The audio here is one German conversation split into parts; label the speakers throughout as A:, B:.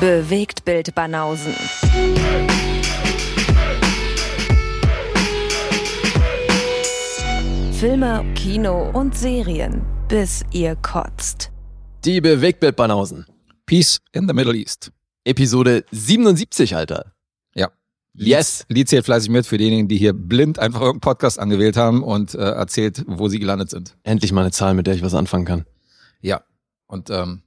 A: Bewegt Bild Banausen. Filme, Kino und Serien, bis ihr kotzt.
B: Die Bewegtbildbanausen.
C: Peace in the Middle East.
B: Episode 77, Alter.
C: Ja.
B: Yes.
C: Lied zählt fleißig mit für diejenigen, die hier blind einfach irgendeinen Podcast angewählt haben und äh, erzählt, wo sie gelandet sind.
B: Endlich mal eine Zahl, mit der ich was anfangen kann.
C: Ja. Und ähm,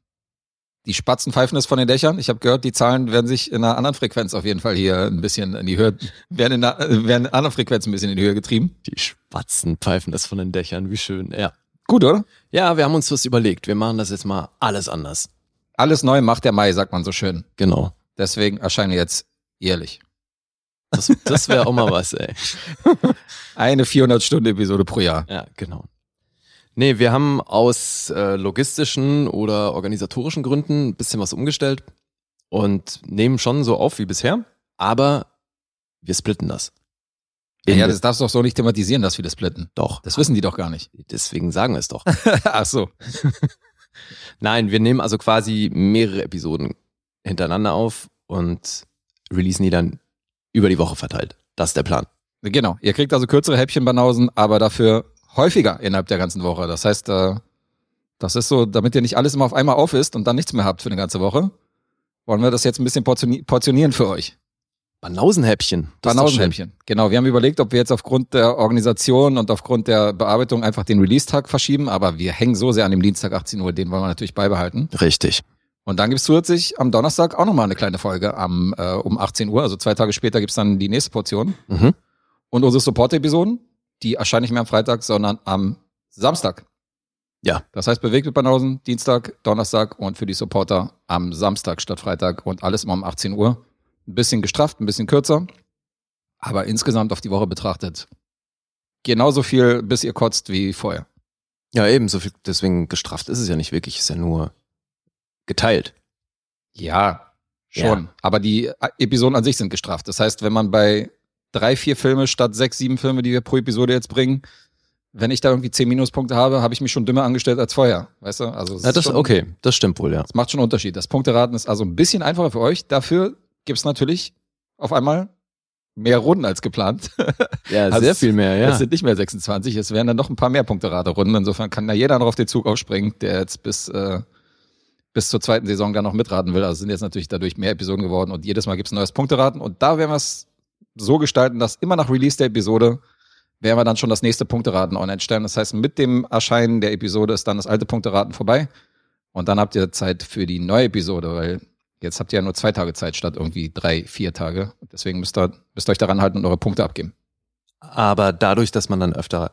C: die Spatzen pfeifen es von den Dächern. Ich habe gehört, die Zahlen werden sich in einer anderen Frequenz auf jeden Fall hier ein bisschen in die Höhe, werden in einer, äh, werden in einer anderen Frequenz ein bisschen in die Höhe getrieben.
B: Die Spatzen pfeifen das von den Dächern, wie schön. Ja.
C: Gut, oder?
B: Ja, wir haben uns was überlegt. Wir machen das jetzt mal alles anders.
C: Alles neu macht der Mai, sagt man so schön.
B: Genau.
C: Deswegen erscheinen wir jetzt jährlich.
B: Das, das wäre auch mal was, ey.
C: Eine 400-Stunden-Episode pro Jahr.
B: Ja, genau. Nee, wir haben aus äh, logistischen oder organisatorischen Gründen ein bisschen was umgestellt und nehmen schon so auf wie bisher, aber wir splitten das.
C: Ja,
B: In-
C: ja, das darfst du doch so nicht thematisieren, dass wir das splitten.
B: doch.
C: Das wissen die doch gar nicht.
B: Deswegen sagen wir es doch.
C: Ach so.
B: Nein, wir nehmen also quasi mehrere Episoden hintereinander auf und releasen die dann über die Woche verteilt. Das ist der Plan.
C: Genau. Ihr kriegt also kürzere Häppchenbanausen, aber dafür häufiger innerhalb der ganzen Woche. Das heißt, äh, das ist so, damit ihr nicht alles immer auf einmal auf ist und dann nichts mehr habt für eine ganze Woche, wollen wir das jetzt ein bisschen portioni portionieren für euch.
B: Banausenhäppchen. Das ist doch schön.
C: Banausenhäppchen. Genau. Wir haben überlegt, ob wir jetzt aufgrund der Organisation und aufgrund der Bearbeitung einfach den Release-Tag verschieben, aber wir hängen so sehr an dem Dienstag 18 Uhr, den wollen wir natürlich beibehalten.
B: Richtig.
C: Und dann gibt's zusätzlich am Donnerstag auch nochmal eine kleine Folge am, äh, um 18 Uhr. Also zwei Tage später gibt's dann die nächste Portion.
B: Mhm.
C: Und unsere Support-Episoden, die erscheinen nicht mehr am Freitag, sondern am Samstag.
B: Ja.
C: Das heißt, bewegt mit Banausen, Dienstag, Donnerstag und für die Supporter am Samstag statt Freitag und alles immer um 18 Uhr. Ein bisschen gestrafft, ein bisschen kürzer, aber insgesamt auf die Woche betrachtet. Genauso viel, bis ihr kotzt wie vorher.
B: Ja, eben. So viel, deswegen gestraft ist es ja nicht wirklich. Ist ja nur geteilt.
C: Ja, schon. Aber die äh, Episoden an sich sind gestraft. Das heißt, wenn man bei drei, vier Filme statt sechs, sieben Filme, die wir pro Episode jetzt bringen, wenn ich da irgendwie zehn Minuspunkte habe, habe ich mich schon dümmer angestellt als vorher. Weißt du? Also es
B: Ja,
C: ist
B: das,
C: schon,
B: okay, das stimmt wohl, ja.
C: Es macht schon einen Unterschied. Das Punkteraten ist also ein bisschen einfacher für euch. Dafür gibt's natürlich auf einmal mehr Runden als geplant.
B: Ja,
C: Also
B: sehr
C: es-
B: viel mehr,
C: Es
B: ja.
C: sind nicht mehr 26, es wären dann noch ein paar mehr Punkteraterunden. Insofern kann da jeder noch auf den Zug aufspringen, der jetzt bis, äh, bis zur zweiten Saison da noch mitraten will. Also es sind jetzt natürlich dadurch mehr Episoden geworden und jedes Mal gibt's ein neues Punkteraten. Und da werden wir es so gestalten, dass immer nach Release der Episode werden wir dann schon das nächste Punkteraten online stellen. Das heißt, mit dem Erscheinen der Episode ist dann das alte Punkteraten vorbei. Und dann habt ihr Zeit für die neue Episode, weil jetzt habt ihr ja nur zwei Tage Zeit statt irgendwie drei, vier Tage. Deswegen müsst ihr, müsst ihr euch daran halten und eure Punkte abgeben.
B: Aber dadurch, dass man dann öfter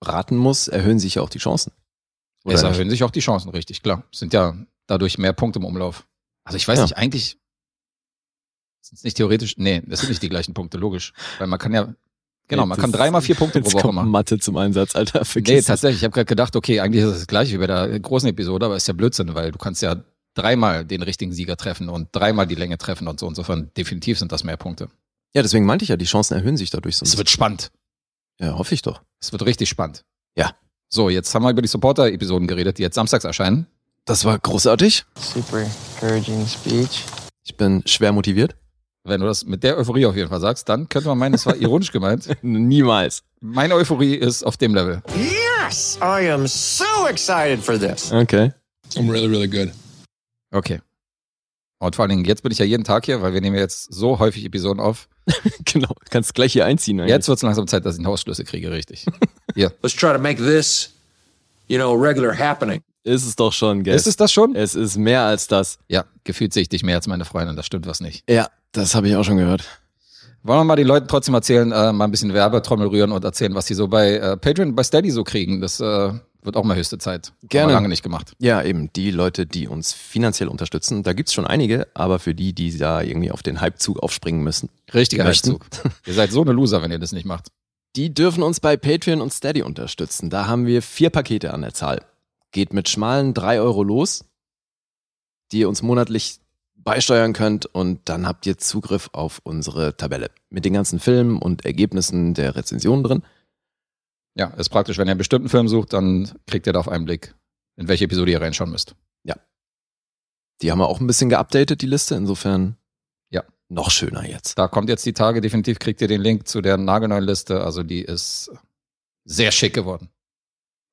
B: raten muss, erhöhen sich ja auch die Chancen.
C: es
B: nicht?
C: erhöhen sich auch die Chancen, richtig, klar. Es sind ja dadurch mehr Punkte im Umlauf. Also ich weiß
B: Ja.
C: nicht, eigentlich sind es nicht theoretisch, nee, das sind nicht die gleichen Punkte, logisch. Weil man kann ja, genau,
B: Nee,
C: man
B: das-
C: kann dreimal vier Punkte pro
B: Jetzt
C: Woche
B: kommt
C: machen.
B: Mathe zum Einsatz, Alter.
C: Nee,
B: Vergiss es.
C: tatsächlich, ich habe gerade gedacht, okay, eigentlich ist es das gleiche wie bei der großen Episode, aber ist ja Blödsinn, weil du kannst ja dreimal den richtigen Sieger treffen und dreimal die Länge treffen und so. Insofern, definitiv sind das mehr Punkte.
B: Ja, deswegen meinte ich ja, die Chancen erhöhen sich dadurch so.
C: Es wird spannend.
B: Ja, hoffe ich doch.
C: Es wird richtig spannend.
B: Ja.
C: So, jetzt haben wir über die Supporter-Episoden geredet, die jetzt samstags erscheinen.
B: Das war großartig.
D: super encouraging speech.
B: Ich bin schwer motiviert.
C: Wenn du das mit der Euphorie auf jeden Fall sagst, dann könnte man meinen, es war ironisch gemeint.
B: Niemals.
C: Meine Euphorie ist auf dem Level.
D: Yes, I am so excited for this.
B: Okay.
E: I'm really, really good.
C: Okay. Und vor allen Dingen, jetzt bin ich ja jeden Tag hier, weil wir nehmen ja jetzt so häufig Episoden auf.
B: Genau. Kannst gleich hier einziehen. Eigentlich.
C: Jetzt wird es langsam Zeit, dass ich einen Hausschlüssel kriege, richtig.
F: Let's try to make this, you know, a regular happening.
B: ist es doch schon, gell?
C: Ist es das schon?
B: es ist mehr als das.
C: Ja, gefühlt sehe ich dich mehr als meine Freundin, das stimmt was nicht.
B: Ja, das habe ich auch schon gehört.
C: Wollen wir mal den Leuten trotzdem erzählen, äh, mal ein bisschen Werbetrommel rühren und erzählen, was sie so bei äh, Patreon, bei Steady so kriegen. Das äh, wird auch mal höchste Zeit. Haben wir
B: Gerne.
C: lange nicht gemacht.
B: Ja, eben. Die Leute, die uns finanziell unterstützen, da gibt's schon einige, aber für die, die da irgendwie auf den Hypezug aufspringen müssen,
C: Richtiger
B: Möchten.
C: Einzug. ihr seid so eine Loser, wenn ihr das nicht macht.
B: Die dürfen uns bei Patreon und Steady unterstützen. Da haben wir vier Pakete an der Zahl. Geht mit schmalen 3 Euro los, die ihr uns monatlich beisteuern könnt und dann habt ihr Zugriff auf unsere Tabelle mit den ganzen Filmen und Ergebnissen der Rezensionen drin.
C: Ja, ist praktisch, wenn ihr einen bestimmten Film sucht, dann kriegt ihr da auf einen Blick, in welche Episode ihr reinschauen müsst.
B: Die haben wir auch ein bisschen geupdatet, die Liste. Insofern
C: Ja.
B: noch schöner jetzt.
C: Da kommt jetzt die Tage, definitiv kriegt ihr den Link zu der nagelneuen Liste. Also die ist sehr schick geworden.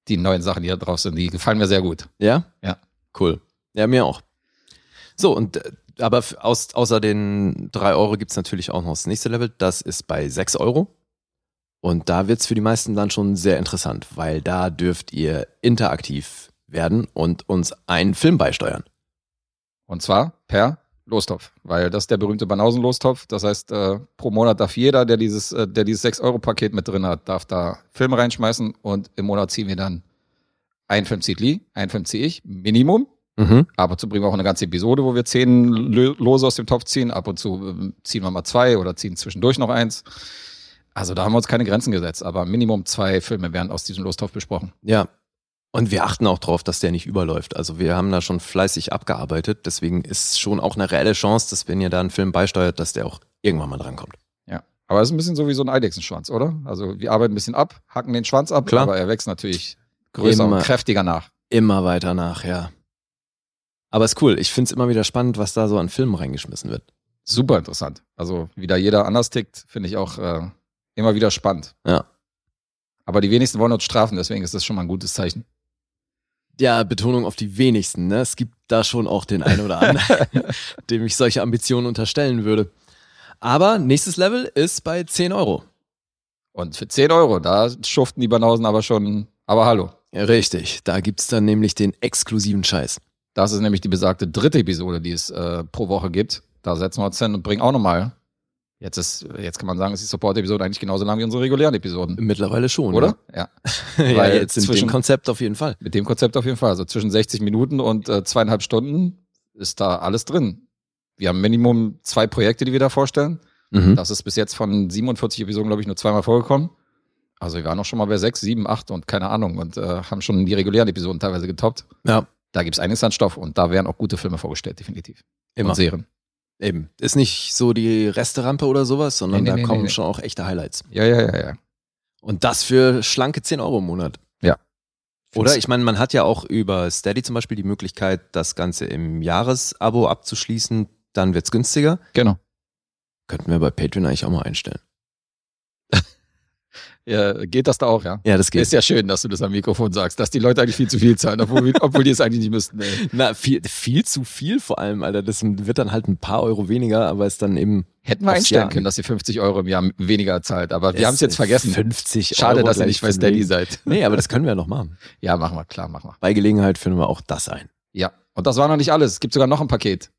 C: Die neuen Sachen, die da drauf sind, die gefallen mir sehr gut.
B: Ja?
C: Ja.
B: Cool. Ja, mir auch. So, und äh, aber f- aus, außer den 3 Euro gibt's natürlich auch noch das nächste Level. Das ist bei 6 Euro. Und da wird's für die meisten dann schon sehr interessant, weil da dürft ihr interaktiv werden und uns einen Film beisteuern.
C: Und zwar per Lostopf, weil das ist der berühmte Banausen-Lostopf. Das heißt, äh, pro Monat darf jeder, der dieses, äh, der dieses 6-Euro-Paket mit drin hat, darf da Filme reinschmeißen und im Monat ziehen wir dann einen Film zieht Lee, einen Film ziehe ich, Minimum.
B: Mhm.
C: Ab und zu bringen wir auch eine ganze Episode, wo wir zehn Lö- Lose aus dem Topf ziehen. Ab und zu ähm, ziehen wir mal zwei oder ziehen zwischendurch noch eins. Also da haben wir uns keine Grenzen gesetzt, aber Minimum zwei Filme werden aus diesem Lostopf besprochen.
B: Ja. Und wir achten auch drauf, dass der nicht überläuft. Also wir haben da schon fleißig abgearbeitet. Deswegen ist schon auch eine reelle Chance, dass wenn ihr da einen Film beisteuert, dass der auch irgendwann mal drankommt.
C: Ja. Aber es ist ein bisschen so wie so ein Eidechsenschwanz, oder? Also wir arbeiten ein bisschen ab, hacken den Schwanz ab,
B: Klar.
C: aber er wächst natürlich größer
B: Immer.
C: und kräftiger nach.
B: Immer weiter nach, ja. Aber ist cool. Ich find's immer wieder spannend, was da so an Filmen reingeschmissen wird.
C: Super interessant. Also wie da jeder anders tickt, finde ich auch äh, immer wieder spannend.
B: Ja.
C: Aber die wenigsten wollen uns strafen, deswegen ist das schon mal ein gutes Zeichen.
B: Ja, Betonung auf die wenigsten. Ne? Es gibt da schon auch den einen oder anderen, dem ich solche Ambitionen unterstellen würde. Aber nächstes Level ist bei 10 Euro.
C: Und für 10 Euro, da schuften die Banausen aber schon, aber hallo.
B: Richtig, da gibt's dann nämlich den exklusiven Scheiß.
C: Das ist nämlich die besagte dritte Episode, die es äh, pro Woche gibt. Da setzen wir uns hin und bringen auch nochmal. Jetzt ist, jetzt kann man sagen, ist die Support-Episode eigentlich genauso lang wie unsere regulären Episoden.
B: Mittlerweile schon, ne?
C: Oder? Ja.
B: Ja,
C: Weil
B: jetzt in dem
C: zwischen-
B: Konzept auf jeden Fall.
C: Mit dem Konzept auf jeden Fall. Also zwischen 60 Minuten und äh, zweieinhalb Stunden ist da alles drin. Wir haben Minimum zwei Projekte, die wir da vorstellen. Das ist bis jetzt von 47 Episoden, glaube ich, nur zweimal vorgekommen. Also wir waren auch schon mal bei sechs, sieben, acht und keine Ahnung und äh, haben schon die regulären Episoden teilweise getoppt.
B: Ja,
C: Da gibt es einiges an Stoff und da werden auch gute Filme vorgestellt, definitiv.
B: immer.
C: Und Serien.
B: Eben. Ist nicht so die Resterampe oder sowas, sondern
C: Nee, nee,
B: da
C: nee,
B: kommen
C: nee, nee.
B: schon auch echte Highlights.
C: Ja, ja, ja, ja.
B: Und das für schlanke 10 Euro im Monat.
C: Ja.
B: Oder ich meine, man hat ja auch über Steady zum Beispiel die Möglichkeit, das Ganze im Jahresabo abzuschließen, dann wird's günstiger.
C: Genau.
B: Könnten wir bei Patreon eigentlich auch mal einstellen.
C: Ja, geht das da auch, ja?
B: Ja, das geht.
C: Ist ja schön, dass du das am Mikrofon sagst, dass die Leute eigentlich viel zu viel zahlen, obwohl, obwohl die es eigentlich nicht müssten. Ey.
B: Na, viel, viel zu viel vor allem, Alter. Das wird dann halt ein paar Euro weniger, aber ist dann eben.
C: Hätten wir
B: Aufs
C: einstellen
B: Jahr.
C: können, dass ihr 50 Euro im Jahr weniger zahlt, aber wir haben es jetzt
B: ist
C: vergessen.
B: 50
C: Schade,
B: Euro
C: dass ihr
B: gleich
C: nicht bei
B: für den
C: Steady
B: Link.
C: seid.
B: Nee, aber das können wir noch machen.
C: Ja, machen wir, klar, machen wir.
B: Bei Gelegenheit führen wir auch das ein.
C: Ja, und das war noch nicht alles. Es gibt sogar noch ein Paket.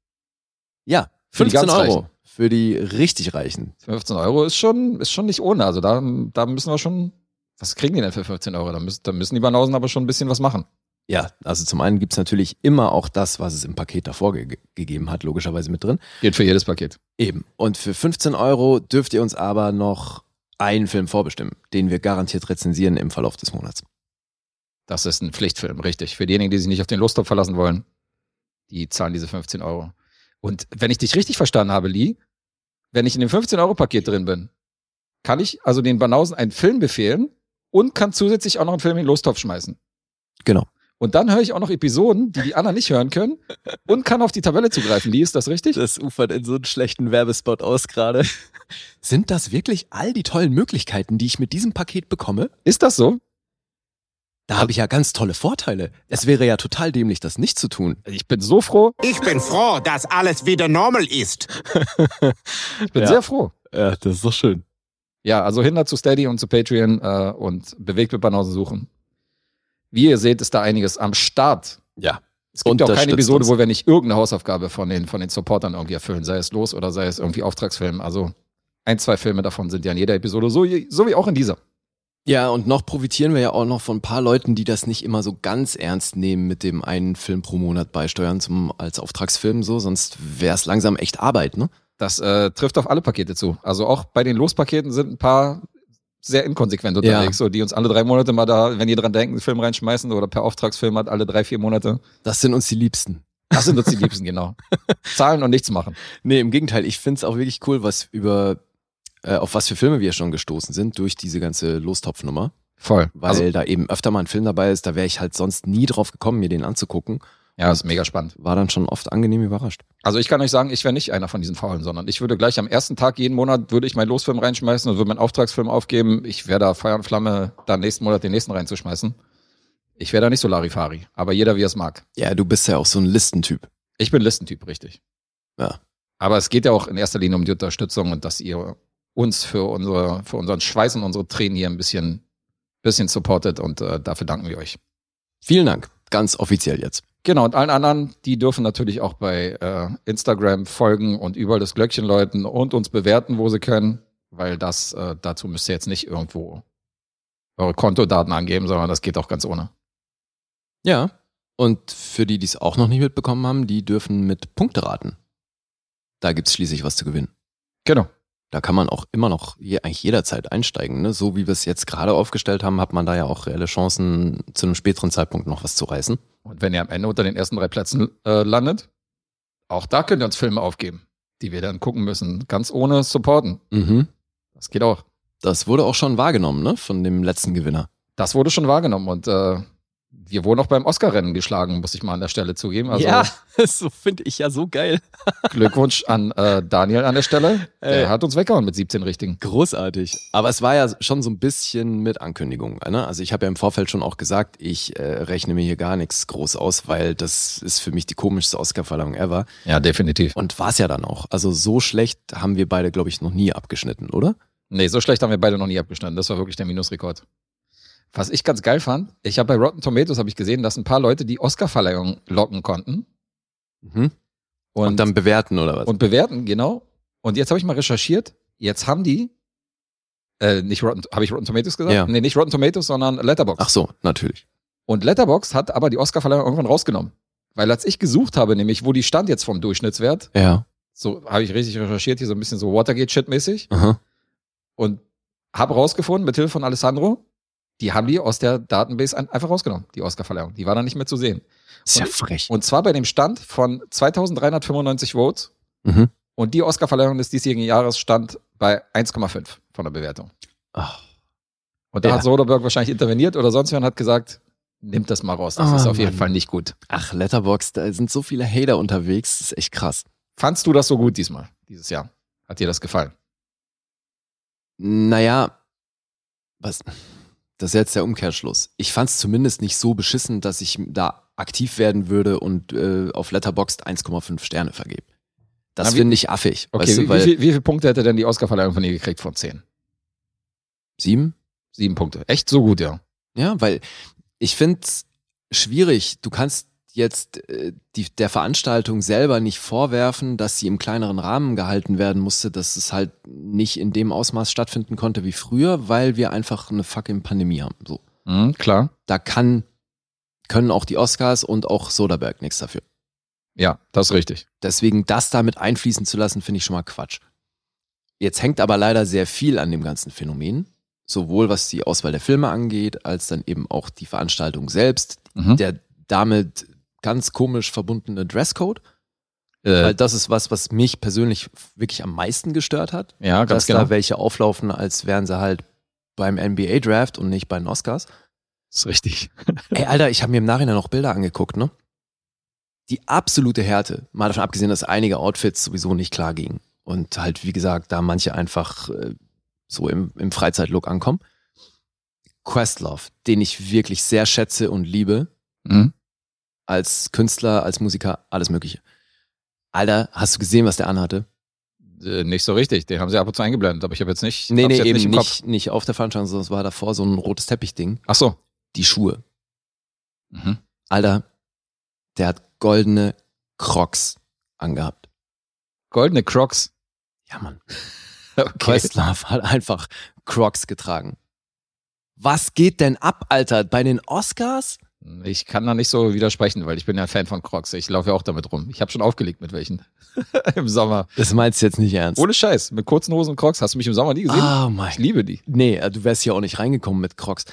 B: Ja,
C: Für die
B: 15
C: ganz
B: Euro.
C: Reichen.
B: Für die richtig Reichen.
C: 15 Euro ist schon, ist schon nicht ohne. Also da, da müssen wir schon, was kriegen die denn für 15 Euro? Da müssen, da müssen die Banausen aber schon ein bisschen was machen.
B: Ja, also zum einen gibt's natürlich immer auch das, was es im Paket davor ge gegeben hat, logischerweise mit drin.
C: Gilt für jedes Paket.
B: Eben. Und für 15 Euro dürft ihr uns aber noch einen Film vorbestimmen, den wir garantiert rezensieren im Verlauf des Monats.
C: Das ist ein Pflichtfilm, richtig. Für diejenigen, die sich nicht auf den Lostopf verlassen wollen, die zahlen diese 15 Euro. Und wenn ich dich richtig verstanden habe, Lee, wenn ich in dem 15-Euro-Paket drin bin, kann ich also den Banausen einen Film befehlen und kann zusätzlich auch noch einen Film in den Lostopf schmeißen.
B: Genau.
C: Und dann höre ich auch noch Episoden, die die anderen nicht hören können und kann auf die Tabelle zugreifen. Lee, ist das richtig?
B: Das ufert in so einen schlechten Werbespot aus gerade. Sind das wirklich all die tollen Möglichkeiten, die ich mit diesem Paket bekomme?
C: Ist das so?
B: Da habe ich ja ganz tolle Vorteile. Es wäre ja total dämlich, das nicht zu tun.
C: Ich bin so froh.
E: Ich bin froh, dass alles wieder normal ist.
C: Ich bin
B: Ja.
C: sehr froh.
B: Ja, das ist doch schön.
C: Ja, also hin dazu Steady und zu Patreon äh, und bewegt mit Banausen suchen. Wie ihr seht, ist da einiges am Start.
B: Ja.
C: Es gibt auch keine
B: Unterstützt
C: Episode,
B: uns.
C: wo wir nicht irgendeine Hausaufgabe von den, von den Supportern irgendwie erfüllen, sei es los oder sei es irgendwie Auftragsfilm. Also ein, zwei Filme davon sind ja in jeder Episode, so, je- so wie auch in dieser.
B: Ja, und noch profitieren wir ja auch noch von ein paar Leuten, die das nicht immer so ganz ernst nehmen mit dem einen Film pro Monat beisteuern zum, als Auftragsfilm so, sonst wäre es langsam echt Arbeit, ne?
C: Das äh, trifft auf alle Pakete zu. Also auch bei den Lospaketen sind ein paar sehr inkonsequent unterwegs, so, die uns alle drei Monate mal da, wenn die dran denken, einen Film reinschmeißen oder per Auftragsfilm hat alle drei, vier Monate.
B: Das sind uns die Liebsten.
C: Das sind uns die Liebsten, genau. Zahlen und nichts machen.
B: Nee, im Gegenteil, ich find's auch wirklich cool, was über, äh, auf was für Filme wir schon gestoßen sind durch diese ganze Lostopfnummer,
C: Voll. Also,
B: weil da eben öfter mal ein Film dabei ist, da wäre ich halt sonst nie drauf gekommen, mir den anzugucken.
C: Ja, ist mega spannend.
B: War dann schon oft angenehm überrascht.
C: Also ich kann euch sagen, ich wäre nicht einer von diesen Faulen, sondern ich würde gleich am ersten Tag jeden Monat, würde ich meinen Losfilm reinschmeißen und würde meinen Auftragsfilm aufgeben. Ich wäre da Feuer und Flamme, dann nächsten Monat den nächsten reinzuschmeißen. Ich wäre da nicht so Larifari, aber jeder wie er es mag.
B: Ja, du bist ja auch so ein Listentyp.
C: Ich bin Listentyp, richtig.
B: Ja.
C: Aber es geht ja auch in erster Linie um die Unterstützung und dass ihr uns für, unsere, für unseren Schweiß und unsere Tränen hier ein bisschen, bisschen supportet und äh, dafür danken wir euch.
B: Vielen Dank. Ganz offiziell jetzt.
C: Genau, und allen anderen, die dürfen natürlich auch bei äh, Instagram folgen und überall das Glöckchen läuten und uns bewerten, wo sie können, weil das äh, dazu müsst ihr jetzt nicht irgendwo eure Kontodaten angeben, sondern das geht auch ganz ohne.
B: Ja. Und für die, die es auch noch nicht mitbekommen haben, die dürfen mit Punkte raten. Da gibt's schließlich was zu gewinnen.
C: Genau.
B: Da kann man auch immer noch je, eigentlich jederzeit einsteigen. Ne? So wie wir es jetzt gerade aufgestellt haben, hat man da ja auch reelle Chancen, zu einem späteren Zeitpunkt noch was zu reißen.
C: Und wenn ihr am Ende unter den ersten drei Plätzen äh, landet, auch da könnt ihr uns Filme aufgeben, die wir dann gucken müssen, ganz ohne Supporten.
B: Mhm.
C: Das geht auch.
B: Das wurde auch schon wahrgenommen, ne? Von dem letzten Gewinner.
C: Das wurde schon wahrgenommen und äh, wir wurden auch beim Oscar-Rennen geschlagen, muss ich mal an der Stelle zugeben. Also
B: so finde ich ja so geil.
C: Glückwunsch an äh, Daniel an der Stelle.
B: Ey.
C: Der hat uns weggehauen mit 17 richtigen.
B: Großartig. Aber es war ja schon so ein bisschen mit Ankündigung. Ne? Also ich habe ja im Vorfeld schon auch gesagt, ich äh, rechne mir hier gar nichts groß aus, weil das ist für mich die komischste Oscarverleihung ever.
C: Ja, definitiv.
B: Und war es ja dann auch. Also so schlecht haben wir beide, glaube ich, noch nie abgeschnitten, oder?
C: Nee, so schlecht haben wir beide noch nie abgeschnitten. Das war wirklich der Minusrekord. Was ich ganz geil fand, ich habe bei Rotten Tomatoes habe ich gesehen, dass ein paar Leute die Oscar-Verleihung locken konnten
B: Mhm.
C: und,
B: Und, dann bewerten oder was?
C: und bewerten, genau. Und jetzt habe ich mal recherchiert, jetzt haben die äh, nicht Rotten, habe ich Rotten Tomatoes gesagt?
B: Ja.
C: Nee, nicht Rotten Tomatoes, sondern Letterboxd.
B: Ach so, natürlich.
C: Und Letterbox hat aber die Oscar-Verleihung irgendwann rausgenommen. Weil als ich gesucht habe, nämlich wo die stand jetzt vom Durchschnittswert,
B: Ja.
C: so habe ich richtig recherchiert, hier so ein bisschen so Watergate-Shit-mäßig
B: Aha.
C: und habe rausgefunden, mit Hilfe von Alessandro, die haben die aus der Datenbase ein- einfach rausgenommen, die Oscar-Verleihung. Die war dann nicht mehr zu sehen.
B: Ist ja
C: Und-
B: frech.
C: Und zwar bei dem Stand von 2395 Votes
B: Mhm.
C: und die Oscar-Verleihung des diesjährigen Jahres stand bei 1,5 von der Bewertung.
B: Ach,
C: Und da
B: Ja.
C: hat Soderbergh wahrscheinlich interveniert oder sonst wer und hat gesagt, nimmt das mal raus, das
B: Oh,
C: ist auf jeden
B: Mann.
C: Fall nicht gut.
B: Ach Letterbox, da sind so viele Hater unterwegs, das ist echt krass.
C: Fandst du das so gut diesmal, dieses Jahr? Hat dir das gefallen?
B: Naja, was? Das ist jetzt der Umkehrschluss. Ich fand es zumindest nicht so beschissen, dass ich da aktiv werden würde und äh, auf Letterboxd 1,5 Sterne vergebe. Das
C: Na, wie-
B: finde ich affig.
C: Okay,
B: weißt
C: wie,
B: du, weil
C: wie, viel, wie viele Punkte hätte denn die Oscarverleihung von dir gekriegt von zehn?
B: sieben?
C: Sieben Punkte. Echt so gut, ja.
B: Ja, weil ich finde es schwierig. Du kannst jetzt äh, die, der Veranstaltung selber nicht vorwerfen, dass sie im kleineren Rahmen gehalten werden musste, dass es halt nicht in dem Ausmaß stattfinden konnte wie früher, weil wir einfach eine fucking Pandemie haben. So.
C: Mhm, klar.
B: da kann, können auch die Oscars und auch Soderbergh nichts dafür.
C: Ja, das ist richtig.
B: Deswegen das damit einfließen zu lassen, finde ich schon mal Quatsch. Jetzt hängt aber leider sehr viel an dem ganzen Phänomen, sowohl was die Auswahl der Filme angeht, als dann eben auch die Veranstaltung selbst,
C: Mhm.
B: der damit ganz komisch verbundene Dresscode, weil
C: äh,
B: das ist was, was mich persönlich wirklich am meisten gestört hat,
C: ja, ganz
B: dass
C: genau.
B: da welche auflaufen, als wären sie halt beim NBA Draft und nicht bei den Oscars.
C: ist richtig.
B: Ey, Alter, ich habe mir im Nachhinein noch Bilder angeguckt, ne? Die absolute Härte, mal davon abgesehen, dass einige Outfits sowieso nicht klar gingen. Und halt, wie gesagt, da manche einfach äh, so im, im Freizeitlook ankommen. Questlove, den ich wirklich sehr schätze und liebe,
C: Mhm.
B: als Künstler, als Musiker, alles Mögliche. Alter, hast du gesehen, was der anhatte?
C: Äh, nicht so richtig. Den haben sie ab und zu eingeblendet, aber ich habe jetzt nicht.
B: Nee,
C: hab's
B: nee,
C: jetzt
B: eben
C: nicht. Im Kopf.
B: nicht, nicht auf der Veranstaltung, sondern es war davor so ein rotes Teppichding.
C: Ach so.
B: Die Schuhe.
C: Mhm.
B: Alter, der hat goldene Crocs angehabt.
C: Goldene Crocs.
B: Ja, Mann.
C: Okay.
B: Questlove hat einfach Crocs getragen. Was geht denn ab, Alter? Bei den Oscars?
C: Ich kann da nicht so widersprechen, weil ich bin ja ein Fan von Crocs. Ich laufe ja auch damit rum. Ich habe schon aufgelegt mit welchen. Im Sommer.
B: Das meinst du jetzt nicht ernst?
C: Ohne Scheiß. Mit kurzen Hosen und Crocs. Hast du mich im Sommer nie gesehen?
B: oh
C: Ich
B: mein
C: liebe die.
B: Nee, du wärst hier auch nicht reingekommen mit Crocs.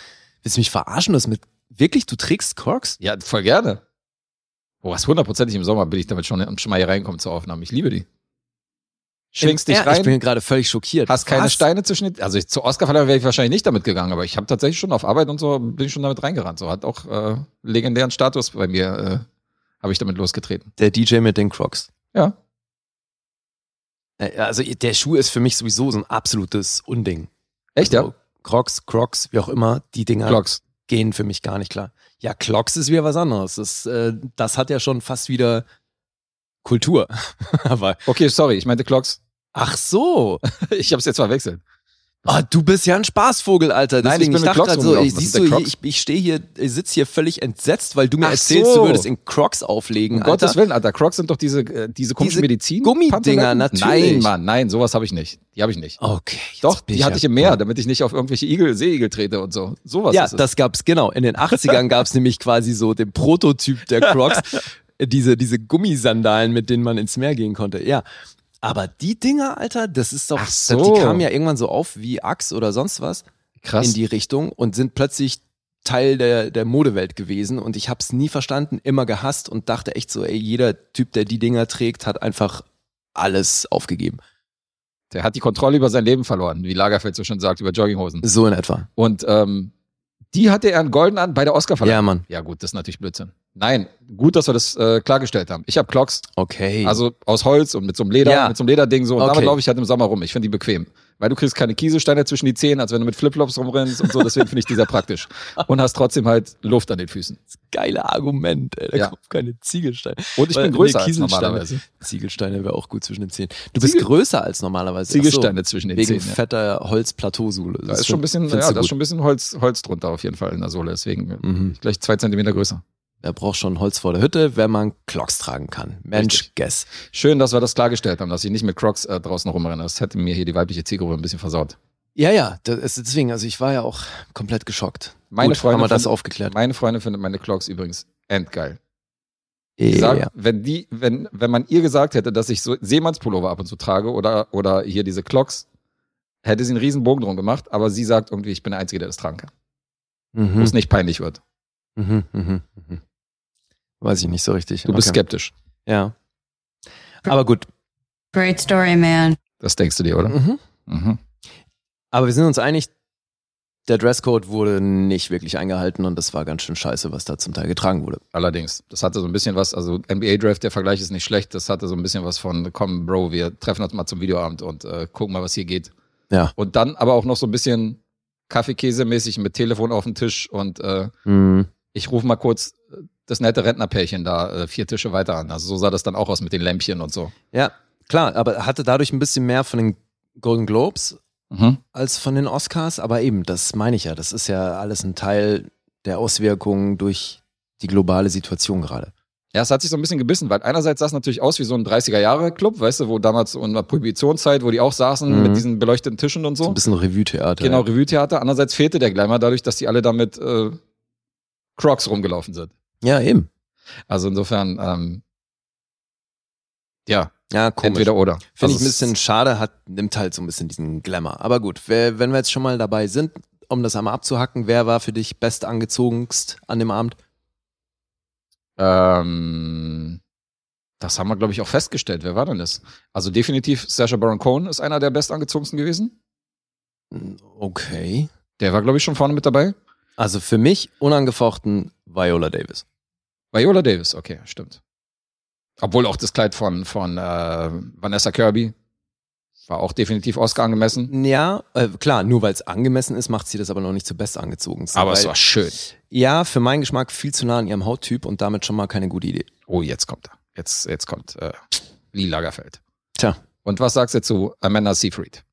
B: Willst du mich verarschen? Das mit wirklich, du trägst Crocs?
C: Ja, voll gerne. Oh, was hundertprozentig im Sommer bin ich damit schon, um schon mal hier reinkommen zur Aufnahme. Ich liebe die. Schwingst
B: Im
C: dich
B: Ernst? Ich
C: rein,
B: bin gerade völlig schockiert.
C: hast keine
B: Was?
C: Steine zwischen den, also ich, zur Oscarverleihung wäre ich wahrscheinlich nicht damit gegangen, aber ich habe tatsächlich schon auf Arbeit und so, bin ich schon damit reingerannt. So hat auch äh, legendären Status bei mir äh, habe ich damit losgetreten.
B: Der DJ mit den Crocs.
C: Ja.
B: Äh, Also der Schuh ist für mich sowieso so ein absolutes Unding.
C: Echt,
B: also,
C: ja?
B: Crocs, Crocs, wie auch immer, die Dinger
C: Glocks.
B: gehen für mich gar nicht klar. Ja, Clocks ist wieder was anderes. Das, äh, das hat ja schon fast wieder Kultur. Aber
C: Okay, sorry, ich meinte Glocks.
B: ach so,
C: Ich habe es jetzt verwechselt.
B: Ah, du bist ja ein Spaßvogel, Alter.
C: Nein,
B: Deswegen,
C: ich bin mit
B: dachte
C: Crocs
B: grad so,
C: rumgelaufen.
B: ich,
C: Was
B: siehst
C: sind
B: du,
C: denn
B: hier,
C: Crocs?
B: ich, ich stehe hier, ich sitze hier völlig entsetzt, weil du mir
C: Ach
B: erzählst,
C: so.
B: du würdest in Crocs auflegen,
C: Um Gottes
B: Alter.
C: Willen, Alter, Crocs sind doch diese, äh, diese komischen
B: Diese
C: Medizin.
B: Gummidinger, natürlich.
C: Nein, Mann, nein, sowas habe ich nicht. Die habe ich nicht.
B: Okay. jetzt
C: doch,
B: bin
C: die hatte ich
B: ja-
C: im Meer, damit ich nicht auf irgendwelche Igel, Seeigel trete und so. Sowas
B: Ja,
C: ist es.
B: das gab's, genau. In den 80ern gab's nämlich quasi so den Prototyp der Crocs. diese, diese Gummisandalen, mit denen man ins Meer gehen konnte. Ja. Aber die Dinger, Alter, das ist doch,
C: Ach so.
B: die kamen ja irgendwann so auf wie Axe oder sonst was in
C: krass.
B: die Richtung und sind plötzlich Teil der, der Modewelt gewesen und ich hab's nie verstanden, immer gehasst und dachte echt so, ey, jeder Typ, der die Dinger trägt, hat einfach alles aufgegeben.
C: Der hat die Kontrolle über sein Leben verloren, wie Lagerfeld so schön sagt, über Jogginghosen.
B: So in etwa.
C: Und ähm, die hatte er in Golden an bei der
B: Ja,
C: Oscarverleihung.
B: Mann.
C: Ja. gut, das ist natürlich Blödsinn. Nein, gut, dass wir das äh, klargestellt haben. Ich habe Clocks,
B: Okay.
C: also aus Holz und mit so einem Leder,
B: Ja.
C: mit so einem Lederding so. Und
B: Okay.
C: damit laufe ich halt im Sommer rum. Ich finde die bequem. Weil du kriegst keine Kieselsteine zwischen die Zehen, als wenn du mit Flipflops rumrennst und so. Deswegen finde ich die sehr praktisch. Und hast trotzdem halt Luft an den Füßen.
B: geile Argument, ey. Da
C: Ja.
B: kommt keine Ziegelsteine.
C: Und ich
B: Weil-
C: bin größer
B: nee,
C: als
B: Kieselsteine.
C: normalerweise.
B: Ziegelsteine wäre auch gut zwischen den Zähnen. Du bist
C: Ziegel-
B: größer als normalerweise.
C: Ziegelsteine
B: Ach so,
C: zwischen den
B: wegen
C: Zähnen, ja.
B: fetter Holzplateausohle.
C: Da ist schon ein bisschen, ja,
B: findest
C: da
B: du
C: ist
B: gut.
C: schon ein bisschen Holz, Holz drunter auf jeden Fall in der Sohle. Deswegen
B: Mhm.
C: gleich zwei Zentimeter größer.
B: Da braucht schon Holz vor der Hütte, wenn man Clocks tragen kann. Mensch,
C: Richtig.
B: guess.
C: Schön, dass wir das klargestellt haben, dass ich nicht mit Crocs äh, draußen rumrenne. Das hätte mir hier die weibliche Zielgruppe ein bisschen versaut.
B: Ja, ja, das ist deswegen, also ich war ja auch komplett geschockt.
C: Meine
B: Gut,
C: Freundin
B: haben wir das
C: von-
B: aufgeklärt.
C: Meine Freundin findet meine Clogs übrigens endgeil. Die sagt,
B: Ja.
C: wenn die, wenn, wenn man ihr gesagt hätte, dass ich so Seemannspullover ab und zu trage oder, oder hier diese Clogs, hätte sie einen riesen Bogen drum gemacht, aber sie sagt irgendwie, ich bin der Einzige, der das tragen kann. Wo
B: Mhm.
C: es nicht peinlich wird.
B: Mhm. Mhm. Mhm. Weiß ich nicht so richtig.
C: Du bist
B: Okay.
C: skeptisch.
B: Ja. Aber gut.
G: Great story, man.
C: Das denkst du dir, oder?
B: Mhm.
C: Mhm.
B: Aber wir sind uns einig, der Dresscode wurde nicht wirklich eingehalten und das war ganz schön scheiße, was da zum Teil getragen wurde.
C: Allerdings, das hatte so ein bisschen was, also NBA Draft, der Vergleich ist nicht schlecht, das hatte so ein bisschen was von, komm, Bro, wir treffen uns mal zum Videoabend und äh, gucken mal, was hier geht.
B: Ja.
C: Und dann aber auch noch so ein bisschen Kaffeekäse-mäßig mit Telefon auf dem Tisch und äh, ich rufe mal kurz äh, das nette Rentnerpärchen da äh, vier Tische weiter an. Also so sah das dann auch aus mit den Lämpchen und so.
B: Ja, klar, aber hatte dadurch ein bisschen mehr von den Golden Globes
C: Mhm.
B: als von den Oscars, aber eben, das meine ich ja, das ist ja alles ein Teil der Auswirkungen durch die globale Situation gerade.
C: Ja, es hat sich so ein bisschen gebissen, weil einerseits sah es natürlich aus wie so ein 30er-Jahre-Club, weißt du, wo damals so in der Prohibitionszeit, wo die auch saßen
B: Mhm.
C: mit diesen beleuchteten Tischen und so.
B: So ein bisschen Revue-Theater.
C: Genau, Revue-Theater. Andererseits fehlte der Glamour dadurch, dass die alle damit äh, Crocs rumgelaufen sind.
B: Ja, eben.
C: Also insofern, ähm, ja,
B: Ja, komisch.
C: entweder oder.
B: Finde ich
C: Also
B: ein
C: es-
B: bisschen schade, hat, nimmt halt so ein bisschen diesen Glamour. Aber gut, wer, wenn wir jetzt schon mal dabei sind, um das einmal abzuhacken, wer war für dich best angezogenst an dem Abend?
C: Ähm, das haben wir, glaube ich, auch festgestellt. Wer war denn das? Also definitiv Sacha Baron Cohen ist einer der bestangezogensten gewesen.
B: Okay.
C: Der war, glaube ich, schon vorne mit dabei.
B: Also für mich unangefochten Viola Davis.
C: Viola Davis, okay, stimmt. Obwohl auch das Kleid von, von äh, Vanessa Kirby war auch definitiv Oscar angemessen.
B: Ja, äh, klar, nur weil es angemessen ist, macht sie das aber noch nicht zu best angezogensten.
C: Aber es
B: weil,
C: war schön.
B: Ja, für meinen Geschmack viel zu nah an ihrem Hauttyp und damit schon mal keine gute Idee.
C: Oh, jetzt kommt er. Jetzt, jetzt kommt äh, Lee Lagerfeld.
B: Tja.
C: Und was sagst du zu Amanda Seyfried?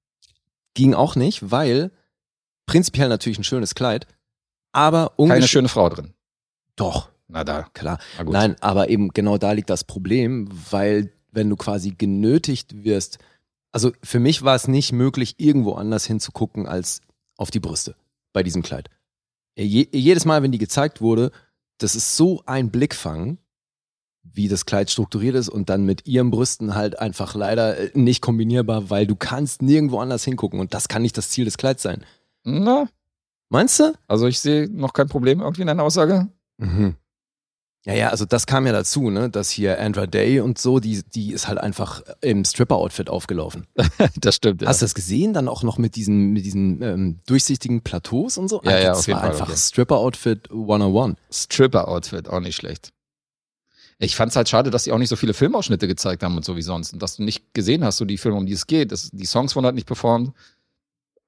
B: Ging auch nicht, weil prinzipiell natürlich ein schönes Kleid, aber
C: Keine
B: ungeschöne.
C: schöne Frau drin.
B: Doch,
C: Na da,
B: klar.
C: na gut.
B: Nein, aber eben genau da liegt das Problem, weil wenn du quasi genötigt wirst, also für mich war es nicht möglich, irgendwo anders hinzugucken als auf die Brüste bei diesem Kleid. Je, jedes Mal, wenn die gezeigt wurde, das ist so ein Blickfang, wie das Kleid strukturiert ist und dann mit ihren Brüsten halt einfach leider äh, nicht kombinierbar, weil du kannst nirgendwo anders hingucken und das kann nicht das Ziel des Kleids sein.
C: Na,
B: Meinst du?
C: also ich sehe noch kein Problem irgendwie in deiner Aussage.
B: Mhm. Ja, ja, also das kam ja dazu, ne, dass hier Andra Day und so, die, die ist halt einfach im Stripper-Outfit aufgelaufen.
C: Das stimmt,
B: Hast du das gesehen? Dann auch noch mit diesen, mit diesen ähm, durchsichtigen Plateaus und so?
C: Ja,
B: Alter,
C: ja,
B: das
C: auf jeden
B: war
C: Fall,
B: einfach
C: okay.
B: Stripper-Outfit 101.
C: Stripper-Outfit, auch nicht schlecht. Ich fand es halt schade, dass sie auch nicht so viele Filmausschnitte gezeigt haben und so wie sonst. Und dass du nicht gesehen hast, so die Filme, um die es geht. Das, die Songs wurden halt nicht performt.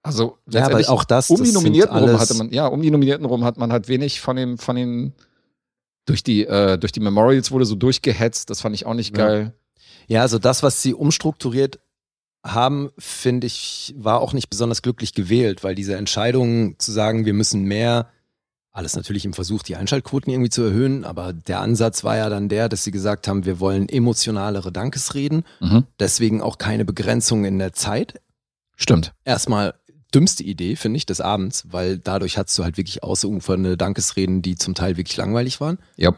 C: Also,
B: Ja, aber
C: letztendlich,
B: auch das,
C: um
B: das
C: die
B: sind
C: Nominierten rum
B: alles-
C: hatte man, ja, um die Nominierten rum hat man halt wenig von dem, von den, durch die, äh, durch die Memorials wurde so durchgehetzt. Das fand ich auch nicht
B: Ja.
C: geil.
B: Ja, also das, was sie umstrukturiert haben, finde ich, war auch nicht besonders glücklich gewählt, weil diese Entscheidung zu sagen, wir müssen mehr, alles natürlich im Versuch, die Einschaltquoten irgendwie zu erhöhen, aber der Ansatz war ja dann der, dass sie gesagt haben, wir wollen emotionalere Dankesreden,
C: Mhm.
B: deswegen auch keine Begrenzung in der Zeit.
C: Stimmt.
B: Erstmal dümmste Idee, finde ich, des Abends, weil dadurch hattest du halt wirklich ausufernde Dankesreden, die zum Teil wirklich langweilig waren.
C: Ja.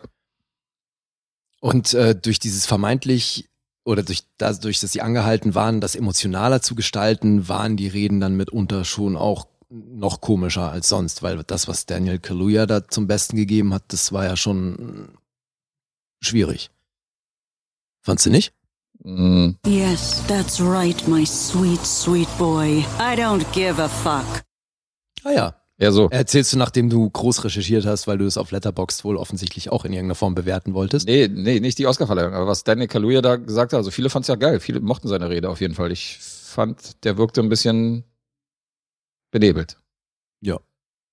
B: Und äh, durch dieses vermeintlich oder durch dadurch, dass sie angehalten waren, das emotionaler zu gestalten, waren die Reden dann mitunter schon auch noch komischer als sonst, weil das, was Daniel Kaluuya da zum Besten gegeben hat, das war ja schon schwierig. Fandst du nicht?
C: Mhm.
H: Yes, that's right, my sweet, sweet boy. I don't give a fuck.
B: Ah ja.
C: Ja, so.
B: Erzählst du, nachdem du groß recherchiert hast, weil du es auf Letterboxd wohl offensichtlich auch in irgendeiner Form bewerten wolltest?
C: Nee, nee, nicht die Oscarverleihung, aber was Daniel Kaluuya da gesagt hat, also viele fanden es ja geil, viele mochten seine Rede auf jeden Fall. Ich fand, der wirkte ein bisschen benebelt.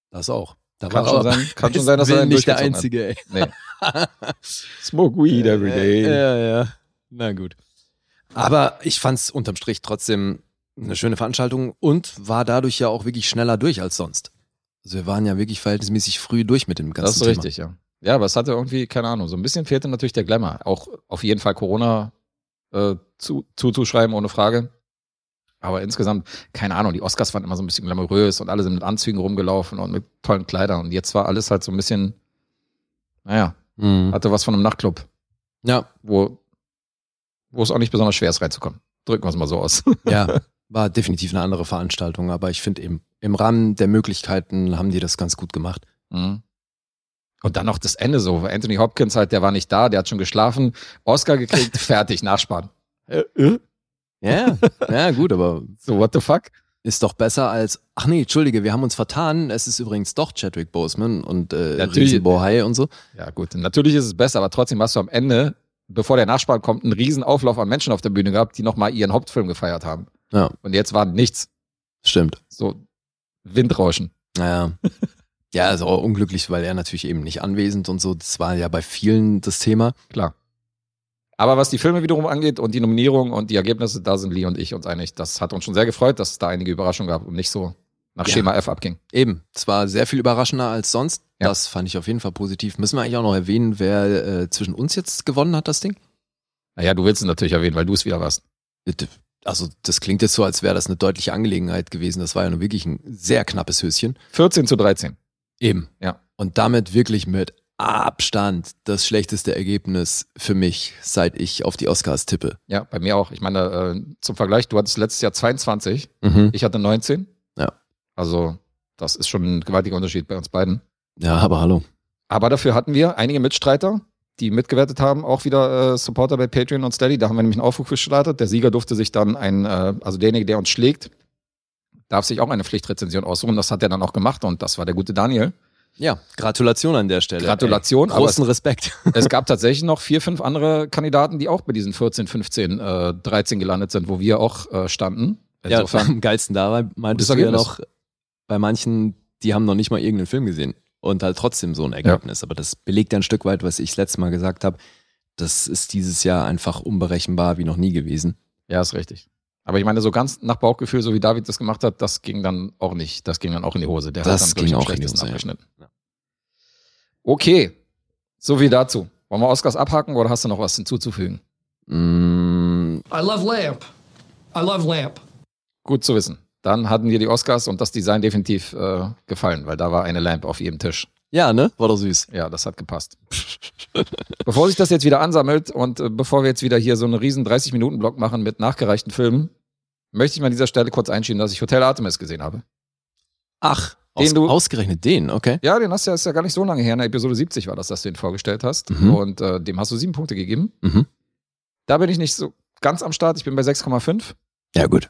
B: Das auch. Da
C: Kann schon sein, kann schon sein dass
B: Will
C: er einen
B: nicht der
C: durchgezogen hat.
B: Einzige, Äh, ey.
C: Nee. Smoke weed every day.
B: Ja, ja, ja. Na gut. Aber ich fand es unterm Strich trotzdem eine schöne Veranstaltung und war dadurch ja auch wirklich schneller durch als sonst. Also wir waren ja wirklich verhältnismäßig früh durch mit dem ganzen
C: das ist
B: Thema.
C: richtig, ja. Ja, aber es hatte irgendwie, keine Ahnung, so ein bisschen fehlte natürlich der Glamour. Auch auf jeden Fall Corona äh, zu, zuzuschreiben, ohne Frage. Aber insgesamt, keine Ahnung, die Oscars waren immer so ein bisschen glamourös und alle sind mit Anzügen rumgelaufen und mit tollen Kleidern. Und jetzt war alles halt so ein bisschen, naja,
B: Mhm.
C: hatte was von einem Nachtclub.
B: Ja,
C: wo, wo es auch nicht besonders schwer ist, reinzukommen. Drücken wir es mal so aus.
B: ja, war definitiv eine andere Veranstaltung, aber ich finde eben im Rahmen der Möglichkeiten haben die das ganz gut gemacht.
C: Mhm. Und dann noch das Ende so. weil Anthony Hopkins halt, der war nicht da, der hat schon geschlafen, Oscar gekriegt, fertig, nachsparen.
B: Ja, ja, gut, aber
C: So, what the fuck?
B: ist doch besser als ach nee, entschuldige, wir haben uns vertan. Es ist übrigens doch Chadwick Boseman und äh,
C: Natürlich.
B: Bohai und so.
C: Ja, gut. Natürlich ist es besser, aber trotzdem hast du am Ende, bevor der Nachspann kommt, einen riesen Auflauf an Menschen auf der Bühne gehabt, die nochmal ihren Hauptfilm gefeiert haben.
B: Ja.
C: Und jetzt war nichts.
B: Stimmt.
C: So Windrauschen.
B: Ja. Ja, ist auch unglücklich, weil er natürlich eben nicht anwesend und so. Das war ja bei vielen das Thema.
C: Klar. Aber was die Filme wiederum angeht und die Nominierung und die Ergebnisse, da sind Lee und ich uns einig. Das hat uns schon sehr gefreut, dass es da einige Überraschungen gab und nicht so nach
B: Ja.
C: Schema F abging.
B: Eben, es war sehr viel überraschender als sonst.
C: Ja.
B: Das fand ich auf jeden Fall positiv. Müssen wir eigentlich auch noch erwähnen, wer äh, zwischen uns jetzt gewonnen hat, das Ding?
C: Naja, du willst es natürlich erwähnen, weil du es wieder warst.
B: Bitte. Also, das klingt jetzt so, als wäre das eine deutliche Angelegenheit gewesen. Das war ja nun wirklich ein sehr knappes Höschen.
C: 14 zu 13.
B: Eben.
C: Ja.
B: Und damit wirklich mit Abstand das schlechteste Ergebnis für mich, seit ich auf die Oscars tippe.
C: Ja, bei mir auch. Ich meine, äh, zum Vergleich, du hattest letztes Jahr 22,
B: Mhm.
C: ich hatte 19.
B: Ja.
C: Also, das ist schon ein gewaltiger Unterschied bei uns beiden.
B: Ja, aber hallo.
C: Aber dafür hatten wir einige Mitstreiter, die mitgewertet haben, auch wieder äh, Supporter bei Patreon und Steady. Da haben wir nämlich einen Aufruf gestartet. Der Sieger durfte sich dann ein, äh, also derjenige, der uns schlägt, darf sich auch eine Pflichtrezension aussuchen. Das hat er dann auch gemacht und das war der gute Daniel.
B: Ja, Gratulation an der Stelle.
C: Gratulation,
B: Ey,
C: aber
B: großen Respekt.
C: Es gab tatsächlich noch vier, fünf andere Kandidaten, die auch bei diesen 14, 15, äh, 13 gelandet sind, wo wir auch äh, standen.
B: Ja,
C: Insofern,
B: am geilsten dabei meintest
C: Gutes
B: du ja
C: Ergebnis.
B: noch, bei manchen, die haben noch nicht mal irgendeinen Film gesehen und halt trotzdem so ein Ergebnis. Aber das belegt ein Stück weit, was ich letztes Mal gesagt habe. Das ist dieses Jahr einfach unberechenbar wie noch nie gewesen.
C: ja, ist richtig. Aber ich meine, so ganz nach Bauchgefühl, so wie David das gemacht hat, das ging dann auch nicht. Das ging dann auch in die Hose. Der
B: Das
C: hat dann
B: ging
C: glaub ich, am
B: auch in die
C: schlechtesten
B: Hose, ja.
C: abgeschnitten. Okay, so viel dazu. Wollen wir Oscars abhaken oder hast du noch was hinzuzufügen?
B: Mm,
I: I love lamp. I love lamp.
C: Gut zu wissen. Dann hatten wir die Oscars und das Design definitiv äh, gefallen, weil da war eine Lamp auf jedem Tisch.
B: ja, ne? War doch süß.
C: Ja, das hat gepasst. bevor sich das jetzt wieder ansammelt und äh, bevor wir jetzt wieder hier so einen riesen 30-Minuten-Block machen mit nachgereichten Filmen, möchte ich mal an dieser Stelle kurz einschieben, dass ich Hotel Artemis gesehen habe.
B: Ach,
C: Den
B: aus,
C: du-
B: ausgerechnet den, okay.
C: Ja, den hast du ja, ist ja gar nicht so lange her. In der Episode 70 war das, dass du ihn vorgestellt hast.
B: Mhm.
C: Und äh, dem hast du sieben Punkte gegeben.
B: Mhm.
C: Da bin ich nicht so ganz am Start. Ich bin bei 6,5.
B: Ja, gut.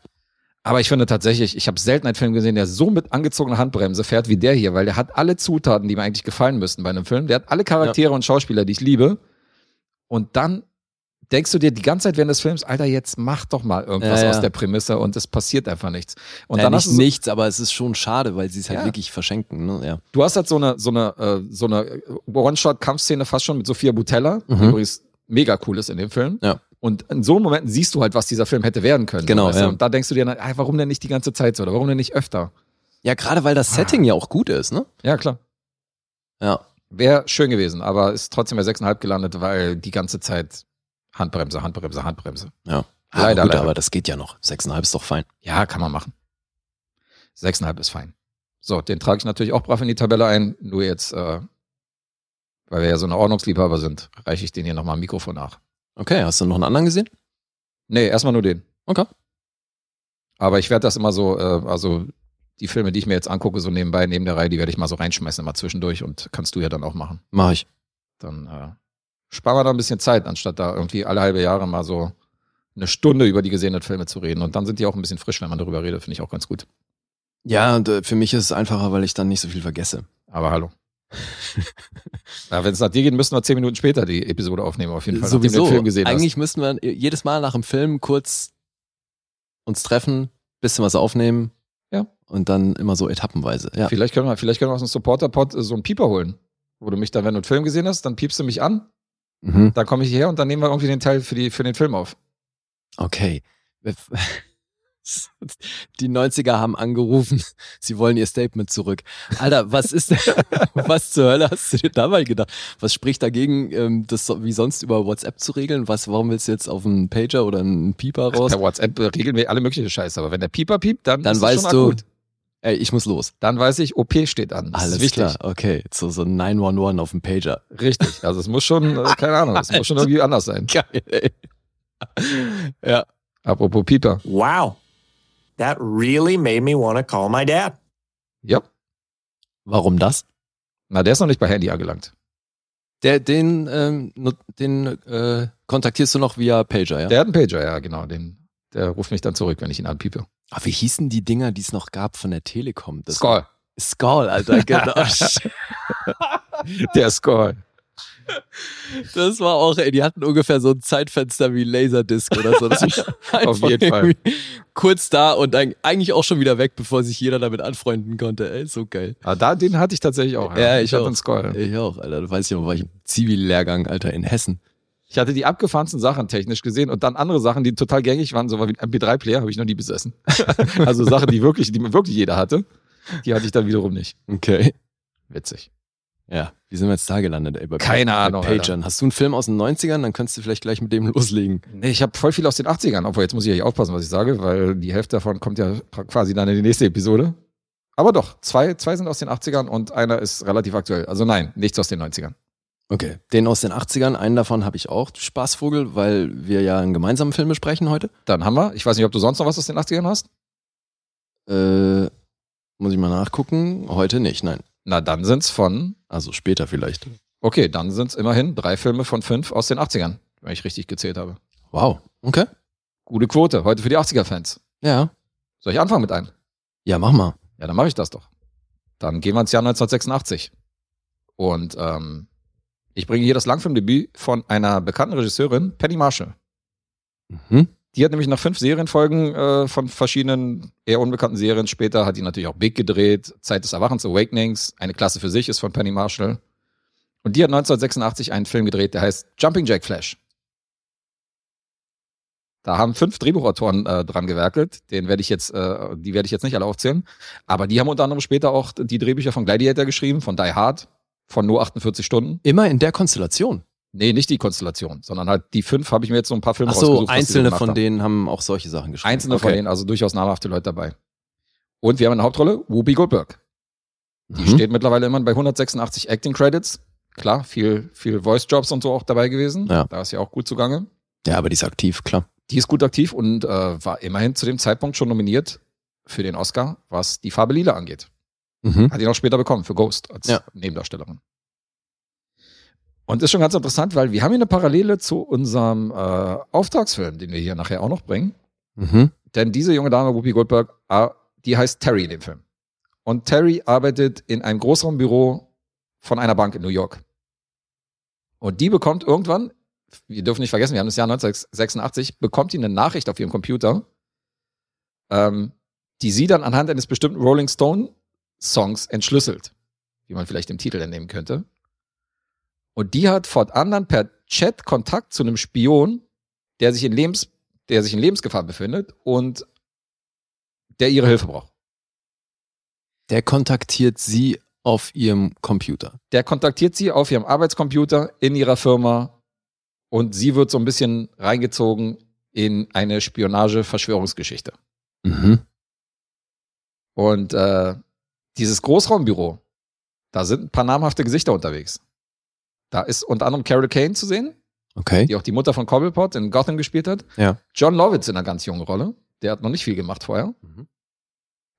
C: Aber ich finde tatsächlich, ich habe selten einen Film gesehen, der so mit angezogener Handbremse fährt wie der hier, weil der hat alle Zutaten, die mir eigentlich gefallen müssten bei einem Film. Der hat alle Charaktere und Schauspieler, die ich liebe. Und dann denkst du dir die ganze Zeit während des Films, Alter, jetzt mach doch mal irgendwas
B: Ja, ja.
C: aus der Prämisse und es passiert einfach nichts. Und
B: Und
C: dann
B: dann
C: hast
B: nicht
C: du so,
B: nichts, aber es ist schon schade, weil sie es halt
C: Ja.
B: wirklich verschenken. Ne? Ja.
C: du hast halt so eine, so eine, äh, so eine One-Shot-Kampfszene fast schon mit Sophia Butella, die übrigens mega cool ist in dem Film.
B: Mhm. Ja.
C: Und in so Momenten siehst du halt, was dieser Film hätte werden können.
B: Genau,
C: du?
B: ja.
C: Und da denkst du dir dann, ah, warum denn nicht die ganze Zeit so oder warum denn nicht öfter?
B: ja, gerade weil
C: Ah.
B: das Setting ja auch gut ist, ne?
C: Ja, klar.
B: Ja.
C: Wäre schön gewesen, aber ist trotzdem bei 6,5 gelandet, weil die ganze Zeit Handbremse, Handbremse, Handbremse.
B: ja. aber
C: Leider,
B: gut,
C: leider.
B: aber das geht ja noch. Sechseinhalb ist doch fein.
C: Ja, kann man machen. 6,5 ist fein. So, den trage ich natürlich auch brav in die Tabelle ein. Nur jetzt, äh, weil wir ja so eine Ordnungsliebhaber sind, reiche ich den hier nochmal ein Mikrofon nach.
B: Okay, hast du noch einen anderen gesehen?
C: Nee, erstmal nur den.
B: Okay.
C: Aber ich werde das immer so, äh, also die Filme, die ich mir jetzt angucke, so nebenbei, neben der Reihe, die werde ich mal so reinschmeißen, immer zwischendurch und kannst du ja dann auch machen.
B: Mach ich.
C: Dann äh, sparen wir da ein bisschen Zeit, anstatt da irgendwie alle halbe Jahre mal so eine Stunde über die gesehenen Filme zu reden. Und dann sind die auch ein bisschen frisch, wenn man darüber redet, finde ich auch ganz gut.
B: Ja, und, äh, für mich ist es einfacher, weil ich dann nicht so viel vergesse.
C: Aber hallo. ja, wenn es nach dir geht, müssen wir zehn Minuten später die Episode aufnehmen, auf jeden Fall, nachdem du den Film gesehen
B: Eigentlich müssten wir jedes Mal nach dem Film kurz uns treffen, bisschen was aufnehmen.
C: Ja.
B: Und dann immer so etappenweise. Ja.
C: hast. Vielleicht können wir, vielleicht können wir aus dem Supporter-Pod äh, so einen Pieper holen, wo du mich dann, wenn du einen Film gesehen hast, dann piepst du mich an,
B: Mhm.
C: dann komme ich hierher und dann nehmen wir irgendwie den Teil für, die, für den Film auf.
B: Okay. Die 90er haben angerufen, sie wollen ihr Statement zurück. Alter, was ist denn, was zur Hölle hast du dir dabei gedacht? Was spricht dagegen, ähm, das so- wie sonst über WhatsApp zu regeln? Was, warum willst du jetzt auf einen Pager oder einen Pieper raus?
C: Per WhatsApp äh, regeln wir alle mögliche Scheiße, aber wenn der Pieper piept, dann,
B: Dann
C: ist es
B: weißt
C: schon
B: du,
C: akut.
B: ey, ich muss los.
C: Dann weiß ich, OP steht an. Das ist
B: Alles
C: wichtig.
B: klar, okay. So, so ein 911 auf dem Pager.
C: Richtig. Also es muss schon, äh, keine Ahnung, es muss schon irgendwie anders sein.
B: Geil, ey. Ja.
C: Apropos Pieper.
D: Wow. That really made me want to call my dad.
C: Ja.
B: Warum das?
C: Na, der ist noch nicht bei Handy angelangt.
B: Der, den, ähm, nu- den äh, kontaktierst du noch via Pager, ja?
C: Der hat einen Pager, ja, genau. Den, der ruft mich dann zurück, wenn ich ihn anpiepe.
B: Ah, wie hießen die Dinger, die es noch gab von der Telekom? Das-
C: Skoll.
B: Skoll, Alter, genau.
C: Der Skoll.
B: Das war auch, ey, die hatten ungefähr so ein Zeitfenster wie Laserdisc oder so. Das war einfach
C: jeden Fall.
B: irgendwie Kurz da und dann eigentlich auch schon wieder weg, bevor sich jeder damit anfreunden konnte. Ey, so geil.
C: Ah, da, den hatte ich tatsächlich auch.
B: Ja, ich
C: hatte
B: auch.
C: einen Skoll.
B: Ich auch, Alter. Du weißt ja, war ich im Zivillehrgang, Alter, in Hessen.
C: Ich hatte die abgefahrensten Sachen technisch gesehen und dann andere Sachen, die total gängig waren, so wie MP3-Player habe ich noch nie besessen. also Sachen, die wirklich, die wirklich jeder hatte, die hatte ich dann wiederum nicht.
B: Okay.
C: Witzig.
B: Ja, wie sind wir jetzt da gelandet, ey? Bei,
C: Keine
B: bei
C: Ahnung, Alter.
B: Pagern. Hast du einen Film aus den 90ern? Dann kannst du vielleicht gleich mit dem loslegen.
C: Nee, ich habe voll viel aus den 80ern, obwohl jetzt muss ich ja aufpassen, was ich sage, weil die Hälfte davon kommt ja pra- quasi dann in die nächste Episode. Aber doch, zwei, zwei sind aus den 80ern und einer ist relativ aktuell. Also nein, nichts aus den 90ern.
B: Okay. Den aus den 80ern, einen davon habe ich auch, Spaßvogel, weil wir ja einen gemeinsamen Film besprechen heute.
C: Dann haben wir, ich weiß nicht, ob du sonst noch was aus den 80ern hast.
B: Äh, muss ich mal nachgucken. Heute nicht, nein.
C: Na, dann sind's von
B: Also später vielleicht.
C: Okay, dann sind es immerhin drei Filme von fünf aus den 80ern, wenn ich richtig gezählt habe.
B: Wow. Okay.
C: Gute Quote, heute für die 80er-Fans.
B: Ja.
C: Soll ich anfangen mit einem?
B: Ja, mach mal.
C: Ja, dann mache ich das doch. Dann gehen wir ins Jahr 1986. Und ähm, ich bringe hier das Langfilmdebüt von einer bekannten Regisseurin, Penny Marshall.
B: Mhm.
C: Die hat nämlich nach fünf Serienfolgen äh, von verschiedenen eher unbekannten Serien später, hat die natürlich auch Big gedreht, Zeit des Erwachens, Awakenings, eine Klasse für sich ist von Penny Marshall. Und die hat 1986 einen Film gedreht, der heißt Jumping Jack Flash. Da haben fünf Drehbuchautoren äh, dran gewerkelt. Den werde ich jetzt, äh, die werde ich jetzt nicht alle aufzählen. Aber die haben unter anderem später auch die Drehbücher von Gladiator geschrieben, von Die Hard, von nur 48 Stunden.
B: Immer in der Konstellation.
C: Nee, nicht die Konstellation, sondern halt die fünf habe ich mir jetzt so ein paar Filme
B: Ach so,
C: rausgesucht. was die
B: einzelne
C: gemacht
B: von
C: haben.
B: denen haben auch solche Sachen geschrieben.
C: Einzelne
B: okay.
C: von denen, also durchaus namhafte Leute dabei. Und wir haben eine Hauptrolle, Whoopi Goldberg. Die
B: Mhm.
C: steht mittlerweile immer bei 186 Acting Credits. Klar, viel, viel Voice Jobs und so auch dabei gewesen.
B: Ja.
C: Da ist ja auch gut zugange.
B: Ja, aber die ist aktiv, klar.
C: Die ist gut aktiv und äh, war immerhin zu dem Zeitpunkt schon nominiert für den Oscar, was die Farbe Lila angeht.
B: Mhm.
C: Hat ihn auch später bekommen für Ghost als
B: Ja.
C: Nebendarstellerin. Und ist schon ganz interessant, weil wir haben hier eine Parallele zu unserem äh, Auftragsfilm, den wir hier nachher auch noch bringen.
B: Mhm.
C: Denn diese junge Dame, Whoopi Goldberg, ah, die heißt Terry in dem Film. Und Terry arbeitet in einem Großraumbüro von einer Bank in New York. Und die bekommt irgendwann wir dürfen nicht vergessen, wir haben das Jahr 1986, bekommt die eine Nachricht auf ihrem Computer, ähm, die sie dann anhand eines bestimmten Rolling Stone Songs entschlüsselt, wie man vielleicht im Titel entnehmen könnte. Und die hat fortan dann per Chat Kontakt zu einem Spion, der sich in Lebens, der sich in Lebensgefahr befindet und der ihre Hilfe braucht.
B: Der kontaktiert sie auf ihrem Computer.
C: der kontaktiert sie auf ihrem Arbeitscomputer in ihrer Firma und sie wird so ein bisschen reingezogen in eine Spionage-Verschwörungsgeschichte.
B: Mhm.
C: Und äh, dieses Großraumbüro, da sind ein paar namhafte Gesichter unterwegs. Da ist unter anderem Carol Kane zu sehen,
B: Okay.
C: die auch die Mutter von Cobblepot in Gotham gespielt hat.
B: Ja.
C: John Lovitz in einer ganz jungen Rolle. Der hat noch nicht viel gemacht vorher.
B: Mhm.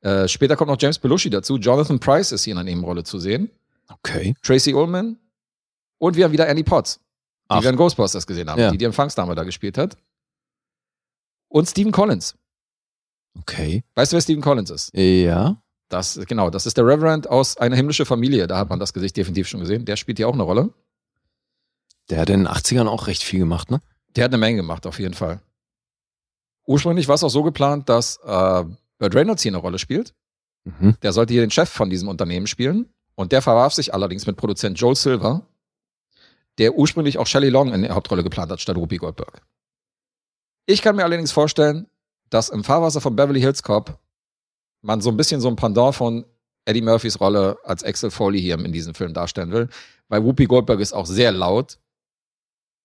C: Äh, später kommt noch James Belushi dazu. Jonathan Price ist hier in einer Nebenrolle zu sehen.
B: Okay.
C: Tracy Ullman und wir haben wieder Annie Potts, die
B: Ach.
C: wir in Ghostbusters gesehen haben,
B: Ja.
C: die die Empfangsdame da gespielt hat. Und Stephen Collins.
B: Okay.
C: Weißt du, wer Stephen Collins ist?
B: Ja.
C: Das, genau, das ist der Reverend aus einer himmlische Familie. Da hat man das Gesicht definitiv schon gesehen. Der spielt hier auch eine Rolle.
B: Der hat in den 80ern auch recht viel gemacht, ne?
C: Der hat eine Menge gemacht, auf jeden Fall. Ursprünglich war es auch so geplant, dass äh, Burt Reynolds hier eine Rolle spielt.
B: Mhm.
C: Der sollte hier den Chef von diesem Unternehmen spielen. Und der verwarf sich allerdings mit Produzent Joel Silver, der ursprünglich auch Shelley Long in der Hauptrolle geplant hat, statt Rupi Goldberg. Ich kann mir allerdings vorstellen, dass im Fahrwasser von Beverly Hills Cop man so ein bisschen so ein Pendant von Eddie Murphys Rolle als Axel Foley hier in diesem Film darstellen will, weil Whoopi Goldberg ist auch sehr laut,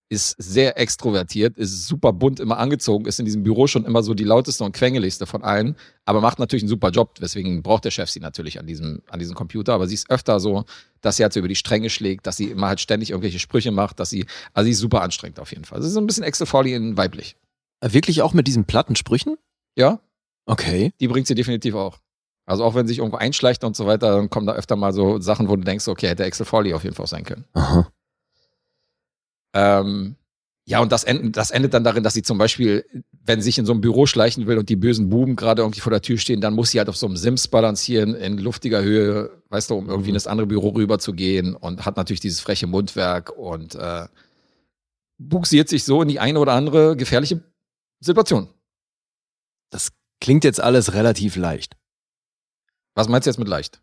C: ist sehr extrovertiert, ist super bunt immer angezogen, ist in diesem Büro schon immer so die lauteste und quengeligste von allen aber macht natürlich einen super Job. Deswegen braucht der Chef sie natürlich an diesem, an diesem Computer. Aber sie ist öfter so, dass sie halt so über die Stränge schlägt, dass sie immer halt ständig irgendwelche Sprüche macht, dass sie, also sie ist super anstrengend auf jeden Fall. Also Sie ist so ein bisschen Axel Foley in weiblich.
B: Äh, Wirklich auch mit diesen platten Sprüchen?
C: Ja,
B: Okay.
C: die bringt sie definitiv auch. Also auch wenn sie sich irgendwo einschleicht und so weiter, dann kommen da öfter mal so Sachen, wo du denkst, okay, hätte Axel Foley auf jeden Fall sein können.
B: Aha.
C: Ähm, ja, und das, end, das endet dann darin, dass sie zum Beispiel, wenn sie sich in so einem Büro schleichen will und die bösen Buben gerade irgendwie vor der Tür stehen, dann muss sie halt auf so einem Sims balancieren in luftiger Höhe, weißt du, um
B: Mhm.
C: irgendwie in das andere Büro rüber zu gehen und hat natürlich dieses freche Mundwerk und äh, buxiert sich so in die eine oder andere gefährliche Situation.
B: Klingt jetzt alles relativ leicht.
C: Was meinst du jetzt mit leicht?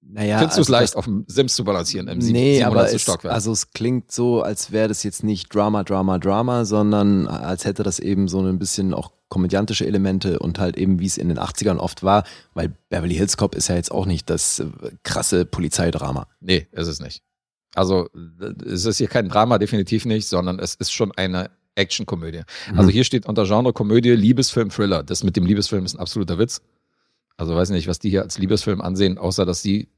B: Naja.
C: Findest du es
B: also
C: leicht, auf dem Sims zu balancieren im sieb-
B: nee,
C: 700.
B: aber es,
C: Stockwerk?
B: also es klingt so, als wäre das jetzt nicht Drama, Drama, Drama, sondern als hätte das eben so ein bisschen auch komödiantische Elemente und halt eben, wie es in den 80ern oft war, weil Beverly Hills Cop ist ja jetzt auch nicht das äh, krasse Polizeidrama.
C: Nee, ist es nicht. Also, es ist hier kein Drama, definitiv nicht, sondern es ist schon eine Actionkomödie.
B: Mhm.
C: Also, hier steht unter Genre Komödie Liebesfilm Thriller. Das mit dem Liebesfilm ist ein absoluter Witz. Also, weiß nicht, was die hier als Liebesfilm ansehen, außer dass sie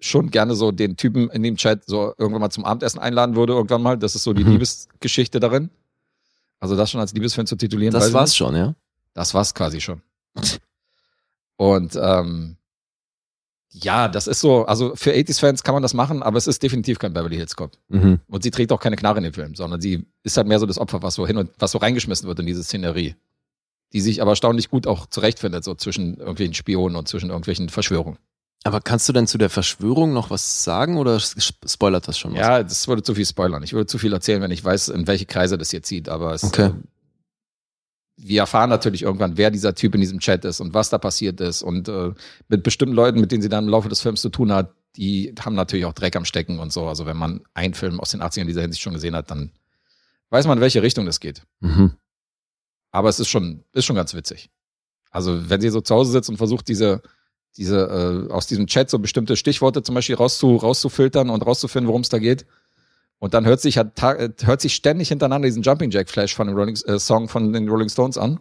C: schon gerne so den Typen in dem Chat so irgendwann mal zum Abendessen einladen würde, irgendwann mal. Das ist so die
B: Mhm.
C: Liebesgeschichte darin. Also, das schon als Liebesfilm zu titulieren. weiß
B: Das
C: ich
B: war's
C: nicht.
B: schon, ja?
C: Das war's quasi schon. Und ähm, ja, das ist so, also für 80s-Fans kann man das machen, aber es ist definitiv kein Beverly Hills Cop.
B: Mhm.
C: Und sie trägt auch keine Knarre in dem Film, sondern sie ist halt mehr so das Opfer, was so hin und was so reingeschmissen wird in diese Szenerie. Die sich aber erstaunlich gut auch zurechtfindet, so zwischen irgendwelchen Spionen und zwischen irgendwelchen Verschwörungen.
B: Aber kannst du denn zu der Verschwörung noch was sagen oder s- spoilert das schon was?
C: Ja, das würde zu viel spoilern. Ich würde zu viel erzählen, wenn ich weiß, in welche Kreise das hier zieht. Aber es,
B: Okay.
C: äh, wir erfahren natürlich irgendwann, wer dieser Typ in diesem Chat ist und was da passiert ist. Und äh, mit bestimmten Leuten, mit denen sie dann im Laufe des Films zu tun hat, die haben natürlich auch Dreck am Stecken und so. Also wenn man einen Film aus den 80ern in dieser Hinsicht schon gesehen hat, dann weiß man, in welche Richtung das geht.
B: Mhm.
C: Aber es ist schon, ist schon ganz witzig. Also, wenn sie so zu Hause sitzt und versucht, diese, diese, äh, aus diesem Chat so bestimmte Stichworte zum Beispiel rauszu, rauszufiltern und rauszufinden, worum es da geht. Und dann hört sich, halt, ta- äh, hört sich ständig hintereinander diesen Jumping Jack Flash von dem Rolling, äh, Song von den Rolling Stones an.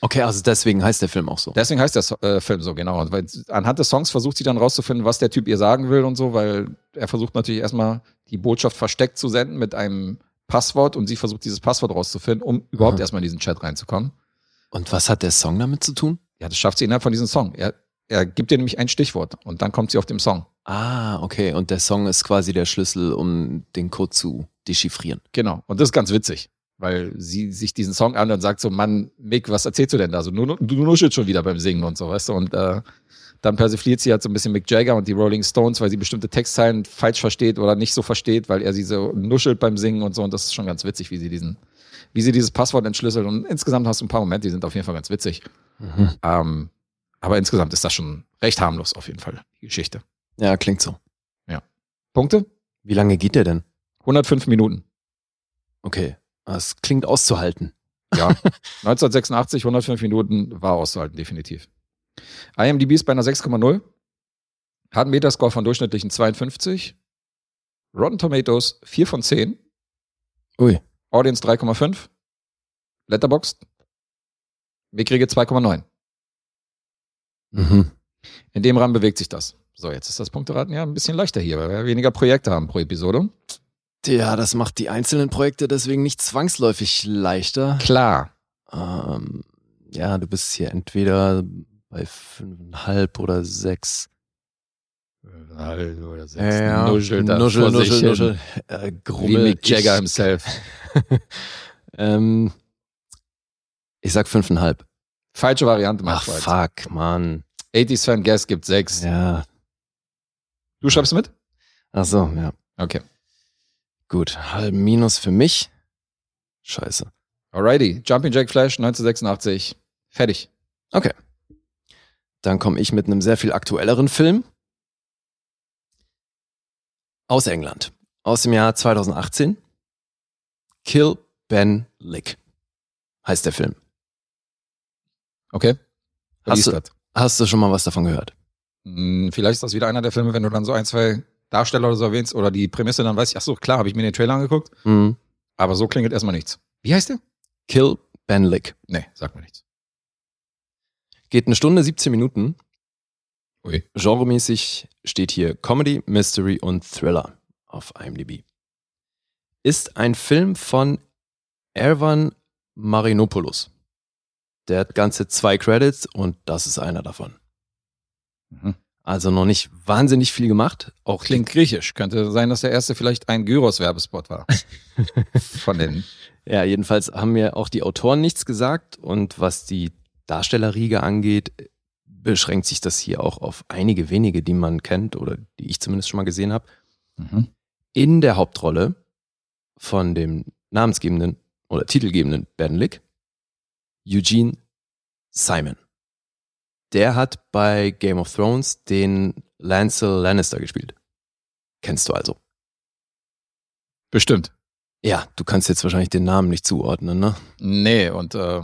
B: Okay, also deswegen heißt der Film auch so.
C: Deswegen heißt der so äh, Film so, genau. Und Weil anhand des Songs versucht sie dann rauszufinden, was der Typ ihr sagen will und so, weil er versucht natürlich erstmal die Botschaft versteckt zu senden mit einem Passwort und sie versucht dieses Passwort rauszufinden, um überhaupt
B: Aha.
C: erstmal in diesen Chat reinzukommen.
B: Und was hat der Song damit zu tun?
C: Ja, das schafft sie innerhalb von diesem Song. Er, er gibt ihr nämlich ein Stichwort und dann kommt sie auf dem Song.
B: Ah, okay. Und der Song ist quasi der Schlüssel, um den Code zu dechiffrieren.
C: Genau. Und das ist ganz witzig, weil sie sich diesen Song anhört und sagt so, Mann, Mick, was erzählst du denn da? So, du, du nuschelst schon wieder beim Singen und so, weißt du? Und äh, Dann persifliert sie halt so ein bisschen Mick Jagger und die Rolling Stones, weil sie bestimmte Textzeilen falsch versteht oder nicht so versteht, weil er sie so nuschelt beim Singen und so. Und das ist schon ganz witzig, wie sie diesen, wie sie dieses Passwort entschlüsselt. Und insgesamt hast du ein paar Momente, die sind auf jeden Fall ganz witzig.
B: Mhm.
C: Ähm, aber insgesamt ist das schon recht harmlos, auf jeden Fall, die Geschichte.
B: Ja, klingt so.
C: Punkte?
B: Wie lange geht der denn?
C: 105 Minuten.
B: Okay, das klingt auszuhalten.
C: Ja, 1986, 105 Minuten war auszuhalten, definitiv. IMDb ist bei einer 6,0. Hat einen Metascore von durchschnittlichen 52. Rotten Tomatoes 4 von 10.
B: Ui.
C: Audience 3,5. Letterboxd. Mickrige 2,9.
B: Mhm.
C: In dem Rahmen bewegt sich das. So, jetzt ist das Punkteraten ja ein bisschen leichter hier, weil wir weniger Projekte haben pro Episode.
B: Ja, das macht die einzelnen Projekte deswegen nicht zwangsläufig leichter.
C: Klar.
B: Ähm, ja, du bist hier entweder bei fünfeinhalb oder sechs.
C: Oder sechs.
B: nuschel,
C: da
B: nuschel,
C: vor sich
B: nuschel,
C: hin.
B: nuschel. Äh,
C: Wie
B: Grummel.
C: Mick Jagger
B: ich,
C: himself.
B: ähm, ich sag fünfeinhalb.
C: Falsche Variante,
B: Ach,
C: Max Wald.
B: fuck, Mann.
C: 80s Fan Guess gibt sechs.
B: Ja.
C: Du schreibst mit?
B: Ach so, ja.
C: Okay.
B: Gut. Halb Minus für mich. Scheiße.
C: Alrighty. Jumping Jack Flash 1986. Fertig.
B: Dann komme ich mit einem sehr viel aktuelleren Film. Aus England. Aus dem Jahr 2018. Kill Ben Lick. Heißt der Film.
C: Okay.
B: Hast
C: Verliest
B: du-
C: das.
B: Hast du schon mal was davon gehört?
C: Hm, Vielleicht ist das wieder einer der Filme, wenn du dann so ein, zwei Darsteller oder so erwähnst oder die Prämisse, dann weiß ich, ach so, klar, habe ich mir den Trailer angeguckt,
B: Mhm.
C: aber so klingelt erstmal nichts. Wie heißt der?
B: Kill Ben Lick.
C: Nee, sagt mir nichts.
B: Geht eine Stunde 17 Minuten.
C: Ui.
B: Genremäßig steht hier Comedy, Mystery und Thriller auf IMDb. Ist ein Film von Erwan Marinopoulos. Der hat ganze zwei Credits und das ist einer davon.
C: Mhm.
B: Also noch nicht wahnsinnig viel gemacht. Auch
C: Klingt griechisch. Könnte sein, dass der erste vielleicht ein Gyros-Werbespot war. Von den.
B: Ja, jedenfalls haben mir auch die Autoren nichts gesagt und was die Darstellerriege angeht, beschränkt sich das hier auch auf einige wenige, die man kennt oder die ich zumindest schon mal gesehen habe.
C: Mhm.
B: In der Hauptrolle von dem namensgebenden oder titelgebenden Benlick, Eugene Simon. Der hat bei Game of Thrones den Lancel Lannister gespielt. Kennst du also?
C: Bestimmt.
B: Ja, du kannst jetzt wahrscheinlich den Namen nicht zuordnen, ne?
C: Nee, und äh,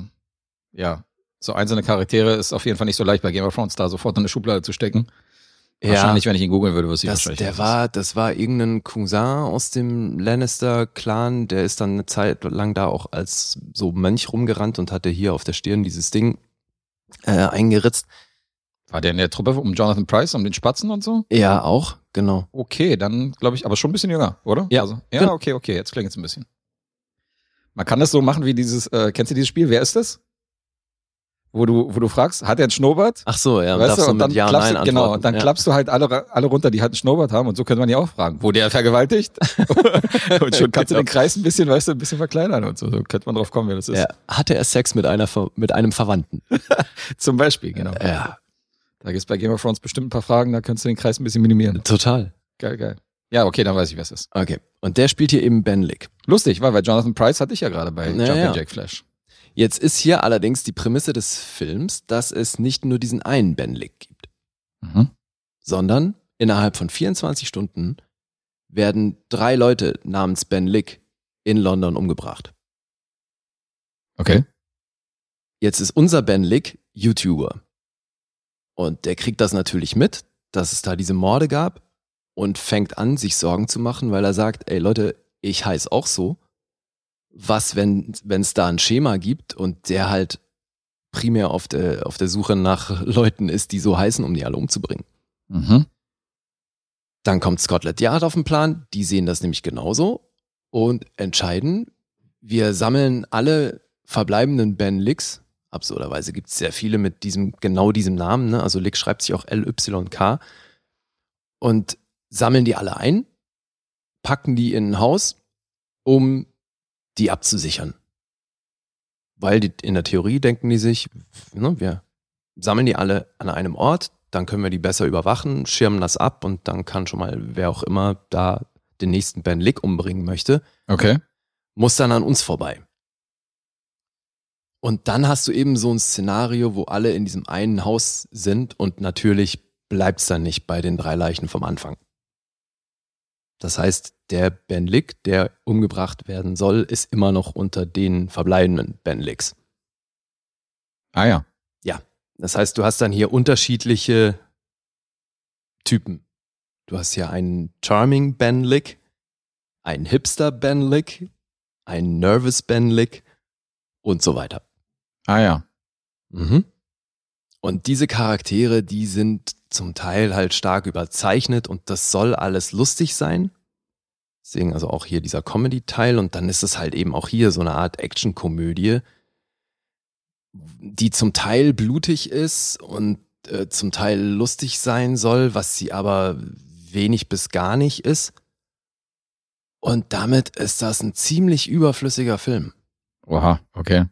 C: ja, so einzelne Charaktere ist auf jeden Fall nicht so leicht bei Game of Thrones da sofort in eine Schublade zu stecken. Wahrscheinlich, wenn ich ihn googeln würde, wüsste ich
B: Das,
C: wahrscheinlich.
B: der
C: was
B: war, das war irgendein Cousin aus dem Lannister-Clan, der ist dann eine Zeit lang da auch als so Mönch rumgerannt und hatte hier auf der Stirn dieses Ding äh, eingeritzt.
C: ist. War der in der Truppe um Jonathan Price, um den Spatzen und so?
B: Ja, auch, genau.
C: Okay, dann glaube ich, aber schon ein bisschen jünger, oder?
B: Ja.
C: Also, ja,
B: Genau.
C: okay, okay, jetzt klingt es ein bisschen. Man kann das so machen wie dieses, äh, kennst du dieses Spiel? Wer ist das? Wo du, wo du fragst, hat er einen Schnurrbart?
B: Ach so, ja, darfst du mit Ja,
C: klappst
B: Nein
C: du, genau,
B: antworten.
C: und dann
B: ja.
C: klappst du halt alle, ra- alle runter, die halt einen Schnurrbart haben und so könnte man ja auch fragen, wurde er vergewaltigt? und schon kannst du den Kreis ein bisschen, weißt du, ein bisschen verkleinern und so. So könnte man drauf kommen, wer das ist.
B: Genau. Ja, hatte er Sex mit einer Ver- mit einem Verwandten?
C: Zum Beispiel, genau.
B: Ja,
C: Da gibt es bei Game of Thrones bestimmt ein paar Fragen, da könntest du den Kreis ein bisschen minimieren.
B: total.
C: Geil, geil. Ja, okay, dann weiß ich, wer es ist.
B: Okay. Und der spielt hier eben Ben Lick.
C: Lustig, weil bei Jonathan Price hatte ich ja gerade bei
B: Ja,
C: Jumping
B: ja.
C: Jack Flash.
B: Jetzt ist hier allerdings die Prämisse des Films, dass es nicht nur diesen einen Ben Lick gibt.
C: Mhm.
B: sondern innerhalb von 24 Stunden werden drei Leute namens Ben Lick in London umgebracht.
C: Okay.
B: Jetzt ist unser Ben Lick YouTuber. Und der kriegt das natürlich mit, dass es da diese Morde gab und fängt an, sich Sorgen zu machen, weil er sagt, ey Leute, ich heiß auch so. Was, wenn es da ein Schema gibt und der halt primär auf der, auf der Suche nach Leuten ist, die so heißen, um die alle umzubringen?
C: Mhm.
B: Dann kommt Scotland Yard auf den Plan, die sehen das nämlich genauso und entscheiden, wir sammeln alle verbleibenden Ben Licks. Absurderweise gibt es sehr viele mit diesem, genau diesem Namen, ne? also Lick schreibt sich auch L-Y-K und sammeln die alle ein, packen die in ein Haus, um die abzusichern. Weil die, in der Theorie denken die sich, ne, wir sammeln die alle an einem Ort, Dann können wir die besser überwachen, schirmen das ab und dann kann schon mal, wer auch immer da den nächsten Ben Lick umbringen möchte,
C: Okay.
B: muss dann an uns vorbei. Und dann hast du eben so ein Szenario, wo alle in diesem einen Haus sind und natürlich bleibt es dann nicht bei den drei Leichen vom Anfang. Das heißt, der Ben Lick, der umgebracht werden soll, ist immer noch unter den verbleibenden Ben Licks.
C: Ah ja.
B: Das heißt, du hast dann hier unterschiedliche Typen. Du hast hier einen Charming Ben Lick, einen Hipster Ben Lick, einen Nervous Ben Lick und so weiter.
C: Ah ja.
B: Mhm. Und diese Charaktere, die sind zum Teil halt stark überzeichnet und das soll alles lustig sein. Deswegen also auch hier dieser Comedy-Teil und dann ist es halt eben auch hier so eine Art Action-Komödie, die zum Teil blutig ist und äh, zum Teil lustig sein soll, was sie aber wenig bis gar nicht ist. Und damit ist das ein ziemlich überflüssiger Film.
C: Oha. Okay.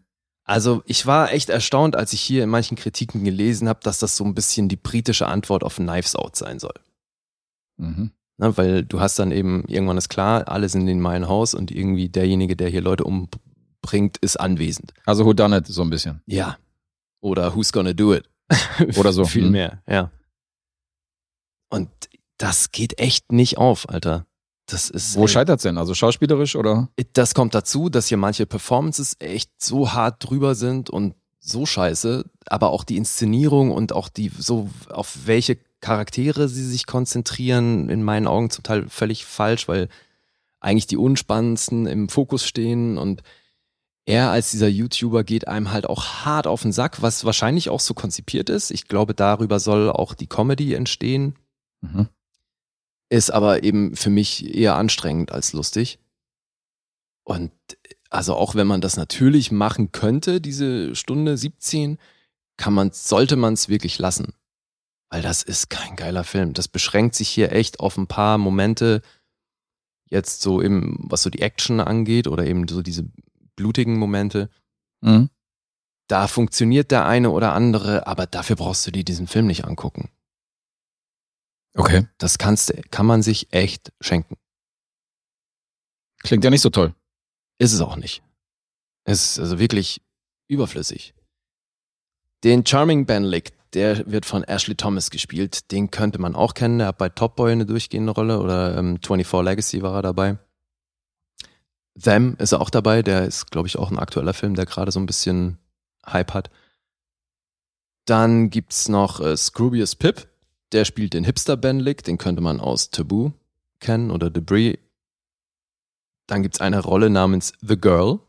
B: Also ich war echt erstaunt, als ich hier in manchen Kritiken gelesen habe, dass das so ein bisschen die britische Antwort auf Knives Out sein soll.
C: Mhm.
B: Ne, weil du hast dann eben, irgendwann ist klar, alle sind in meinem Haus und irgendwie derjenige, der hier Leute umbringt, ist anwesend.
C: Also who done it so ein bisschen.
B: Ja. Oder who's gonna do it?
C: Oder so.
B: Viel
C: Hm.
B: mehr, ja. Und das geht echt nicht auf, Alter. Das ist
C: Wo
B: ey,
C: scheitert's denn? Also schauspielerisch oder?
B: Äh, das kommt dazu, dass hier manche Performances echt so hart drüber sind und so scheiße, aber auch die Inszenierung und auch die, so auf welche Charaktere sie sich konzentrieren, in meinen Augen zum Teil völlig falsch, weil eigentlich die unspannendsten im Fokus stehen und er als dieser YouTuber geht einem halt auch hart auf den Sack, was wahrscheinlich auch so konzipiert ist. Ich glaube, darüber soll auch die Comedy entstehen,
C: Mhm.
B: ist aber eben für mich eher anstrengend als lustig. Und also auch wenn man das natürlich machen könnte, diese Stunde 17, kann man, sollte man es wirklich lassen. Weil das ist kein geiler Film. Das beschränkt sich hier echt auf ein paar Momente, jetzt so im, was so die Action angeht oder eben so diese blutigen Momente.
C: Mhm.
B: Da funktioniert der eine oder andere, aber dafür brauchst du dir diesen Film nicht angucken.
C: Okay.
B: Das kannst, du- kann man sich echt schenken.
C: Klingt ja nicht so toll.
B: Ist es auch nicht. Es ist also wirklich überflüssig. Den Charming Ben Lick, der wird von Ashley Thomas gespielt. Den könnte man auch kennen. Der hat bei Top Boy eine durchgehende Rolle oder ähm, 24 Legacy war er dabei. Them ist er auch dabei. Der ist, glaube ich, auch ein aktueller Film, der gerade so ein bisschen Hype hat. Dann gibt's noch äh, Scroobius Pip. Der spielt den Hipster Ben Lick. Den könnte man aus Taboo kennen oder Debris dann gibt's eine Rolle namens The Girl.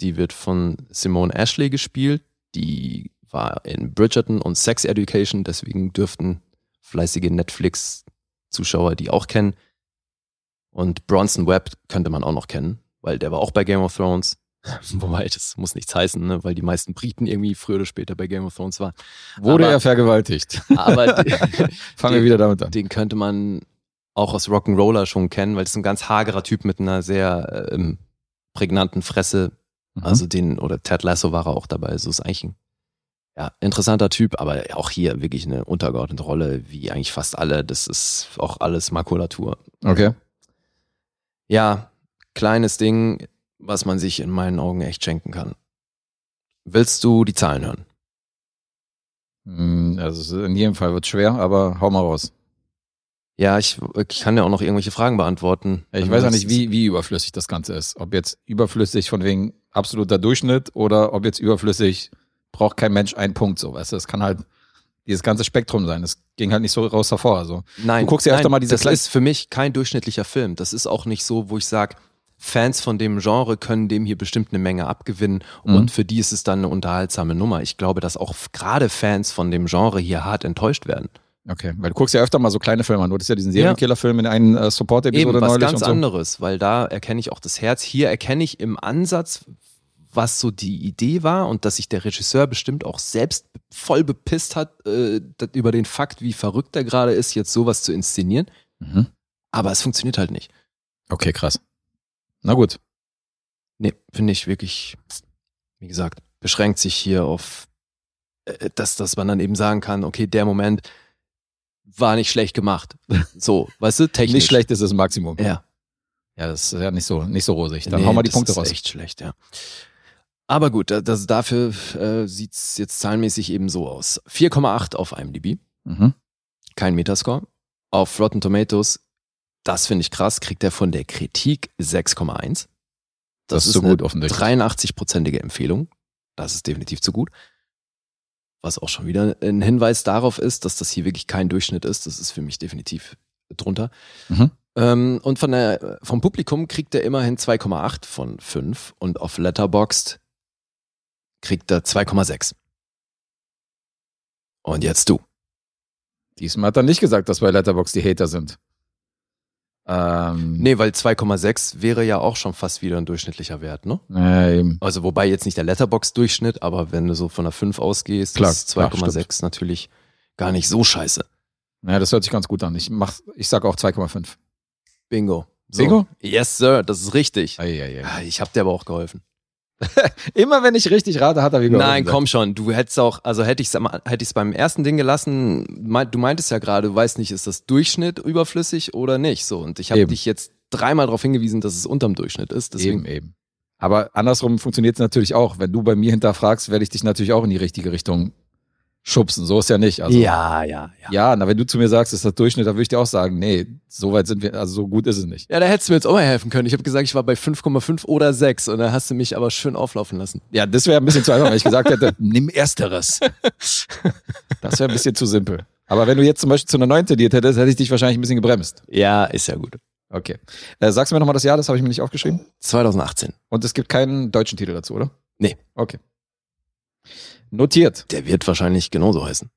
B: Die wird von Simone Ashley gespielt. Die war in Bridgerton und Sex Education. Deswegen dürften fleißige Netflix-Zuschauer die auch kennen. Und Bronson Webb könnte man auch noch kennen, weil der war auch bei Game of Thrones. Wobei, das muss nichts heißen, ne? weil die meisten Briten irgendwie früher oder später bei Game of Thrones waren.
C: Wurde
B: Aber-
C: er vergewaltigt?
B: Aber die,
C: Fangen wir
B: Die-
C: wieder damit an.
B: den könnte man auch aus Rock'n'Roller schon kennen, weil das ist ein ganz hagerer Typ mit einer sehr äh, ähm, prägnanten Fresse.
C: Mhm.
B: Also den, oder Ted Lasso war er auch dabei. So ist eigentlich ein ja, interessanter Typ, aber auch hier wirklich eine untergeordnete Rolle, wie eigentlich fast alle. Das ist auch alles Makulatur.
C: Okay.
B: Ja, kleines Ding, was man sich in meinen Augen echt schenken kann. Willst du die Zahlen hören?
C: Mm, Also in jedem Fall wird schwer, aber hau mal raus.
B: Ja, ich, ich kann ja auch noch irgendwelche Fragen beantworten.
C: Ich weiß auch nicht, wie, wie überflüssig das Ganze ist. Ob jetzt überflüssig von wegen absoluter Durchschnitt oder ob jetzt überflüssig braucht kein Mensch einen Punkt so. Weißt du, das kann halt dieses ganze Spektrum sein. Das ging halt nicht so raus hervor. Also
B: Nein,
C: Du guckst ja
B: nein,
C: öfter mal diese
B: Das
C: kleinen-
B: ist für mich kein durchschnittlicher Film. Das ist auch nicht so, wo ich sage, Fans von dem Genre können dem hier bestimmt eine Menge abgewinnen
C: Mhm.
B: und für die ist es dann eine unterhaltsame Nummer. Ich glaube, dass auch f- gerade Fans von dem Genre hier hart enttäuscht werden.
C: Okay, weil du guckst ja öfter mal so kleine Filme an. Du hattest ja diesen Serienkiller-Film in einen äh,
B: Eben
C: Support-Episode
B: was
C: neulich und
B: ganz
C: so.
B: anderes, weil da erkenne ich auch das Herz. Hier erkenne ich im Ansatz, was so die Idee war und dass sich der Regisseur bestimmt auch selbst voll bepisst hat äh, dat- über den Fakt, wie verrückt er gerade ist, jetzt sowas zu inszenieren.
C: Mhm.
B: Aber es funktioniert halt nicht.
C: Okay, krass. Na gut.
B: Nee, finde ich wirklich, wie gesagt, beschränkt sich hier auf, äh, dass, dass man dann eben sagen kann, okay, der Moment, war nicht schlecht gemacht. So, weißt du, technisch.
C: Nicht schlecht ist es Maximum.
B: Ja.
C: Ja, das ist ja nicht so, nicht so rosig. Dann
B: Nee,
C: hauen wir die
B: das
C: Punkte
B: ist
C: raus.
B: echt schlecht, ja. Aber gut, da- das, dafür äh, sieht es jetzt zahlenmäßig eben so aus. 4,8 auf IMDb,
C: Mhm.
B: kein Metascore. Auf Rotten Tomatoes, das finde ich krass, kriegt er von der Kritik 6,1.
C: Das, ist so
B: eine
C: gut offensichtlich.
B: 83-prozentige Empfehlung. Das ist definitiv zu gut. Was auch schon wieder ein Hinweis darauf ist, dass das hier wirklich kein Durchschnitt ist. Das ist für mich definitiv drunter.
C: Mhm.
B: Ähm, und von der, vom Publikum kriegt er immerhin 2,8 von 5 und auf Letterboxd kriegt er 2,6. Und jetzt du.
C: Diesmal hat er nicht gesagt, dass bei Letterbox die Hater sind. Ähm,
B: Nee, weil 2,6 wäre ja auch schon fast wieder ein durchschnittlicher Wert, ne?
C: nee. eben.
B: Also wobei jetzt nicht der Letterbox-Durchschnitt, aber wenn du so von einer 5 ausgehst,
C: Klar,
B: ist
C: ja,
B: 2,6 natürlich gar nicht so scheiße.
C: Ja, das hört sich ganz gut an. Ich, mach, ich sag auch 2,5.
B: Bingo.
C: Bingo?
B: Yes, Sir, das ist richtig.
C: Eieiei.
B: Ah, Ich hab dir aber auch geholfen.
C: Immer wenn ich richtig rate, hat er wieder.
B: Nein,
C: gesagt.
B: komm schon, du hättest auch, also hätte ich es hätte ich's beim ersten Ding gelassen, mein- du meintest ja gerade, du weißt nicht, ist das Durchschnitt überflüssig oder nicht. So, und ich habe
C: Eben.
B: dich jetzt dreimal darauf hingewiesen, dass es unterm Durchschnitt ist. Deswegen,
C: Eben, eben. Aber andersrum funktioniert es natürlich auch. Wenn du bei mir hinterfragst, werde ich dich natürlich auch in die richtige Richtung schubsen. So ist ja nicht. Also,
B: ja, ja, ja.
C: Ja, na, wenn du zu mir sagst, ist das Durchschnitt, dann würde ich dir auch sagen, nee, so weit sind wir, also so gut ist es nicht.
B: Ja, da hättest du mir jetzt auch mal helfen können. Ich habe gesagt, ich war bei 5,5 oder 6 und da hast du mich aber schön auflaufen lassen.
C: Ja, das wäre ein bisschen zu einfach, wenn ich gesagt hätte, nimm ersteres. Das wäre ein bisschen zu simpel. Aber wenn du jetzt zum Beispiel zu einer 9 tendiert hättest, hätte ich dich wahrscheinlich ein bisschen gebremst.
B: Ja, ist ja gut.
C: Okay. Äh, sagst du mir nochmal das Jahr, das habe ich mir nicht aufgeschrieben.
B: 2018.
C: Und es gibt keinen deutschen Titel dazu, oder?
B: Nee.
C: Okay. Notiert.
B: Der wird wahrscheinlich genauso heißen.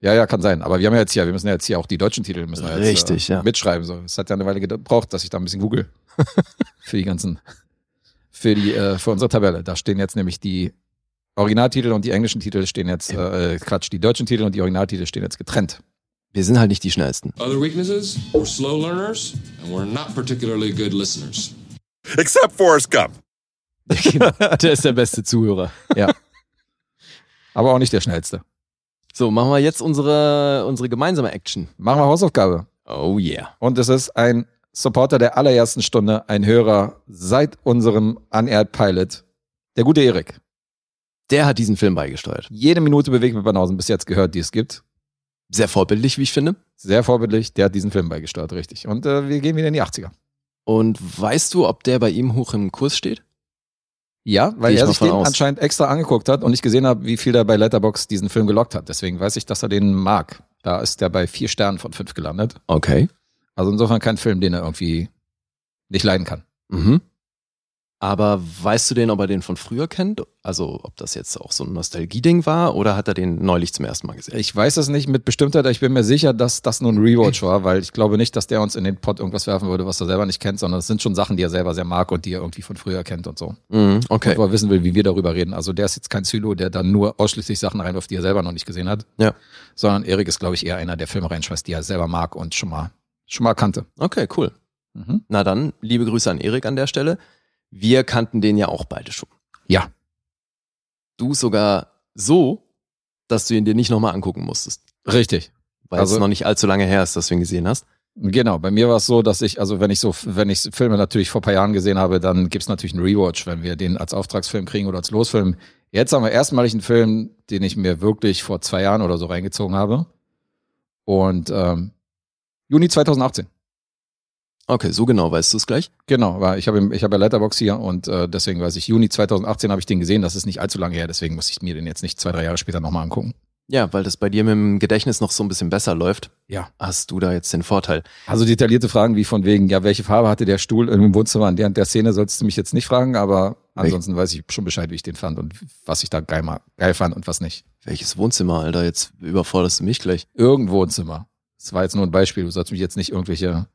C: Ja, ja, kann sein. Aber wir haben ja jetzt hier, wir müssen ja jetzt hier auch die deutschen Titel müssen wir jetzt,
B: Richtig,
C: äh,
B: ja.
C: mitschreiben. So, es hat ja eine Weile gebraucht, dass ich da ein bisschen google. für die ganzen, für die, äh, für unsere Tabelle. Da stehen jetzt nämlich die Originaltitel und die englischen Titel stehen jetzt, äh, äh, Quatsch, die deutschen Titel und die Originaltitel stehen jetzt getrennt.
B: Wir sind halt nicht die schnellsten.
J: Other weaknesses? We're slow learners and we're not particularly good listeners.
E: Except Forrest Gump.
B: der ist der beste Zuhörer.
C: Aber auch nicht der schnellste.
B: So, machen wir jetzt unsere, unsere gemeinsame Action.
C: Machen wir Hausaufgabe.
B: Oh yeah.
C: Und es ist ein Supporter der allerersten Stunde, ein Hörer seit unserem Unaired Pilot, der gute Erik.
B: Der hat diesen Film beigesteuert.
C: Jede Minute bewegt mit Banausen bis jetzt gehört, die es gibt.
B: Sehr vorbildlich, wie ich finde.
C: Sehr vorbildlich, der hat diesen Film beigesteuert, richtig. Und äh, wir gehen wieder in die 80er.
B: Und weißt du, ob der bei ihm hoch im Kurs steht?
C: Ja, weil
B: Gehe ich
C: er
B: mal
C: sich
B: von
C: den
B: aus.
C: anscheinend extra angeguckt hat und ich gesehen habe, wie viel er bei Letterbox diesen Film gelockt hat. Deswegen weiß ich, dass er den mag. Da ist er bei vier Sternen von fünf gelandet.
B: Okay.
C: Also insofern kein Film, den er irgendwie nicht leiden kann.
B: Mhm. Aber weißt du den, ob er den von früher kennt? Also, ob das jetzt auch so ein Nostalgie-Ding war oder hat er den neulich zum ersten Mal gesehen?
C: Ich weiß es nicht mit Bestimmtheit, aber ich bin mir sicher, dass das nur ein Rewatch war, weil ich glaube nicht, dass der uns in den Pot irgendwas werfen würde, was er selber nicht kennt, sondern es sind schon Sachen, die er selber sehr mag und die er irgendwie von früher kennt und so.
B: Mhm, okay.
C: Und wo er wissen will, wie wir darüber reden. Also der ist jetzt kein Zylo, der dann nur ausschließlich Sachen reinwirft, die er selber noch nicht gesehen hat.
B: Ja.
C: Sondern Erik ist, glaube ich, eher einer, der Filme reinschmeißt, die er selber mag und schon mal, schon mal kannte.
B: Okay, cool.
C: Mhm.
B: Na dann, liebe Grüße an Erik an der Stelle. Wir kannten den ja auch beide schon.
C: Ja.
B: Du sogar so, dass du ihn dir nicht nochmal angucken musstest,
C: Richtig.
B: weil
C: Also-
B: es noch nicht allzu lange her ist, dass du ihn gesehen hast.
C: Genau, bei mir war es so, dass ich, also wenn ich so, wenn ich Filme natürlich vor ein paar Jahren gesehen habe, dann gibt's natürlich einen Rewatch, wenn wir den als Auftragsfilm kriegen oder als Losfilm. Jetzt haben wir erstmalig einen Film, den ich mir wirklich vor zwei Jahren oder so reingezogen habe. Und ähm, Juni 2018.
B: Okay, so genau weißt du es gleich.
C: Genau, weil ich habe im- ich habe ja Letterbox hier und äh, deswegen weiß ich, Juni 2018 habe ich den gesehen, das ist nicht allzu lange her, deswegen muss ich mir den jetzt nicht zwei, drei Jahre später nochmal angucken.
B: Ja, weil das bei dir mit dem Gedächtnis noch so ein bisschen besser läuft,
C: Ja.
B: hast du da jetzt den Vorteil.
C: Also detaillierte Fragen wie von wegen, ja, welche Farbe hatte der Stuhl im Wohnzimmer an der und der Szene, sollst du mich jetzt nicht fragen, aber ansonsten weiß ich schon Bescheid, wie ich den fand und was ich da geil, ma- geil fand und was nicht.
B: Welches Wohnzimmer, Alter? Jetzt überforderst du mich gleich.
C: Irgendwo ein Zimmer. Das war jetzt nur ein Beispiel, du sollst mich jetzt nicht irgendwelche,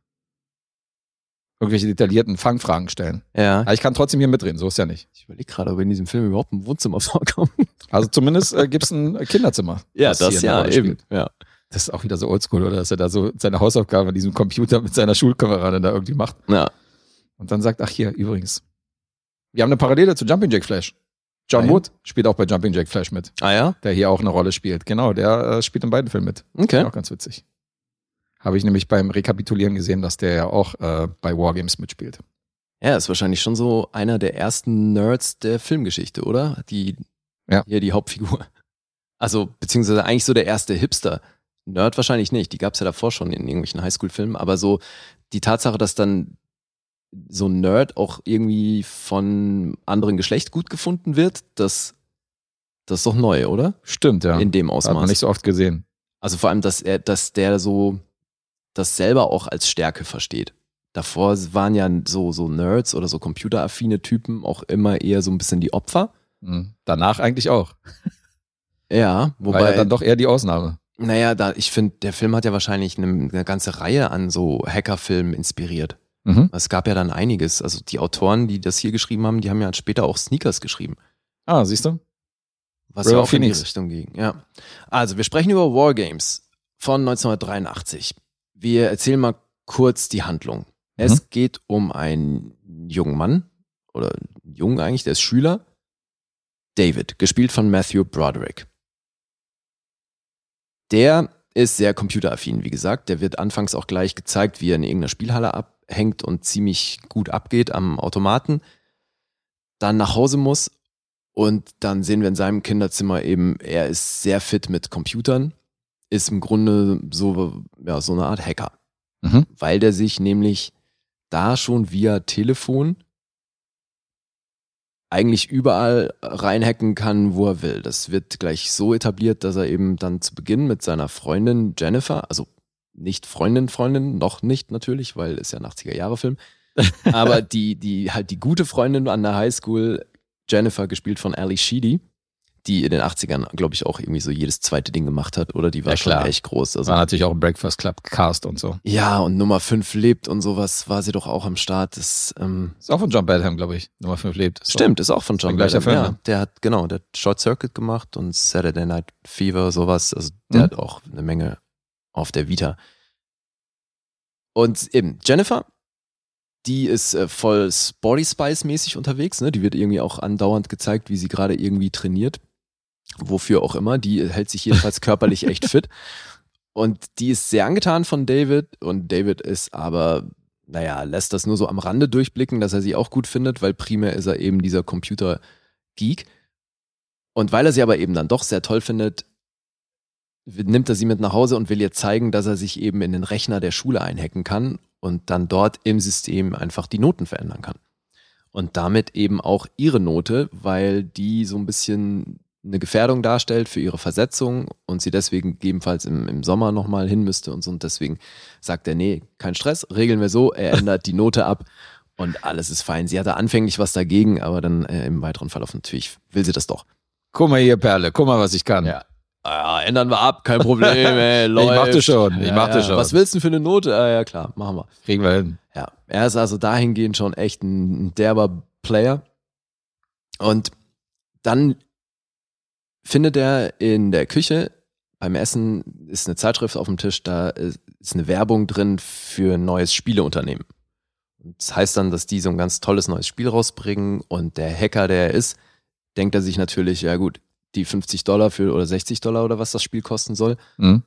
C: irgendwelche detaillierten Fangfragen stellen.
B: Ja.
C: Aber ich kann trotzdem hier mitreden, so ist ja nicht.
B: Ich überlege gerade, ob in diesem Film überhaupt ein Wohnzimmer vorkommt.
C: Also zumindest äh, gibt's ein Kinderzimmer. was hier eine Rolle spielt.
B: Ja.
C: Das ist auch wieder so oldschool, oder? Dass er da so seine Hausaufgaben an diesem Computer mit seiner Schulkameradin da irgendwie macht.
B: ja.
C: Und dann sagt, ach hier, übrigens. Wir haben eine Parallele zu Jumping Jack Flash. John
B: Nein.
C: Wood spielt auch bei Jumping Jack Flash mit,
B: Ah ja?
C: der hier auch eine Rolle spielt. Genau, der äh, spielt in beiden Filmen mit.
B: Okay.
C: Auch ganz witzig. Habe ich nämlich beim Rekapitulieren gesehen, dass der ja auch äh, bei Wargames mitspielt.
B: Er ist wahrscheinlich schon so einer der ersten Nerds der Filmgeschichte, oder? Die,
C: Ja.
B: Hier die Hauptfigur. Also, beziehungsweise eigentlich so der erste Hipster. Nerd wahrscheinlich nicht. Die gab es ja davor schon in irgendwelchen Highschool-Filmen. Aber so die Tatsache, dass dann so ein Nerd auch irgendwie von anderen Geschlecht gut gefunden wird, das, das ist doch neu, oder?
C: Stimmt, ja.
B: In dem
C: Hat man
B: Ausmaß.
C: nicht so oft gesehen.
B: Also vor allem, dass er, dass der so das selber auch als Stärke versteht. Davor waren ja so, so Nerds oder so computeraffine Typen auch immer eher so ein bisschen die Opfer.
C: Mhm. Danach eigentlich auch.
B: Ja,
C: Wobei War
B: wobei,
C: ja dann doch eher die Ausnahme.
B: naja, da, ich finde, der Film hat ja wahrscheinlich eine, eine ganze Reihe an so Hackerfilmen inspiriert.
C: Mhm.
B: Es gab ja dann einiges. Also die Autoren, die das hier geschrieben haben, die haben ja später auch Sneakers geschrieben.
C: Ah, siehst du?
B: Was
C: River
B: ja auch in die
C: Phoenix.
B: Richtung ging. Ja. Also, wir sprechen über Wargames von 1983. Wir erzählen mal kurz die Handlung. Es geht um einen jungen Mann, oder jung eigentlich, der ist Schüler. David, gespielt von Matthew Broderick. Der ist sehr computeraffin, wie gesagt. Der wird anfangs auch gleich gezeigt, wie er in irgendeiner Spielhalle abhängt und ziemlich gut abgeht am Automaten. Dann nach Hause muss und dann sehen wir in seinem Kinderzimmer eben, er ist sehr fit mit Computern, ist im Grunde so, ja, so eine Art Hacker.
C: Mhm.
B: Weil der sich nämlich da schon via Telefon eigentlich überall reinhacken kann, wo er will. Das wird gleich so etabliert, dass er eben dann zu Beginn mit seiner Freundin Jennifer, also nicht Freundin, Freundin, noch nicht natürlich, weil ist ja ein 80er-Jahre-Film, aber die, die halt die gute Freundin an der Highschool Jennifer, gespielt von Ali Sheedy, die in den 80ern, glaube ich, auch irgendwie so jedes zweite Ding gemacht hat, oder? Die war
C: Ja,
B: schon
C: klar.
B: echt groß.
C: Das
B: Also,
C: war natürlich auch ein Breakfast Club Cast und so.
B: ja, und Nummer 5 lebt und sowas war sie doch auch am Start. Das, ähm,
C: Ist auch von John Badham, glaube ich. Nummer 5 lebt. So.
B: Stimmt, ist auch von John
C: Ein gleicher
B: Badham.
C: Film,
B: ja,
C: ne?
B: der hat, genau, der hat Short Circuit gemacht und Saturday Night Fever, sowas. Also der
C: Mhm.
B: hat auch eine Menge auf der Vita. Und eben, Jennifer, die ist äh, voll Sporty Spice-mäßig unterwegs, ne? Die wird irgendwie auch andauernd gezeigt, wie sie gerade irgendwie trainiert. Wofür auch immer. Die hält sich jedenfalls körperlich echt fit. Und die ist sehr angetan von David und David ist aber naja, lässt das nur so am Rande durchblicken, dass er sie auch gut findet, weil primär ist er eben dieser Computer-Geek. Und weil er sie aber eben dann doch sehr toll findet, nimmt er sie mit nach Hause und will ihr zeigen, dass er sich eben in den Rechner der Schule einhacken kann und dann dort im System einfach die Noten verändern kann. Und damit eben auch ihre Note, weil die so ein bisschen eine Gefährdung darstellt für ihre Versetzung und sie deswegen gegebenenfalls im, im Sommer nochmal hin müsste und so. Und deswegen sagt er, nee, kein Stress, regeln wir so, er ändert die Note ab und alles ist fein. Sie hatte anfänglich was dagegen, aber dann äh, im weiteren Verlauf natürlich will sie das doch.
C: Guck mal hier, Perle. Guck mal, was ich kann. Ja.
B: Ah, ja, ändern wir ab, kein Problem, ey, läuft.
C: machte schon, ich
B: ja,
C: machte
B: ja.
C: schon.
B: Was willst du denn für eine Note? Ah, ja, klar, machen wir.
C: Kriegen wir hin.
B: Ja, er ist also dahingehend schon echt ein derber Player. Und dann findet er in der Küche beim Essen ist eine Zeitschrift auf dem Tisch, da ist ist eine Werbung drin für ein neues Spieleunternehmen. Und das heißt dann, dass die so ein ganz tolles neues Spiel rausbringen und der Hacker, der er ist, denkt er sich natürlich, ja gut, die 50 Dollar für oder 60 Dollar oder was das Spiel kosten soll,
C: Mhm.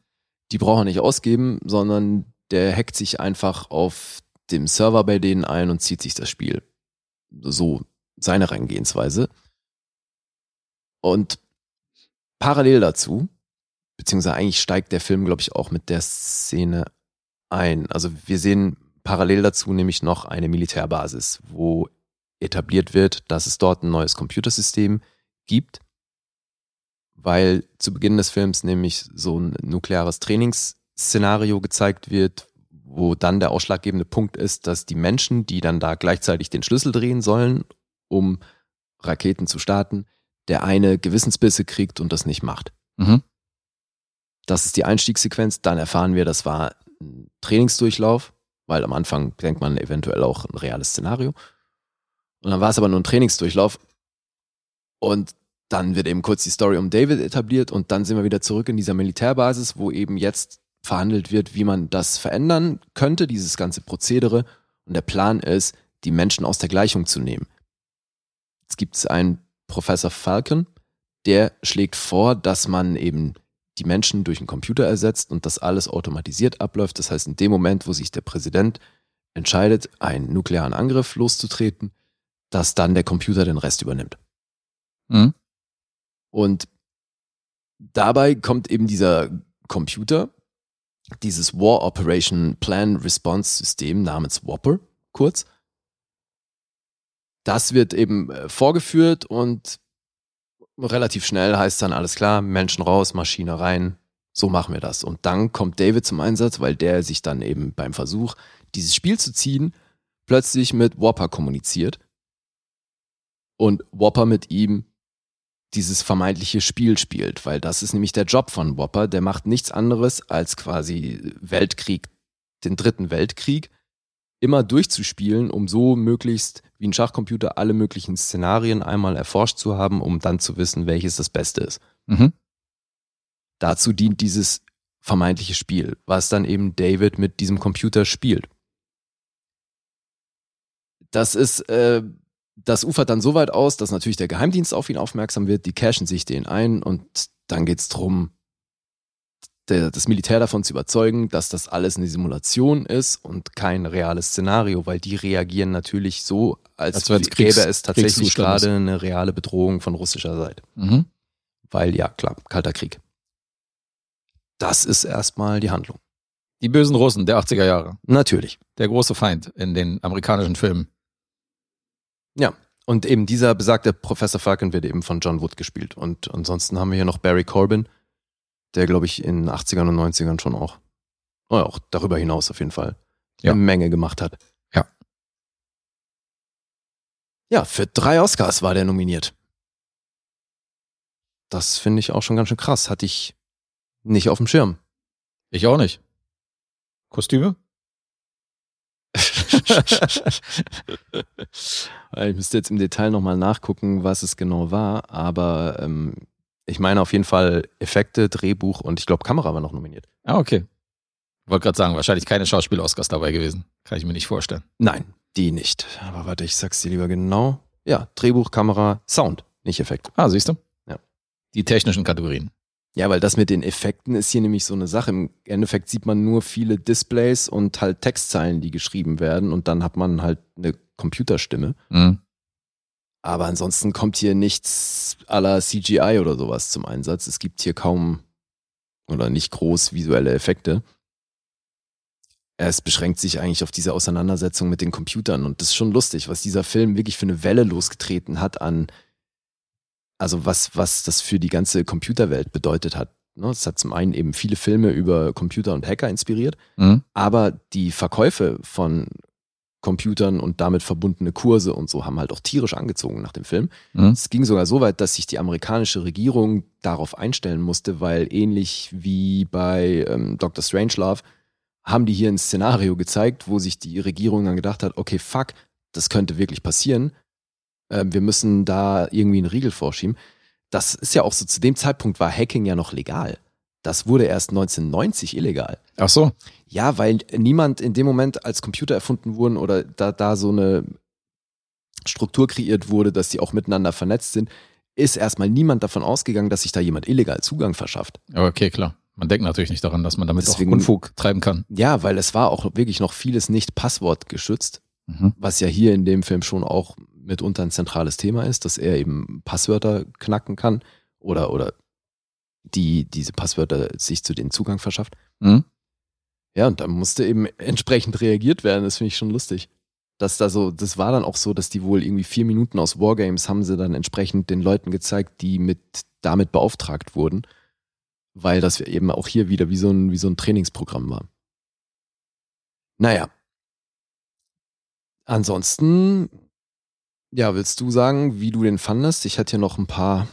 B: die braucht er nicht ausgeben, sondern der hackt sich einfach auf dem Server bei denen ein und zieht sich das Spiel. So seine Herangehensweise. Und parallel dazu, beziehungsweise eigentlich steigt der Film, glaube ich, auch mit der Szene ein. Also wir sehen parallel dazu nämlich noch eine Militärbasis, wo etabliert wird, dass es dort ein neues Computersystem gibt weil zu Beginn des Films nämlich so ein nukleares Trainingsszenario gezeigt wird, wo dann der ausschlaggebende Punkt ist, dass die Menschen, die dann da gleichzeitig den Schlüssel drehen sollen, um Raketen zu starten, der eine Gewissensbisse kriegt und das nicht macht.
C: Mhm.
B: Das ist die Einstiegssequenz. Dann erfahren wir, das war ein Trainingsdurchlauf, weil am Anfang denkt man eventuell auch ein reales Szenario. Und dann war es aber nur ein Trainingsdurchlauf. Und dann wird eben kurz die Story um David etabliert und dann sind wir wieder zurück in dieser Militärbasis, wo eben jetzt verhandelt wird, wie man das verändern könnte, dieses ganze Prozedere. Und der Plan ist, die Menschen aus der Gleichung zu nehmen. Jetzt gibt es einen Professor Falcon, der schlägt vor, dass man eben die Menschen durch einen Computer ersetzt und das alles automatisiert abläuft. Das heißt, in dem Moment, wo sich der Präsident entscheidet, einen nuklearen Angriff loszutreten, dass dann der Computer den Rest übernimmt.
C: Mhm.
B: Und dabei kommt eben dieser Computer, dieses War Operation Plan Response System namens Whopper, kurz. Das wird eben äh, vorgeführt und relativ schnell heißt dann alles klar, Menschen raus, Maschine rein, so machen wir das. Und dann kommt David zum Einsatz, weil der sich dann eben beim Versuch, dieses Spiel zu ziehen, plötzlich mit Whopper kommuniziert. Und Whopper mit ihm dieses vermeintliche Spiel spielt, weil das ist nämlich der Job von Whopper. Der macht nichts anderes als quasi Weltkrieg, den dritten Weltkrieg, immer durchzuspielen, um so möglichst wie ein Schachcomputer alle möglichen Szenarien einmal erforscht zu haben, um dann zu wissen, welches das Beste ist.
C: Mhm.
B: Dazu dient dieses vermeintliche Spiel, was dann eben David mit diesem Computer spielt. Das ist, äh, das ufert dann so weit aus, dass natürlich der Geheimdienst auf ihn aufmerksam wird, die cashen sich den ein und dann geht's drum, der, das Militär davon zu überzeugen, dass das alles eine Simulation ist und kein reales Szenario, weil die reagieren natürlich so, als,
C: Also Als wenn's Kriegs-
B: gäbe es tatsächlich
C: Kriegszustand ist.
B: gerade eine reale Bedrohung von russischer Seite
C: Mhm.
B: weil ja, klar, Kalter Krieg. Das ist erstmal die Handlung.
C: Die bösen Russen der 80er Jahre.
B: Natürlich.
C: Der große Feind in den amerikanischen Filmen.
B: Ja. Und eben dieser besagte Professor Falcon wird eben von John Wood gespielt. Und ansonsten haben wir hier noch Barry Corbin, der, glaube ich, in den 80ern und 90ern schon auch, naja, auch darüber hinaus auf jeden Fall,
C: Ja.
B: eine Menge gemacht hat.
C: Ja.
B: Ja, für drei Oscars war der nominiert. Das finde ich auch schon ganz schön krass. Hatte ich nicht auf dem Schirm.
C: Ich auch nicht. Kostüme?
B: Äh, ich müsste jetzt im Detail nochmal nachgucken, was es genau war, aber ähm, ich meine auf jeden Fall Effekte, Drehbuch und ich glaube Kamera war noch nominiert.
C: Ah, okay. Wollte gerade sagen, wahrscheinlich keine Schauspiel-Oscars dabei gewesen. Kann ich mir nicht vorstellen.
B: Nein, die nicht. Aber warte, ich sag's dir lieber genau. Ja, Drehbuch, Kamera, Sound, nicht Effekte.
C: Ah, siehst du?
B: Ja.
C: Die technischen Kategorien.
B: Ja, weil das mit den Effekten ist hier nämlich so eine Sache. Im Endeffekt sieht man nur viele Displays und halt Textzeilen, die geschrieben werden und dann hat man halt eine Computerstimme.
C: Mhm.
B: Aber ansonsten kommt hier nichts aller CGI oder sowas zum Einsatz. Es gibt hier kaum oder nicht groß visuelle Effekte. Es beschränkt sich eigentlich auf diese Auseinandersetzung mit den Computern. Und das ist schon lustig, was dieser Film wirklich für eine Welle losgetreten hat an, also was, was das für die ganze Computerwelt bedeutet hat. ne? Es hat zum einen eben viele Filme über Computer und Hacker inspiriert.
C: Mhm.
B: Aber die Verkäufe von Computern und damit verbundene Kurse und so haben halt auch tierisch angezogen nach dem Film.
C: Mhm.
B: Es ging sogar so weit, dass sich die amerikanische Regierung darauf einstellen musste, weil ähnlich wie bei ähm, Dr. Strangelove haben die hier ein Szenario gezeigt, wo sich die Regierung dann gedacht hat, okay, fuck, das könnte wirklich passieren. Ähm, wir müssen da irgendwie einen Riegel vorschieben. Das ist ja auch so, zu dem Zeitpunkt war Hacking ja noch legal. Das wurde erst 1990 illegal.
C: Ach so.
B: Ja, weil niemand in dem Moment als Computer erfunden wurden oder da, da so eine Struktur kreiert wurde, dass die auch miteinander vernetzt sind, ist erstmal niemand davon ausgegangen, dass sich da jemand illegal Zugang verschafft.
C: Aber okay, klar. Man denkt natürlich nicht daran, dass man damit
B: Deswegen-
C: auch Unfug treiben kann.
B: Ja, weil es war auch wirklich noch vieles nicht passwortgeschützt,
C: Mhm.
B: was ja hier in dem Film schon auch mitunter ein zentrales Thema ist, dass er eben Passwörter knacken kann oder, oder die, diese Passwörter sich zu den Zugang verschafft.
C: Mhm.
B: Ja, und da musste eben entsprechend reagiert werden. Das finde ich schon lustig. Dass da so, das war dann auch so, dass die wohl irgendwie vier Minuten aus Wargames haben sie dann entsprechend den Leuten gezeigt, die mit damit beauftragt wurden. Weil das eben auch hier wieder wie so ein, wie so ein Trainingsprogramm war. Naja. Ansonsten, ja, willst du sagen, wie du den fandest? Ich hatte hier noch ein paar,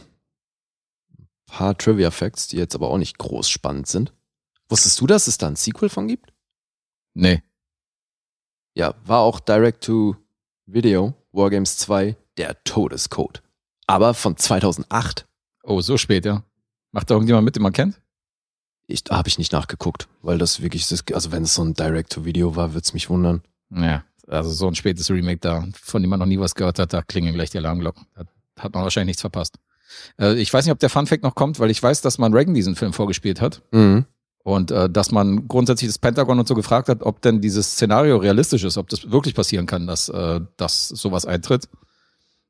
B: paar Trivia-Facts, die jetzt aber auch nicht groß spannend sind. Wusstest du, dass es da ein Sequel von gibt?
C: Nee.
B: Ja, war auch Direct to Video Wargames 2 der Todescode. Aber von 2008.
C: Oh, so spät, ja. Macht da irgendjemand mit, den man kennt?
B: Ich habe ich nicht nachgeguckt, weil das wirklich das also wenn es so ein Direct to Video war, würde es mich wundern.
C: Ja. Also so ein spätes Remake da, von dem man noch nie was gehört hat, da klingen gleich die Alarmglocken. Da hat man wahrscheinlich nichts verpasst. Äh, ich weiß nicht, ob der Funfact noch kommt, weil ich weiß, dass man Reagan diesen Film vorgespielt hat.
B: Mhm.
C: Und äh, dass man grundsätzlich das Pentagon und so gefragt hat, ob denn dieses Szenario realistisch ist, ob das wirklich passieren kann, dass, äh, dass sowas eintritt.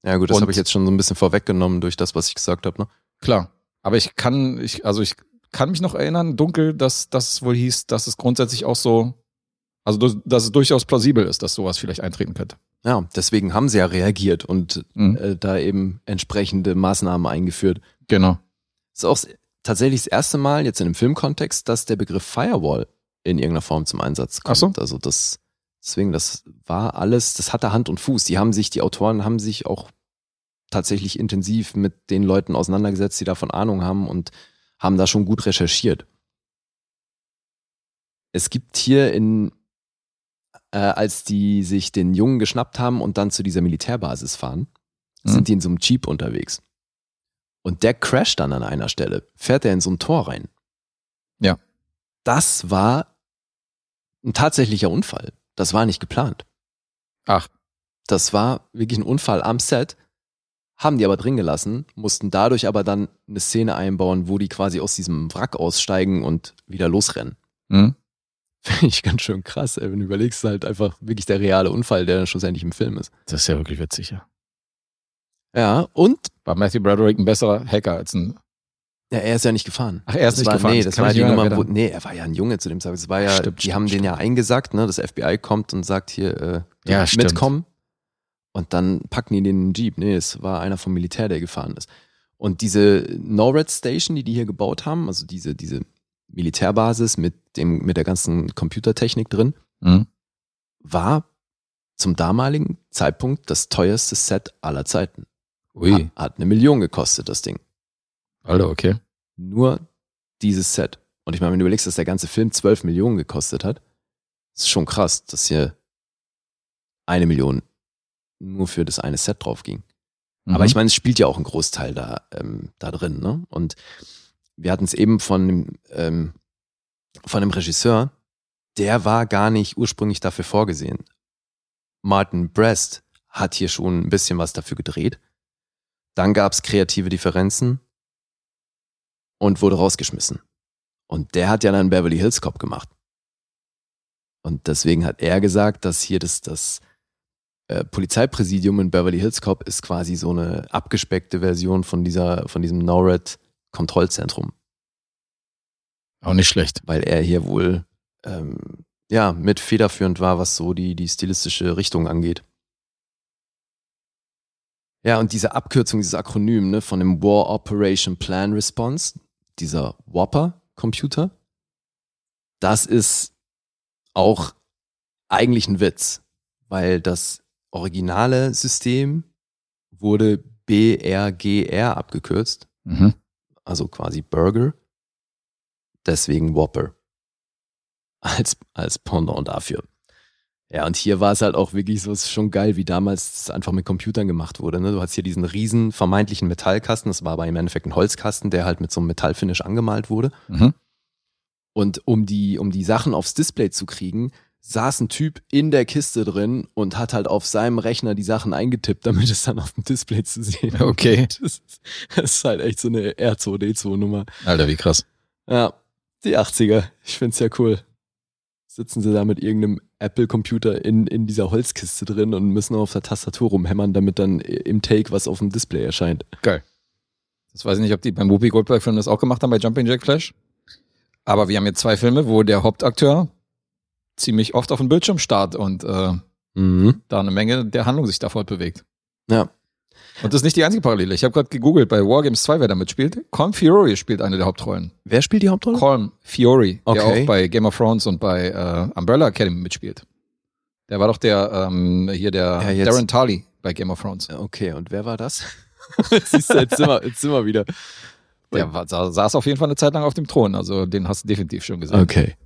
B: Ja, gut, das
C: Und-
B: habe ich jetzt schon so ein bisschen vorweggenommen durch das, was ich gesagt habe, ne?
C: Klar. Aber ich kann, ich, also ich kann mich noch erinnern, dunkel, dass das wohl hieß, dass es grundsätzlich auch so, also du- dass es durchaus plausibel ist, dass sowas vielleicht eintreten könnte.
B: Ja, deswegen haben sie ja reagiert und
C: Mhm.
B: äh, da eben entsprechende Maßnahmen eingeführt.
C: Genau.
B: Ist auch s- tatsächlich das erste Mal jetzt in einem Filmkontext, dass der Begriff Firewall in irgendeiner Form zum Einsatz kommt.
C: Ach so.
B: Also das, deswegen, das war alles, das hatte Hand und Fuß. Die haben sich, die Autoren haben sich auch tatsächlich intensiv mit den Leuten auseinandergesetzt, die davon Ahnung haben und haben da schon gut recherchiert. Es gibt hier in, äh, als die sich den Jungen geschnappt haben und dann zu dieser Militärbasis fahren,
C: Mhm.
B: sind die in so einem Jeep unterwegs. Und der crasht dann an einer Stelle, fährt er in so ein Tor rein.
C: Ja.
B: Das war ein tatsächlicher Unfall. Das war nicht geplant.
C: Ach,
B: Das war wirklich ein Unfall am Set, haben die aber drin gelassen, mussten dadurch aber dann eine Szene einbauen, wo die quasi aus diesem Wrack aussteigen und wieder losrennen.
C: hm?
B: Finde ich ganz schön krass, ey, wenn du überlegst, halt einfach wirklich der reale Unfall, der dann schlussendlich im Film ist.
C: das ist ja wirklich witzig, ja.
B: Ja, und
C: War Matthew Broderick ein besserer Hacker als ein.
B: Ja, er ist ja nicht gefahren.
C: Ach, er ist
B: das
C: nicht
B: war,
C: gefahren.
B: Nee,
C: Das
B: das
C: kann
B: war
C: mich
B: die
C: nicht mehr
B: Nummer, wo,
C: erinnern.
B: nee, er war ja ein Junge zu dem Zeitpunkt. Das war ja,
C: Stimmt,
B: die
C: stimmt,
B: haben
C: stimmt.
B: den ja eingesagt, ne? Das FBI kommt und sagt hier, äh, du
C: Ja,
B: musst
C: stimmt.
B: mitkommen. Und dann packen die den in den Jeep. Nee, es war einer vom Militär, der gefahren ist. Und diese NORAD Station, die die hier gebaut haben, also diese, diese Militärbasis mit dem, mit der ganzen Computertechnik drin,
C: Hm?
B: war zum damaligen Zeitpunkt das teuerste Set aller Zeiten. Hat,
C: Ui,
B: hat eine Million gekostet, das Ding
C: Alter, okay.
B: nur dieses Set. Und ich meine, wenn du überlegst, dass der ganze Film 12 Millionen gekostet hat, ist schon krass, dass hier eine Million nur für das eine Set drauf ging.
C: Mhm.
B: Aber ich meine, es spielt ja auch ein Großteil da, ähm, da drin. Ne? Und wir hatten es eben von dem, ähm, von dem Regisseur, der war gar nicht ursprünglich dafür vorgesehen. Martin Brest hat hier schon ein bisschen was dafür gedreht. Dann gab es kreative Differenzen und wurde rausgeschmissen. Und der hat ja dann Beverly Hills Cop gemacht. Und deswegen hat er gesagt, dass hier das, das äh, Polizeipräsidium in Beverly Hills Cop ist quasi so eine abgespeckte Version von dieser, von diesem NORAD Kontrollzentrum,
C: Auch nicht schlecht.
B: weil er hier wohl ähm, ja mit federführend war, was so die, die stilistische Richtung angeht. Ja, und diese Abkürzung, dieses Akronym ne, von dem War Operation Plan Response, dieser Whopper-Computer, das ist auch eigentlich ein Witz, weil das originale System wurde BRGR abgekürzt
C: Mhm.
B: also quasi Burger, deswegen Whopper. Als, als Pendant dafür. Ja, und hier war es halt auch wirklich so, es ist schon geil, wie damals es einfach mit Computern gemacht wurde. Ne? Du hast hier diesen riesen vermeintlichen Metallkasten, das war aber im Endeffekt ein Holzkasten, der halt mit so einem Metallfinish angemalt wurde.
C: Mhm.
B: Und um die, um die Sachen aufs Display zu kriegen, saß ein Typ in der Kiste drin und hat halt auf seinem Rechner die Sachen eingetippt, damit es dann auf dem Display zu sehen ist.
C: Okay.
B: Das ist, das ist halt echt so eine R2D2-Nummer.
C: Alter, wie krass.
B: Ja, die 80er. Ich find's ja cool. Sitzen sie da mit irgendeinem Apple-Computer in, in dieser Holzkiste drin und müssen auf der Tastatur rumhämmern, damit dann im Take was auf dem Display erscheint.
C: Das weiß ich nicht, ob die beim Whoopi Goldberg-Film das auch gemacht haben bei Jumping Jack Flash. Aber wir haben jetzt zwei Filme, wo der Hauptakteur ziemlich oft auf den Bildschirm starrt und äh,
B: Mhm.
C: da eine Menge der Handlung sich da fortbewegt.
B: Ja.
C: Und das ist nicht die einzige Parallele. Ich habe gerade gegoogelt bei Wargames 2, wer damit spielt. Colm Fiore spielt eine der Hauptrollen.
B: Wer spielt die Hauptrolle?
C: Colm Fiore, der
B: Okay.
C: auch bei Game of Thrones und bei äh, Umbrella Academy mitspielt. Der war doch der ähm, hier der
B: Ja, jetzt-
C: Darren Tully bei Game of Thrones.
B: Okay, und wer war das? Siehst du, jetzt sind wir, jetzt sind wir wieder.
C: Der war, sa- saß auf jeden Fall eine Zeit lang auf dem Thron, also den hast du definitiv schon gesehen.
B: Okay.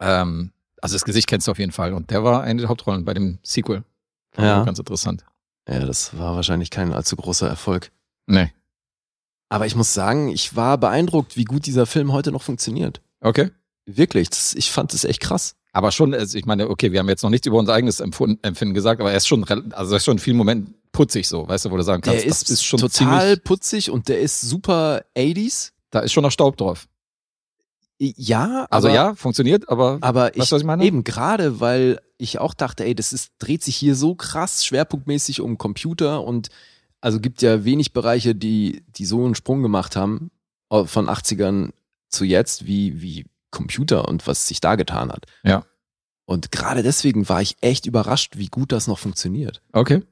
C: Ähm, also das Gesicht kennst du auf jeden Fall. Und der war eine der Hauptrollen bei dem Sequel. Fand ich
B: Ja.
C: auch Ganz interessant.
B: Ja, das war wahrscheinlich kein allzu großer Erfolg.
C: Nee.
B: Aber ich muss sagen, ich war beeindruckt, wie gut dieser Film heute noch funktioniert.
C: Okay.
B: Wirklich, das, ich fand es echt krass.
C: Aber schon, also ich meine, okay, wir haben jetzt noch nichts über unser eigenes Empfund- Empfinden gesagt, aber er ist schon, rel- also er ist schon in vielen Momenten putzig so, weißt du, wo du sagen kannst,
B: Der ist,
C: das ist schon
B: total
C: ziemlich,
B: putzig und der ist super 80s.
C: da ist schon noch Staub drauf.
B: Ja,
C: Also
B: aber, Ah.
C: ja, funktioniert, aber,
B: Aber ich,
C: weißt du, was ich meine?
B: eben gerade, weil ich auch dachte, ey, das ist, dreht sich hier so krass schwerpunktmäßig um Computer und also gibt ja wenig Bereiche, die, die so einen Sprung gemacht haben äh, von 80ern zu jetzt, wie, wie Computer und was sich da getan hat.
C: Ja.
B: Und gerade deswegen war ich echt überrascht, wie gut das noch funktioniert.
C: Okay.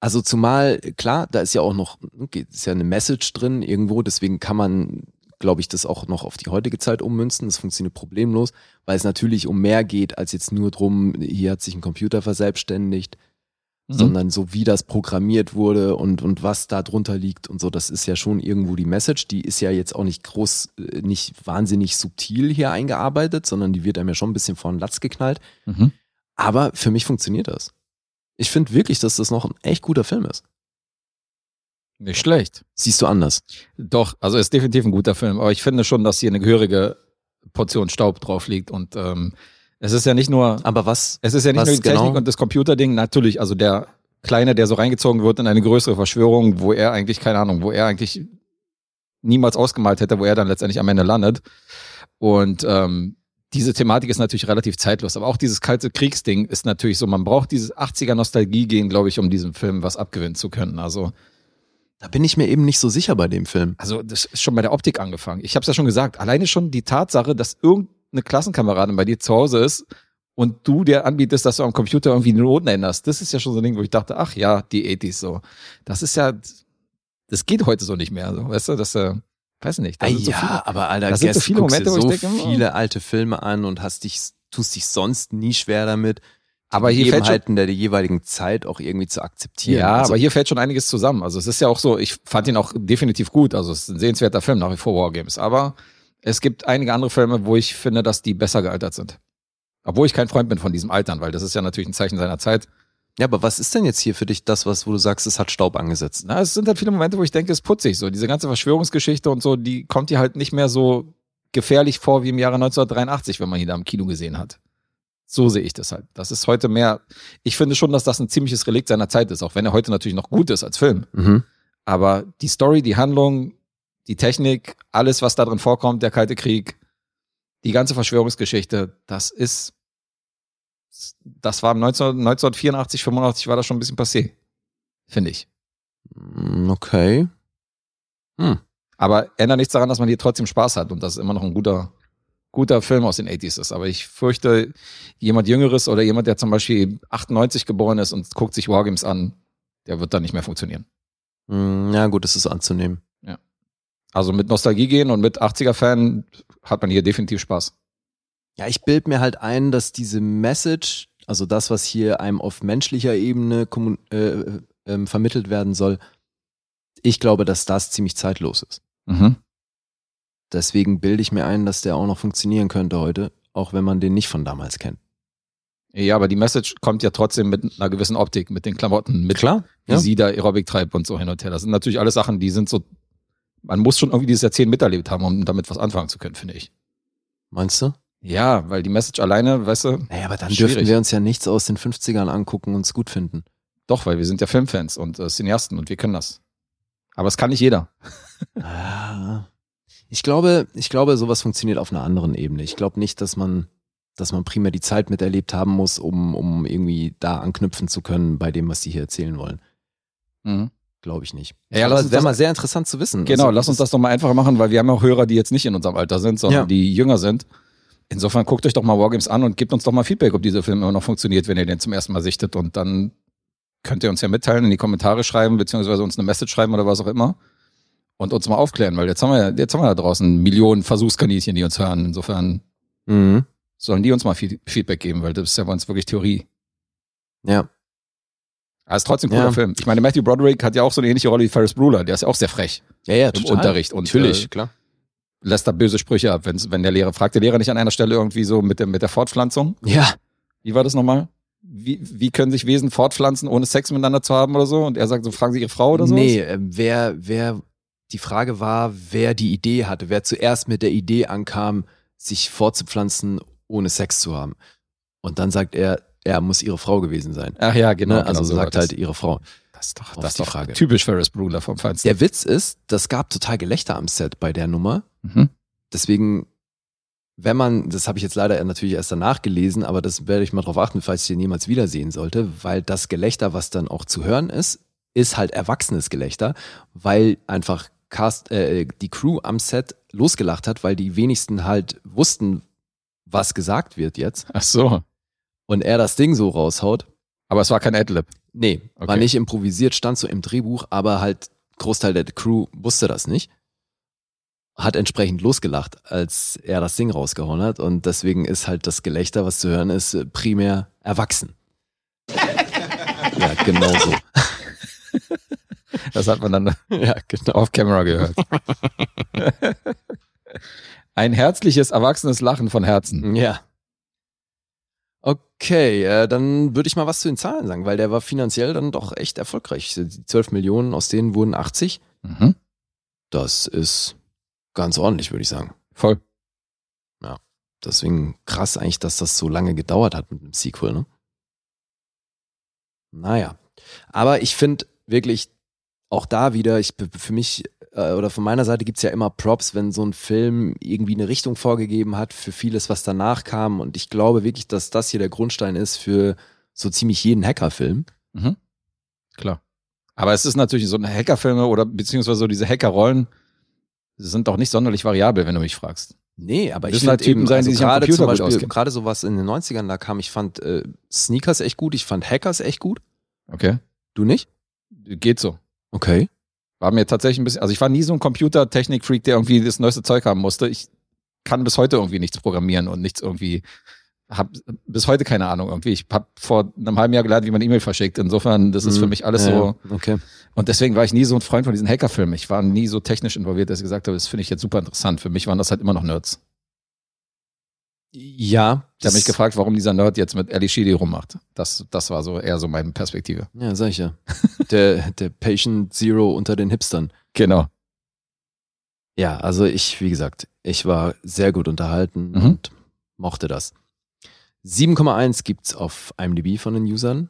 B: Also zumal, klar, da ist ja auch noch, ist ja eine Message drin irgendwo, deswegen kann man, glaube ich, das auch noch auf die heutige Zeit ummünzen. Das funktioniert problemlos, weil es natürlich um mehr geht, als jetzt nur drum, hier hat sich ein Computer verselbstständigt,
C: Mhm.
B: sondern so wie das programmiert wurde und, und was da drunter liegt und so, das ist ja schon irgendwo die Message. Die ist ja jetzt auch nicht groß, äh, nicht wahnsinnig subtil hier eingearbeitet, sondern die wird einem ja schon ein bisschen vor den Latz geknallt.
C: Mhm.
B: Aber für mich funktioniert das. Ich finde wirklich, dass das noch ein echt guter Film ist.
C: Nicht schlecht.
B: Siehst du anders.
C: Doch, also ist definitiv ein guter Film, aber ich finde schon, dass hier eine gehörige Portion Staub drauf liegt und ähm, es ist ja nicht nur,
B: Aber was?
C: es ist ja nicht
B: was
C: nur die Technik
B: genau?
C: und das Computerding, natürlich, also der Kleine, der so reingezogen wird in eine größere Verschwörung, wo er eigentlich, keine Ahnung, wo er eigentlich niemals ausgemalt hätte, wo er dann letztendlich am Ende landet. Und ähm, diese Thematik ist natürlich relativ zeitlos, aber auch dieses kalte Kriegsding ist natürlich so, man braucht dieses 80er-Nostalgie gehen, glaube ich, um diesem Film was abgewinnen zu können. Also
B: Da bin ich mir eben nicht so sicher bei dem Film.
C: also das ist schon bei der Optik angefangen. Ich habe es ja schon gesagt, alleine schon die Tatsache, dass irgendeine Klassenkameradin bei dir zu Hause ist und du dir anbietest, dass du am Computer irgendwie die Noten änderst, das ist ja schon so ein Ding, wo ich dachte, ach ja, die 80s so. Das ist ja, das geht heute so nicht mehr, so, weißt du, das, äh, weiß nicht. das
B: Ah
C: sind so viele-
B: aber Alter,
C: da sind so
B: Guess,
C: viele
B: guckst dir
C: Momente, wo ich
B: so
C: denke, oh.
B: viele alte Filme an und hast dich, tust dich sonst nie schwer damit,
C: aber
B: die
C: hier fällt schon,
B: Gegebenheiten der jeweiligen Zeit auch irgendwie zu akzeptieren.
C: ja,
B: Also,
C: aber hier fällt schon einiges zusammen. Also es ist ja auch so, ich fand ihn auch definitiv gut. Also es ist ein sehenswerter Film nach wie vor Wargames. Aber es gibt einige andere Filme, wo ich finde, dass die besser gealtert sind. Obwohl ich kein Freund bin von diesem Altern, weil das ist ja natürlich ein Zeichen seiner Zeit.
B: ja, aber was ist denn jetzt hier für dich das, was, wo du sagst, es hat Staub angesetzt?
C: Na, es sind halt viele Momente, wo ich denke, es ist putzig. So diese ganze Verschwörungsgeschichte und so, die kommt dir halt nicht mehr so gefährlich vor wie im Jahre 1983, wenn man ihn da im Kino gesehen hat. So sehe ich das halt. Das ist heute mehr. Ich finde schon, dass das ein ziemliches Relikt seiner Zeit ist, auch wenn er heute natürlich noch gut ist als Film.
B: Mhm.
C: Aber die Story, die Handlung, die Technik, alles, was da drin vorkommt, der Kalte Krieg, die ganze Verschwörungsgeschichte, das ist, das war im 19, 1984, 85 war das schon ein bisschen passé. Finde ich.
B: Mm, Okay.
C: Aber ändert nichts daran, dass man hier trotzdem Spaß hat und dass es immer noch ein guter, guter Film aus den 80s ist. Aber ich fürchte, jemand Jüngeres oder jemand, der zum Beispiel 98 geboren ist und guckt sich Wargames an, der wird dann nicht mehr funktionieren.
B: Mm, Ja, gut, das ist anzunehmen.
C: Also mit Nostalgie gehen und mit 80er-Fan hat man hier definitiv Spaß.
B: Ja, ich bild mir halt ein, dass diese Message, also das, was hier einem auf menschlicher Ebene kommun- äh, ähm, vermittelt werden soll, ich glaube, dass das ziemlich zeitlos ist. Mhm. Deswegen bilde ich mir ein, dass der auch noch funktionieren könnte heute, auch wenn man den nicht von damals kennt.
C: Ja, aber die Message kommt ja trotzdem mit einer gewissen Optik, mit den Klamotten, mit
B: Klar,
C: wie
B: ja.
C: sie da Aerobic treibt und so hin und her. Das sind natürlich alles Sachen, die sind so, man muss schon irgendwie dieses Jahrzehnt miterlebt haben, um damit was anfangen zu können, finde ich.
B: Meinst du?
C: Ja, weil die Message alleine, weißt du,
B: Naja, aber dann
C: Schwierig.
B: dürften wir uns ja nichts aus den 50ern angucken und es gut finden.
C: doch, weil wir sind ja Filmfans und äh, Cineasten und wir können das. Aber es kann nicht jeder.
B: Ah. Ich glaube, ich glaube, sowas funktioniert auf einer anderen Ebene. Ich glaube nicht, dass man, dass man primär die Zeit miterlebt haben muss, um, um irgendwie da anknüpfen zu können bei dem, was die hier erzählen wollen. Mhm. Glaube ich nicht.
C: Ja, ja, lass
B: aber
C: uns
B: wäre
C: das-
B: mal sehr interessant zu wissen.
C: Genau,
B: Also,
C: lass uns das doch mal einfacher machen, weil wir haben auch Hörer, die jetzt nicht in unserem Alter sind, sondern
B: Ja.
C: die jünger sind. Insofern guckt euch doch mal Wargames an und gebt uns doch mal Feedback, ob dieser Film immer noch funktioniert, wenn ihr den zum ersten Mal sichtet. Und dann könnt ihr uns ja mitteilen, in die Kommentare schreiben, beziehungsweise uns eine Message schreiben oder was auch immer. Und uns mal aufklären, weil jetzt haben wir, ja- jetzt haben wir da draußen Millionen Versuchskaninchen, die uns hören. Insofern
B: Mhm.
C: sollen die uns mal Feed- Feedback geben, weil das ist ja bei uns wirklich Theorie.
B: Ja.
C: Aber es ist trotzdem ein cooler
B: Ja.
C: Film. Ich meine, Matthew Broderick hat ja auch so eine ähnliche Rolle wie Ferris Bueller. Der ist ja auch sehr frech.
B: Ja, ja,
C: Im Unterricht und,
B: Natürlich,
C: äh,
B: klar.
C: lässt da böse Sprüche ab, wenn's, wenn der Lehrer fragt, der Lehrer nicht an einer Stelle irgendwie so mit der, mit der Fortpflanzung.
B: Ja.
C: Wie war das nochmal? Wie, wie können sich Wesen fortpflanzen, ohne Sex miteinander zu haben oder so? Und er sagt so, fragen Sie Ihre Frau oder so?
B: nee, äh, wer, wer, die Frage war, wer die Idee hatte, wer zuerst mit der Idee ankam, sich fortzupflanzen, ohne Sex zu haben. Und dann sagt er, er muss ihre Frau gewesen sein.
C: Ach ja, genau.
B: ne?
C: genau
B: also
C: so war
B: sagt
C: das.
B: halt ihre Frau.
C: Das, Das ist doch,
B: Auf
C: das ist
B: die
C: doch
B: Frage.
C: typisch Ferris Brüder vom Feinsten.
B: Der Witz ist, das gab total Gelächter am Set bei der Nummer.
C: Mhm.
B: Deswegen, wenn man, das habe ich jetzt leider natürlich erst danach gelesen, aber das werde ich mal drauf achten, falls ich den jemals wiedersehen sollte, weil das Gelächter, was dann auch zu hören ist, ist halt erwachsenes Gelächter, weil einfach Cast, äh, die Crew am Set losgelacht hat, weil die wenigsten halt wussten, was gesagt wird jetzt.
C: Ach so.
B: Und er das Ding so raushaut.
C: Aber es war kein Adlib.
B: Nee, war
C: Okay.
B: nicht improvisiert, stand so im Drehbuch, aber halt Großteil der Crew wusste das nicht. Hat entsprechend losgelacht, als er das Ding rausgehauen hat und deswegen ist halt das Gelächter, was zu hören ist, äh, primär erwachsen. ja, genau so.
C: Das hat man dann
B: Ja, genau.
C: off camera gehört. Ein herzliches, erwachsenes Lachen von Herzen.
B: Ja. Okay, äh, dann würde ich mal was zu den Zahlen sagen, weil der war finanziell dann doch echt erfolgreich. Die 12 Millionen, aus denen wurden 80.
C: Mhm.
B: Das ist ganz ordentlich, würde ich sagen.
C: Voll.
B: Deswegen krass eigentlich, dass das so lange gedauert hat mit einem Sequel, ne? Naja. Aber ich finde wirklich auch da wieder, ich be- für mich äh, oder von meiner Seite gibt's ja immer Props, wenn so ein Film irgendwie eine Richtung vorgegeben hat für vieles, was danach kam. Und ich glaube wirklich, dass das hier der Grundstein ist für so ziemlich jeden Hackerfilm.
C: Klar. Aber es ist natürlich so eine Hackerfilme oder beziehungsweise so diese Hackerrollen sind doch nicht sonderlich variabel, wenn du mich fragst.
B: Nee, aber ich
C: Müssen halt
B: finde
C: Typen
B: eben,
C: sein,
B: also
C: die sich am
B: gerade
C: Computer
B: zum
C: gut
B: Beispiel,
C: auskennen.
B: gerade sowas in den 90ern da kam, ich fand äh, Sneakers echt gut, ich fand Hackers echt gut.
C: Okay.
B: Du nicht?
C: Geht so.
B: Okay.
C: War mir tatsächlich ein bisschen, also ich war nie so ein Computertechnik-Freak, der irgendwie das neueste Zeug haben musste. Ich kann bis heute irgendwie nichts programmieren und nichts irgendwie, hab bis heute keine Ahnung irgendwie. Ich habe vor einem halben Jahr gelernt, wie man E-Mail verschickt. Insofern, das ist für
B: Mhm.
C: mich alles
B: Ja,
C: so.
B: ja. Okay.
C: Und deswegen war ich nie so ein Freund von diesen Hackerfilmen. Ich war nie so technisch involviert, dass ich gesagt habe, das finde ich jetzt super interessant. Für mich waren das halt immer noch Nerds.
B: Ja.
C: Ich habe
B: das-
C: mich gefragt, warum dieser Nerd jetzt mit Ali Sheedy rummacht. Das, das war so eher so meine Perspektive.
B: Ja, sag ich ja. der, der Patient Zero unter den Hipstern.
C: Genau.
B: Ja, also ich, wie gesagt, ich war sehr gut unterhalten
C: Mhm.
B: und mochte das. 7,1 gibt's auf IMDb von den Usern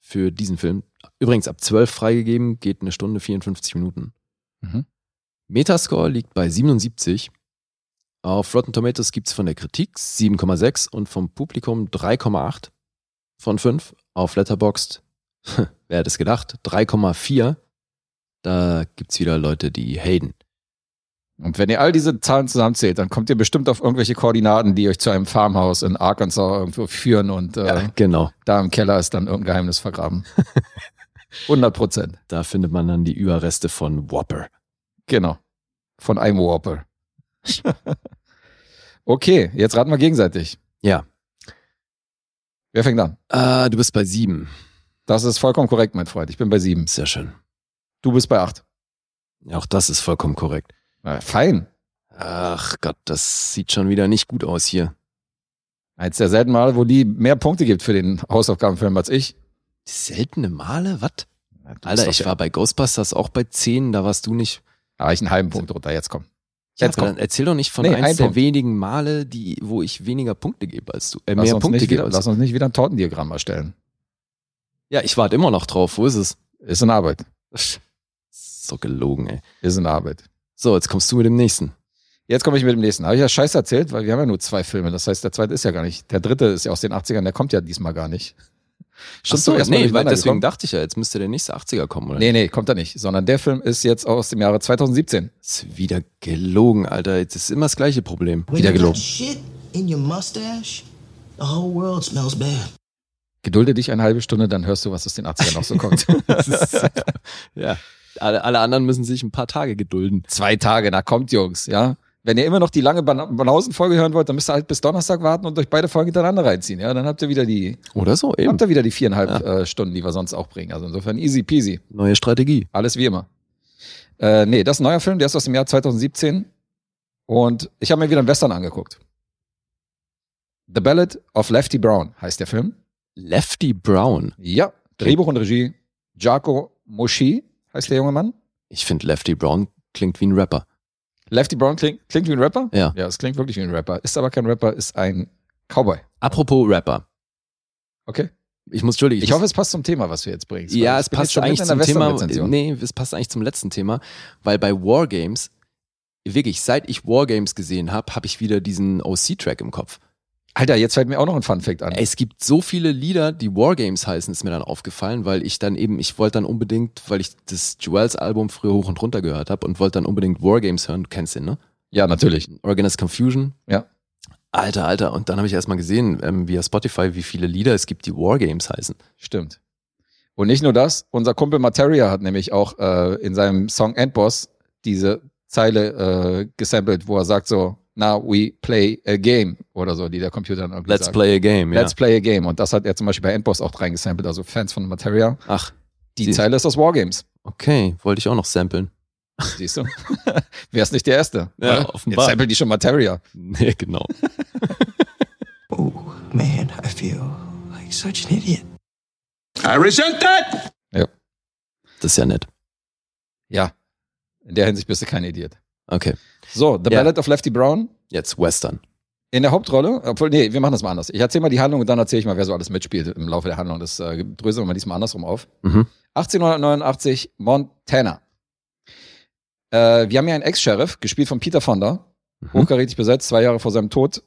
B: für diesen Film. Übrigens ab 12 freigegeben, geht eine Stunde 54 Minuten.
C: Mhm.
B: Metascore liegt bei 77. Auf Rotten Tomatoes gibt's von der Kritik 7,6 und vom Publikum 3,8 von 5. Auf Letterboxd, wer hätte es gedacht, 3,4. Da gibt's wieder Leute, die Hayden.
C: Und wenn ihr all diese Zahlen zusammenzählt, dann kommt ihr bestimmt auf irgendwelche Koordinaten, die euch zu einem Farmhaus in Arkansas irgendwo führen und äh,
B: Ja, genau.
C: da im Keller ist dann irgendein Geheimnis vergraben. 100 Prozent.
B: Da findet man dann die Überreste von Whopper.
C: Genau. Von einem Warper. okay, jetzt raten wir gegenseitig.
B: Ja.
C: Wer fängt an?
B: Ah, du bist bei sieben.
C: Das ist vollkommen korrekt, mein Freund. Ich bin bei sieben.
B: Sehr schön.
C: Du bist bei acht.
B: Auch das ist vollkommen korrekt.
C: Na, fein.
B: Ach Gott, das sieht schon wieder nicht gut aus hier.
C: Eins der seltenen Male, wo die mehr Punkte gibt für den Hausaufgabenfilm als ich.
B: Seltene Male? Was?
C: Du bist
B: Alter,
C: doch-
B: ich war bei Ghostbusters auch bei zehn, da warst du nicht.
C: Da war ich einen halben Punkt runter. Jetzt komm.
B: Ja,
C: Jetzt
B: aber
C: komm.
B: dann erzähl doch nicht von
C: Nee,
B: eins
C: ein
B: der
C: Punkt.
B: wenigen Male, die, wo ich weniger Punkte gebe als du. Äh,
C: Lass
B: mehr
C: uns
B: Punkte
C: nicht
B: gebe
C: wieder,
B: als
C: Lass
B: du.
C: uns nicht wieder ein Tortendiagramm erstellen.
B: Ja, ich warte immer noch drauf. Wo ist es?
C: Ist in Arbeit.
B: So gelogen, ey.
C: Ist in Arbeit.
B: So, jetzt kommst du mit dem nächsten.
C: Jetzt komme ich mit dem nächsten. Habe ich ja Scheiß erzählt, weil wir haben ja nur zwei Filme. Das heißt, der zweite ist ja gar nicht. Der dritte ist ja aus den 80ern, der kommt ja diesmal gar nicht.
B: Ach
C: Stimmt
B: so,
C: erstmal
B: nee, weil
C: durcheinander
B: deswegen
C: gekommen?
B: dachte ich ja, jetzt müsste der nächste 80er kommen, oder?
C: Nee, nee, kommt er nicht. Sondern der Film ist jetzt aus dem Jahre 2017.
B: Ist wieder gelogen, Alter. Jetzt ist immer das gleiche Problem.
C: Wieder gelogen.
K: Shit in your mustache? The whole world smells bad.
C: Gedulde dich eine halbe Stunde, dann hörst du, was aus den 80ern noch so kommt.
B: ja. Alle, alle anderen müssen sich ein paar Tage gedulden.
C: zwei Tage, na kommt, Jungs, ja. Wenn ihr immer noch die lange Ban- Banausen-Folge hören wollt, dann müsst ihr halt bis Donnerstag warten und euch beide Folgen hintereinander reinziehen, ja. Dann habt ihr wieder die,
B: Oder so, eben.
C: habt ihr wieder die viereinhalb äh, Stunden, die wir sonst auch bringen. Also insofern easy peasy.
B: Neue Strategie.
C: Alles wie immer. Äh, nee, das ist ein neuer Film, der ist aus dem Jahr 2017. Und ich habe mir wieder einen Western angeguckt. The Ballad of Lefty Brown heißt der Film.
B: Lefty Brown.
C: Ja, Drehbuch und Regie. Jaco Moshi heißt der junge Mann.
B: Ich finde, Lefty Brown klingt wie ein Rapper.
C: Lefty Brown klingt, klingt wie ein Rapper?
B: Ja.
C: Ja, es klingt wirklich wie ein Rapper. Ist aber kein Rapper, ist ein Cowboy.
B: Apropos Rapper.
C: Okay.
B: Ich muss, Entschuldigung.
C: Ich hoffe, es passt zum Thema, was du jetzt bringst. weil
B: Ja,
C: ich
B: es
C: bin jetzt
B: passt
C: schon
B: eigentlich
C: mitten
B: zum
C: in der
B: Thema.
C: Western-Rezension.
B: Nee, es passt eigentlich zum letzten Thema, weil bei Wargames, wirklich, seit ich Wargames gesehen habe, habe ich wieder diesen OC-Track im Kopf.
C: Alter, jetzt fällt mir auch noch ein Fun-Fact an.
B: Es gibt so viele Lieder, die Wargames heißen, ist mir dann aufgefallen, weil ich dann eben, ich wollte dann unbedingt, weil ich das Jewels-Album früher hoch und runter gehört habe und wollte dann unbedingt Wargames hören. Du kennst den, ne?
C: Ja, natürlich.
B: Organized Confusion.
C: Ja.
B: Alter, Alter. Und dann habe ich erstmal gesehen, ähm, via Spotify, wie viele Lieder es gibt, die Wargames heißen.
C: Stimmt. Und nicht nur das, unser Kumpel Materia hat nämlich auch äh, in seinem Song Endboss diese Zeile äh, gesampelt, wo er sagt so, now we play a game oder so, die der Computer dann irgendwie
B: Let's
C: sagt.
B: play a game, ja.
C: Let's play a game. Und das hat er zum Beispiel bei Endboss auch reingesampelt, also Fans von Materia.
B: Ach,
C: Die
B: Sie-
C: Zeile ist aus Wargames.
B: okay, wollte ich auch noch samplen.
C: Siehst du? Wär's nicht der Erste.
B: Ja,
C: oder?
B: offenbar.
C: Jetzt sampelt die schon Materia.
B: Nee, genau.
K: Oh, man, I feel like such an idiot.
E: I resent that.
B: Das ist ja nett.
C: Ja. In der Hinsicht bist du kein Idiot.
B: Okay,
C: So, The
B: Ja.
C: Ballad of Lefty Brown.
B: jetzt Western.
C: In der Hauptrolle, obwohl, nee, wir machen das mal anders. Ich erzähle mal die Handlung und dann erzähle ich mal, wer so alles mitspielt im Laufe der Handlung. Das äh, dröseln wir mal diesmal andersrum auf.
B: Mhm.
C: 1889, Montana. Äh, wir haben hier einen Ex-Sheriff, gespielt von Peter Fonda, hochkarätig besetzt, zwei Jahre vor seinem Tod.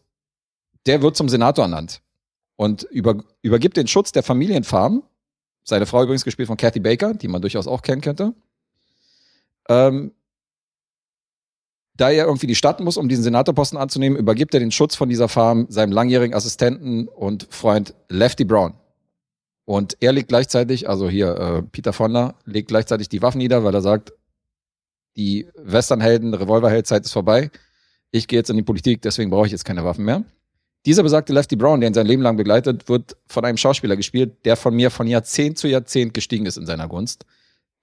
C: Der wird zum Senator ernannt und über, übergibt den Schutz der Familienfarm. Seine Frau übrigens gespielt von Kathy Baker, die man durchaus auch kennen könnte. Ähm, da er irgendwie die Stadt muss, um diesen Senatorposten anzunehmen, übergibt er den Schutz von dieser Farm seinem langjährigen Assistenten und Freund Lefty Brown. Und er legt gleichzeitig, also hier äh, Peter Fonda, legt gleichzeitig die Waffen nieder, weil er sagt, die Westernhelden, Revolverheldzeit ist vorbei. Ich gehe jetzt in die Politik, deswegen brauche ich jetzt keine Waffen mehr. Dieser besagte Lefty Brown, der ihn sein Leben lang begleitet, wird von einem Schauspieler gespielt, der von mir von Jahrzehnt zu Jahrzehnt gestiegen ist in seiner Gunst.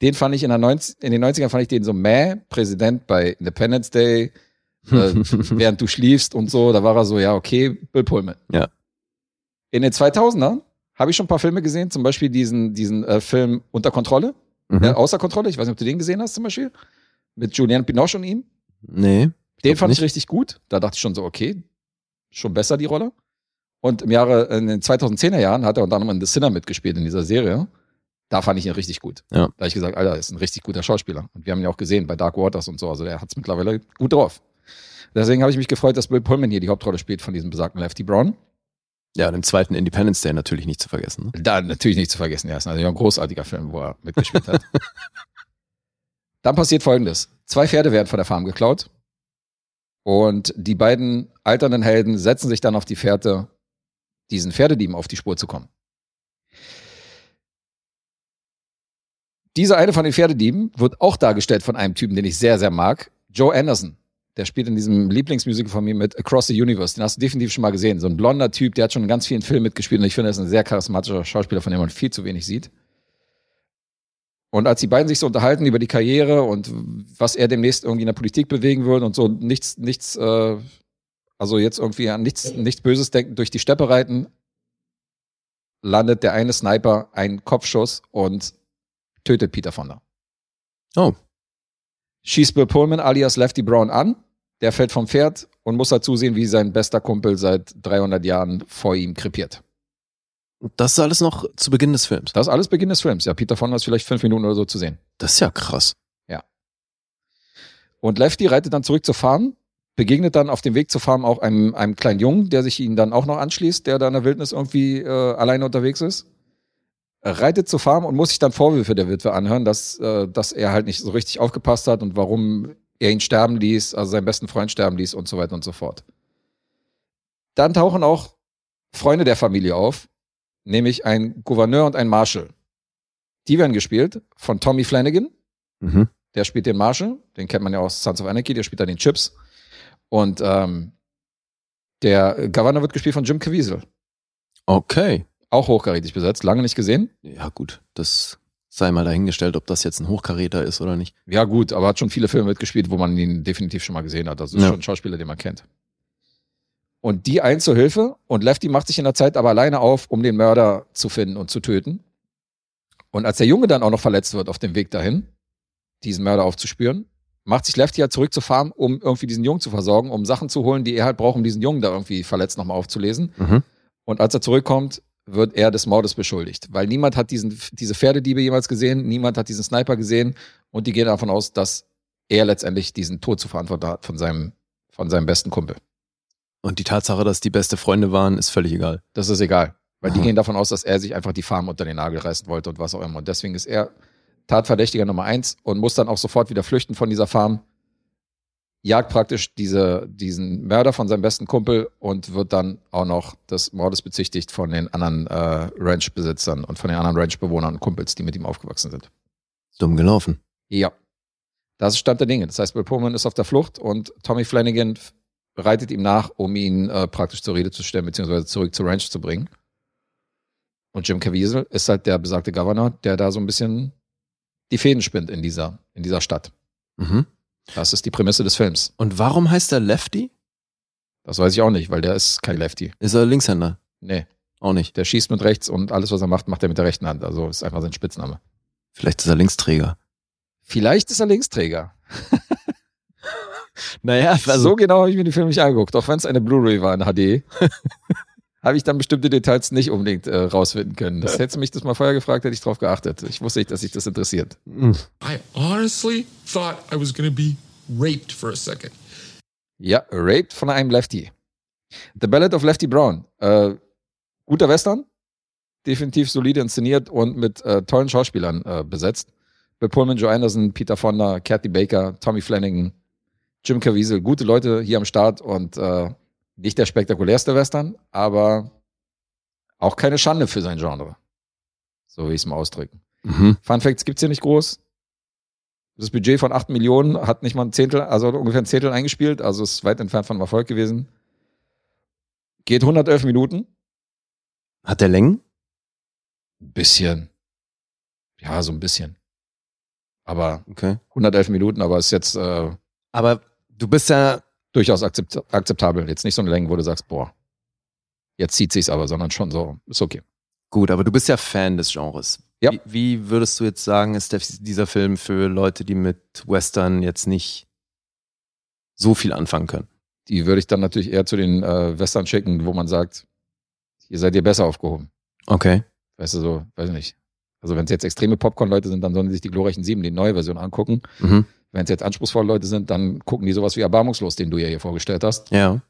C: Den fand ich in, der 90, in den 90ern fand ich den so mäh, Präsident bei Independence Day, äh, während du schliefst und so. Da war er so, ja, okay, Bill Pullman.
B: Ja.
C: In den 2000ern habe ich schon ein paar Filme gesehen, zum Beispiel diesen, diesen äh, Film Unter Kontrolle,
B: Mhm.
C: äh, Außer Kontrolle, ich weiß nicht, ob du den gesehen hast zum Beispiel, mit Julian Binoche und ihm.
B: Nee.
C: Den
B: Glaub
C: fand
B: nicht.
C: ich richtig gut. Da dachte ich schon so, okay, schon besser die Rolle. Und im Jahre, äh, in den 2010er Jahren hat er unter anderem in The Sinner mitgespielt in dieser Serie. Da fand ich ihn richtig gut.
B: Ja.
C: Da habe ich gesagt, Alter, ist ein richtig guter Schauspieler. Und wir haben ihn auch gesehen bei Dark Waters und so. Also der hat es mittlerweile gut drauf. Deswegen habe ich mich gefreut, dass Bill Pullman hier die Hauptrolle spielt von diesem besagten Lefty Brown.
B: Ja, und im zweiten Independence Day natürlich nicht zu vergessen. Ne?
C: Da natürlich nicht zu vergessen, ja, ist natürlich auch ein großartiger Film, wo er mitgespielt hat. Dann passiert folgendes: Zwei Pferde werden von der Farm geklaut. Und die beiden alternden Helden setzen sich dann auf die Pferde, diesen Pferdedieben auf die Spur zu kommen. Dieser eine von den Pferdedieben wird auch dargestellt von einem Typen, den ich sehr, sehr mag, Joe Anderson. Der spielt in diesem Lieblingsmusical von mir mit Across the Universe. Den hast du definitiv schon mal gesehen. So ein blonder Typ, der hat schon in ganz vielen Filmen mitgespielt und ich finde, er ist ein sehr charismatischer Schauspieler, von dem man viel zu wenig sieht. Und als die beiden sich so unterhalten über die Karriere und was er demnächst irgendwie in der Politik bewegen würde und so nichts, nichts, äh, also jetzt irgendwie an nichts, nichts Böses denken, durch die Steppe reiten, landet der eine Sniper einen Kopfschuss und tötet Peter Fonda.
B: Oh.
C: Schießt Bill Pullman alias Lefty Brown an, der fällt vom Pferd und muss dazu sehen, wie sein bester Kumpel seit 300 Jahren vor ihm krepiert.
B: Das ist alles noch zu Beginn des Films.
C: Das ist alles Beginn des Films. Ja, Peter Fonda ist vielleicht fünf Minuten oder so zu sehen.
B: Das ist ja krass.
C: Und Lefty reitet dann zurück zur Farm, begegnet dann auf dem Weg zur Farm auch einem, einem kleinen Jungen, der sich ihnen dann auch noch anschließt, der da in der Wildnis irgendwie äh, alleine unterwegs ist. Er Reitet zur Farm und muss sich dann Vorwürfe der Witwe anhören, dass, äh, dass er halt nicht so richtig aufgepasst hat und warum er ihn sterben ließ, also seinen besten Freund sterben ließ und so weiter und so fort. Dann tauchen auch Freunde der Familie auf, nämlich ein Gouverneur und ein Marshal. Die werden gespielt von Tommy Flanagan,
B: Mhm.
C: der spielt den Marshall, den kennt man ja aus Sons of Anarchy, der spielt dann den Chips. Und ähm, der Governor wird gespielt von Jim Caviezel.
B: Okay.
C: Auch hochkarätig besetzt, lange nicht gesehen.
B: Ja, gut. Das sei mal dahingestellt, ob das jetzt ein Hochkaräter ist oder nicht.
C: Ja, gut, aber hat schon viele Filme mitgespielt, wo man ihn definitiv schon mal gesehen hat. Also ist
B: Ja.
C: schon ein Schauspieler, den man kennt. Und die eilen zur Hilfe und Lefty macht sich in der Zeit aber alleine auf, um den Mörder zu finden und zu töten. Und als der Junge dann auch noch verletzt wird auf dem Weg dahin, diesen Mörder aufzuspüren, macht sich Lefty halt zurück zur Farm, um irgendwie diesen Jungen zu versorgen, um Sachen zu holen, die er halt braucht, um diesen Jungen da irgendwie verletzt nochmal aufzulesen.
B: Mhm.
C: Und als er zurückkommt, wird er des Mordes beschuldigt, weil niemand hat diesen, diese Pferdediebe jemals gesehen, niemand hat diesen Sniper gesehen und die gehen davon aus, dass er letztendlich diesen Tod zu verantworten hat von seinem, von seinem besten Kumpel.
B: Und die Tatsache, dass die beste Freunde waren, ist völlig egal.
C: Das ist egal, weil die
B: Aha.
C: gehen davon aus, dass er sich einfach die Farm unter den Nagel reißen wollte und was auch immer. Und deswegen ist er Tatverdächtiger Nummer eins und muss dann auch sofort wieder flüchten von dieser Farm, jagt praktisch diese, diesen Mörder von seinem besten Kumpel und wird dann auch noch des Mordes bezichtigt von den anderen äh, Ranchbesitzern und von den anderen Ranchbewohnern und Kumpels, die mit ihm aufgewachsen sind.
B: Dumm gelaufen.
C: Ja. Das ist Stand der Dinge. Das heißt, Bill Pullman ist auf der Flucht und Tommy Flanagan f- reitet ihm nach, um ihn äh, praktisch zur Rede zu stellen, beziehungsweise zurück zur Ranch zu bringen. Und Jim Caviezel ist halt der besagte Governor, der da so ein bisschen die Fäden spinnt in dieser, in dieser Stadt.
B: Mhm.
C: Das ist die Prämisse des Films.
B: Und warum heißt er Lefty?
C: Das weiß ich auch nicht, weil der ist kein Lefty.
B: Ist er Linkshänder?
C: Nee.
B: Auch nicht.
C: Der schießt mit rechts und alles, was er macht, macht er mit der rechten Hand. Also ist einfach sein Spitzname.
B: Vielleicht ist er Linksträger.
C: Vielleicht ist er Linksträger.
B: Naja, also
C: so genau habe ich mir den Film nicht angeguckt. Auch wenn es eine Blu-ray war in HD, habe ich dann bestimmte Details nicht unbedingt äh, rausfinden können. Das hättest du mich das mal vorher gefragt, hätte ich drauf geachtet. Ich wusste nicht, dass sich das interessiert.
J: I honestly thought I was going to be raped for a second.
C: Ja, Raped von einem Lefty. The Ballad of Lefty Brown. Äh, guter Western, definitiv solide inszeniert und mit äh, tollen Schauspielern äh, besetzt. Bill Pullman, Joe Anderson, Peter Fonda, Kathy Baker, Tommy Flanagan, Jim Caviezel. Gute Leute hier am Start und äh, nicht der spektakulärste Western, aber auch keine Schande für sein Genre. So will ich es mal ausdrücken.
B: Mhm.
C: Fun Facts gibt's hier nicht groß. Das Budget von 8 Millionen hat nicht mal ein Zehntel, also ungefähr ein Zehntel eingespielt, also ist weit entfernt von Erfolg gewesen. Geht 111 Minuten.
B: hat der Längen?
C: Ein bisschen. Ja, so ein bisschen. Aber
B: Okay.
C: 111 Minuten, aber ist jetzt äh,
B: Aber du bist ja
C: durchaus akzept akzeptabel. Jetzt nicht so eine Länge, wo du sagst, boah, jetzt zieht sich's aber, sondern schon so. Ist okay.
B: gut, aber du bist ja Fan des Genres.
C: Ja.
B: Wie, wie würdest du jetzt sagen, ist der, dieser Film für Leute, die mit Western jetzt nicht so viel anfangen können?
C: Die würde ich dann natürlich eher zu den äh, Western schicken, wo man sagt, hier seid ihr besser aufgehoben.
B: Okay.
C: weißt du, so, weiß ich nicht. Also wenn es jetzt extreme Popcorn-Leute sind, dann sollen die sich die glorreichen Sieben, die neue Version, angucken.
B: Mhm.
C: Wenn es jetzt anspruchsvolle Leute sind, dann gucken die sowas wie erbarmungslos, den du ja hier vorgestellt hast.
B: Ja.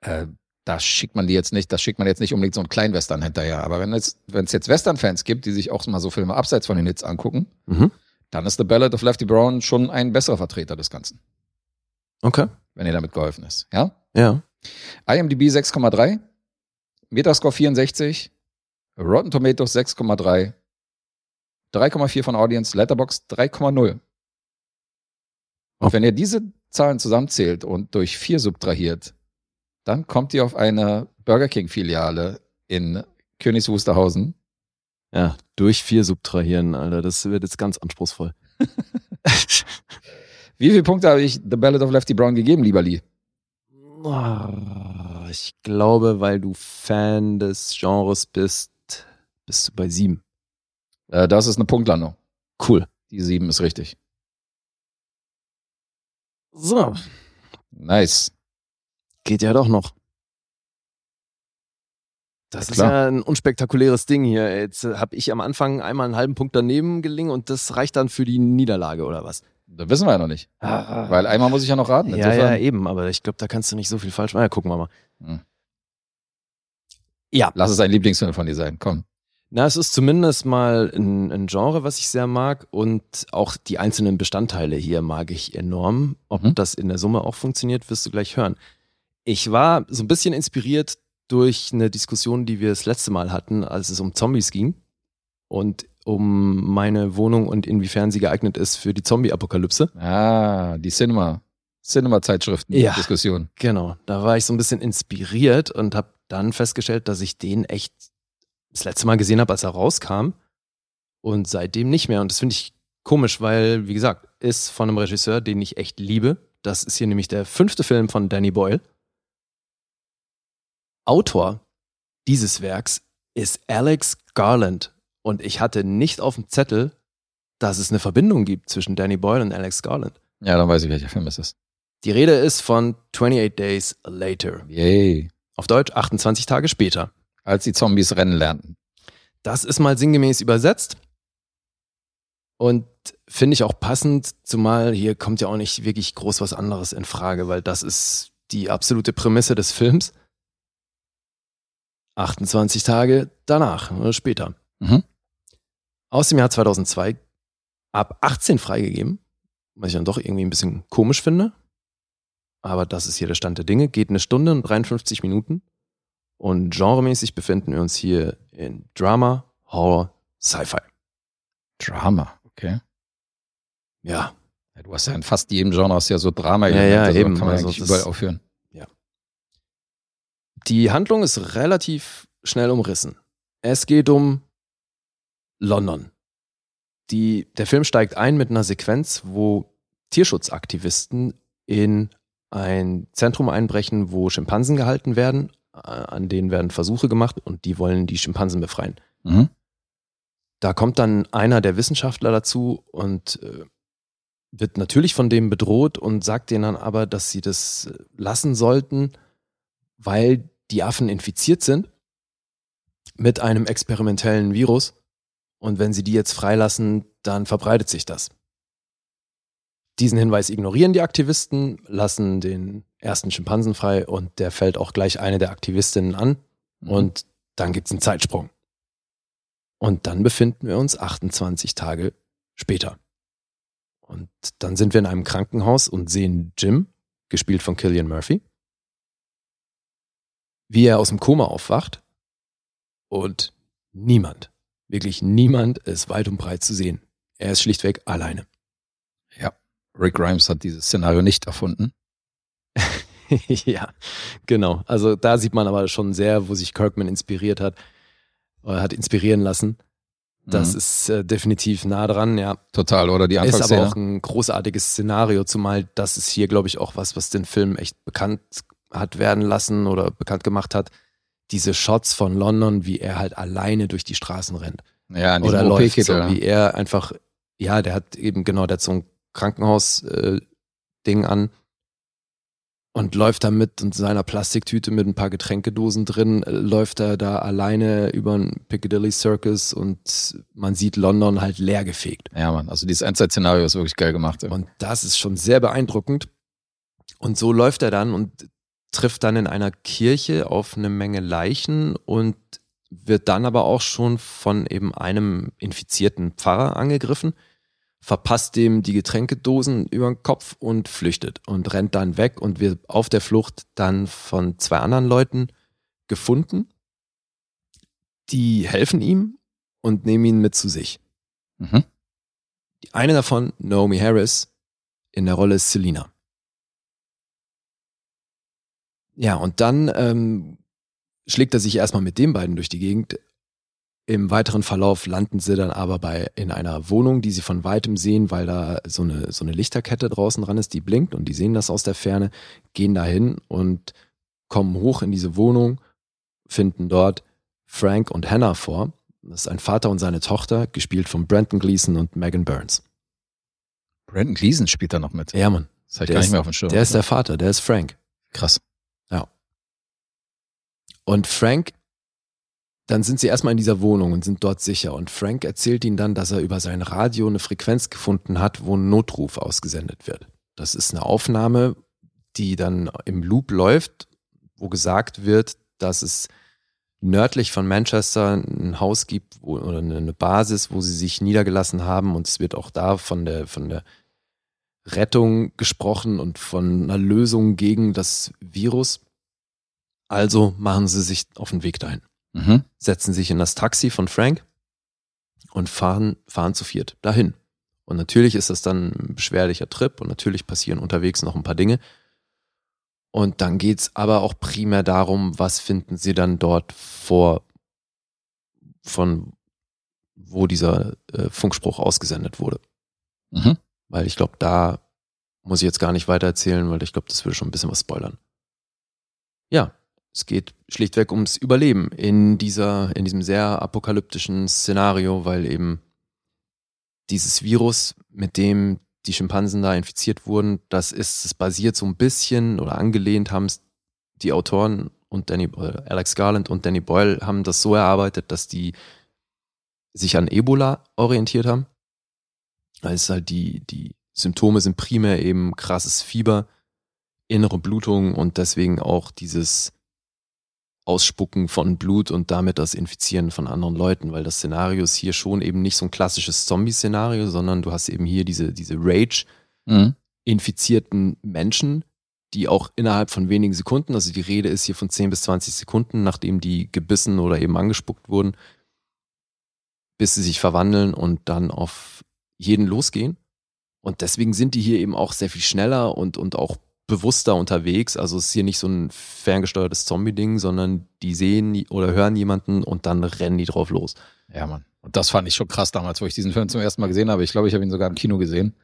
C: Äh, da schickt man die jetzt nicht, da schickt man jetzt nicht unbedingt so einen Kleinwestern hinterher. Aber wenn es wenn es jetzt Western-Fans gibt, die sich auch mal so Filme abseits von den Hits angucken,
B: Mhm.
C: dann ist The Ballad of Lefty Brown schon ein besserer Vertreter des Ganzen,
B: Okay.
C: wenn ihr damit geholfen ist. Ja?
B: Ja.
C: IMDb 6,3, Metascore 64, Rotten Tomatoes 6,3, 3,4 von Audience, Letterbox 3,0. Und
B: Okay.
C: wenn ihr diese Zahlen zusammenzählt und durch vier subtrahiert, dann kommt ihr auf eine Burger King Filiale in Königs Wusterhausen.
B: Ja. Durch vier subtrahieren, Alter. Das wird jetzt ganz anspruchsvoll.
C: Wie viele Punkte habe ich The Ballad of Lefty Brown gegeben, lieber Lee?
B: Ah, Ich glaube, weil du Fan des Genres bist, bist du bei sieben.
C: Äh, das ist eine Punktlandung.
B: Cool.
C: Die sieben ist richtig.
B: So.
C: Nice.
B: Geht ja doch noch. Das
C: Na
B: ist
C: klar.
B: ja ein unspektakuläres Ding hier. Jetzt habe ich am Anfang einmal einen halben Punkt daneben gelingen und das reicht dann für die Niederlage oder was?
C: Das wissen wir ja noch nicht.
B: Ah.
C: Weil einmal muss ich ja noch raten.
B: Ja, ja, eben, aber ich glaube, da kannst du nicht so viel falsch machen. Ja, gucken wir mal.
C: Lass es ein Lieblingsfilm von dir sein. Komm.
B: Na, es ist zumindest mal ein, ein Genre, was ich sehr mag und auch die einzelnen Bestandteile hier mag ich enorm. Ob
C: Mhm.
B: das in der Summe auch funktioniert, wirst du gleich hören. Ich war so ein bisschen inspiriert durch eine Diskussion, die wir das letzte Mal hatten, als es um Zombies ging und um meine Wohnung und inwiefern sie geeignet ist für die Zombie-Apokalypse.
C: Ah, die Cinema. Cinema-Zeitschriften.
B: Ja.
C: Diskussion.
B: Genau, da war ich so ein bisschen inspiriert und habe dann festgestellt, dass ich den echt das letzte Mal gesehen habe, als er rauskam und seitdem nicht mehr. Und das finde ich komisch, weil, wie gesagt, ist von einem Regisseur, den ich echt liebe. Das ist hier nämlich der fünfte Film von Danny Boyle. Autor dieses Werks ist Alex Garland. Und ich hatte nicht auf dem Zettel, dass es eine Verbindung gibt zwischen Danny Boyle und Alex Garland.
C: Ja, dann weiß ich, welcher Film es ist.
B: Die Rede ist von 28 Days Later.
C: Yay.
B: Auf Deutsch 28 Tage später.
C: als die Zombies rennen lernten.
B: Das ist mal sinngemäß übersetzt. Und finde ich auch passend, zumal hier kommt ja auch nicht wirklich groß was anderes in Frage, weil das ist die absolute Prämisse des Films. 28 Tage danach, äh, später.
C: Mhm.
B: Aus dem Jahr 2002 ab 18 freigegeben, was ich dann doch irgendwie ein bisschen komisch finde. Aber das ist hier der Stand der Dinge. Geht eine Stunde und 53 Minuten. Und genremäßig befinden wir uns hier in Drama, Horror, Sci-Fi.
C: Drama, okay.
B: Ja,
C: Ja, du hast ja in fast jedem Genre hast du ja so Drama.
B: Ja, ja, eben.
C: Kann man
B: Also
C: eigentlich
B: das-
C: überall aufhören.
B: Die Handlung ist relativ schnell umrissen. Es geht um London. Die, der Film steigt ein mit einer Sequenz, wo Tierschutzaktivisten in ein Zentrum einbrechen, wo Schimpansen gehalten werden. Äh, An denen werden Versuche gemacht und die wollen die Schimpansen befreien.
C: Mhm.
B: Da kommt dann einer der Wissenschaftler dazu und äh, wird natürlich von dem bedroht und sagt denen dann aber, dass sie das äh, lassen sollten, weil die Affen infiziert sind mit einem experimentellen Virus. Und wenn sie die jetzt freilassen, dann verbreitet sich das. Diesen Hinweis ignorieren die Aktivisten, lassen den ersten Schimpansen frei und der fällt auch gleich eine der Aktivistinnen an. Und dann gibt es einen Zeitsprung. Und dann befinden wir uns 28 Tage später. Und dann sind wir in einem Krankenhaus und sehen Jim, gespielt von Killian Murphy, wie er aus dem Koma aufwacht. Und niemand, wirklich niemand ist weit und breit zu sehen. Er ist schlichtweg alleine.
C: Rick Grimes hat dieses Szenario nicht erfunden.
B: ja, genau. Also da sieht man aber schon sehr, wo sich Kirkman inspiriert hat, oder hat inspirieren lassen. Das
C: Mhm.
B: ist äh, definitiv nah dran, ja.
C: total, oder? Die
B: Ist aber auch
C: Anfangsszene.
B: ein großartiges Szenario, zumal das ist hier, glaube ich, auch was, was den Film echt bekannt hat werden lassen oder bekannt gemacht hat. Diese Shots von London, wie er halt alleine durch die Straßen rennt.
C: Ja, in diesem
B: Oder läuft so,
C: OP-Kittel.
B: wie er einfach, ja, der hat eben, genau, der hat so ein Krankenhaus-Ding an und läuft da mit und seiner Plastiktüte mit ein paar Getränkedosen drin, äh, läuft er da alleine über den Piccadilly Circus und man sieht London halt leergefegt.
C: ja, Mann. Also dieses Endzeit-Szenario ist wirklich geil gemacht. ey.
B: Und das ist schon sehr beeindruckend. Und so läuft er dann und trifft dann in einer Kirche auf eine Menge Leichen und wird dann aber auch schon von eben einem infizierten Pfarrer angegriffen, verpasst dem die Getränkedosen über den Kopf und flüchtet und rennt dann weg und wird auf der Flucht dann von zwei anderen Leuten gefunden. Die helfen ihm und nehmen ihn mit zu sich.
C: Mhm.
B: Die eine davon, Naomi Harris, in der Rolle ist Selina. Ja, und dann ähm, schlägt er sich erstmal mit den beiden durch die Gegend. Im weiteren Verlauf landen sie dann aber bei, in einer Wohnung, die sie von weitem sehen, weil da so eine, so eine Lichterkette draußen dran ist, die blinkt und die sehen das aus der Ferne, gehen dahin und kommen hoch in diese Wohnung, finden dort Frank und Hannah vor. Das ist ein Vater und seine Tochter, gespielt von Brandon Gleason und Megan Burns.
C: Brandon Gleason spielt da noch mit.
B: Ja, Mann.
C: Das hab ich
B: der
C: gar nicht
B: ist-
C: mehr auf dem Schirm.
B: Der ist der Vater, der ist Frank.
C: krass.
B: Und Frank, dann sind sie erstmal in dieser Wohnung und sind dort sicher. Und Frank erzählt ihnen dann, dass er über sein Radio eine Frequenz gefunden hat, wo ein Notruf ausgesendet wird. Das ist eine Aufnahme, die dann im Loop läuft, wo gesagt wird, dass es nördlich von Manchester ein Haus gibt wo, oder eine eine Basis, wo sie sich niedergelassen haben. Und es wird auch da von der, von der Rettung gesprochen und von einer Lösung gegen das Virus. Also machen sie sich auf den Weg dahin,
C: Mhm.
B: setzen sich in das Taxi von Frank und fahren, fahren zu viert dahin. Und natürlich ist das dann ein beschwerlicher Trip und natürlich passieren unterwegs noch ein paar Dinge. Und dann geht's aber auch primär darum, was finden sie dann dort vor, von wo dieser äh, Funkspruch ausgesendet wurde.
C: Mhm.
B: Weil ich glaube, da muss ich jetzt gar nicht weiter erzählen, weil ich glaube, das würde schon ein bisschen was spoilern. Ja, es geht schlichtweg ums Überleben in dieser, in diesem sehr apokalyptischen Szenario, weil eben dieses Virus, mit dem die Schimpansen da infiziert wurden, das ist, es basiert so ein bisschen oder angelehnt haben es die Autoren und Danny Boyle, Alex Garland und Danny Boyle haben das so erarbeitet, dass die sich an Ebola orientiert haben. Also halt die, die Symptome sind primär eben krasses Fieber, innere Blutung und deswegen auch dieses Ausspucken von Blut und damit das Infizieren von anderen Leuten, weil das Szenario ist hier schon eben nicht so ein klassisches Zombie-Szenario, sondern du hast eben hier diese, diese
C: Mhm.
B: Rage-infizierten Menschen, die auch innerhalb von wenigen Sekunden, also die Rede ist hier von 10 bis 20 Sekunden, nachdem die gebissen oder eben angespuckt wurden, bis sie sich verwandeln und dann auf jeden losgehen. Und deswegen sind die hier eben auch sehr viel schneller und, und auch bewusster unterwegs. Also es ist hier nicht so ein ferngesteuertes Zombie-Ding, sondern die sehen oder hören jemanden und dann rennen die drauf los.
C: Ja, Mann. Und das fand ich schon krass damals, wo ich diesen Film zum ersten Mal gesehen habe. Ich glaube, ich habe ihn sogar im Kino gesehen.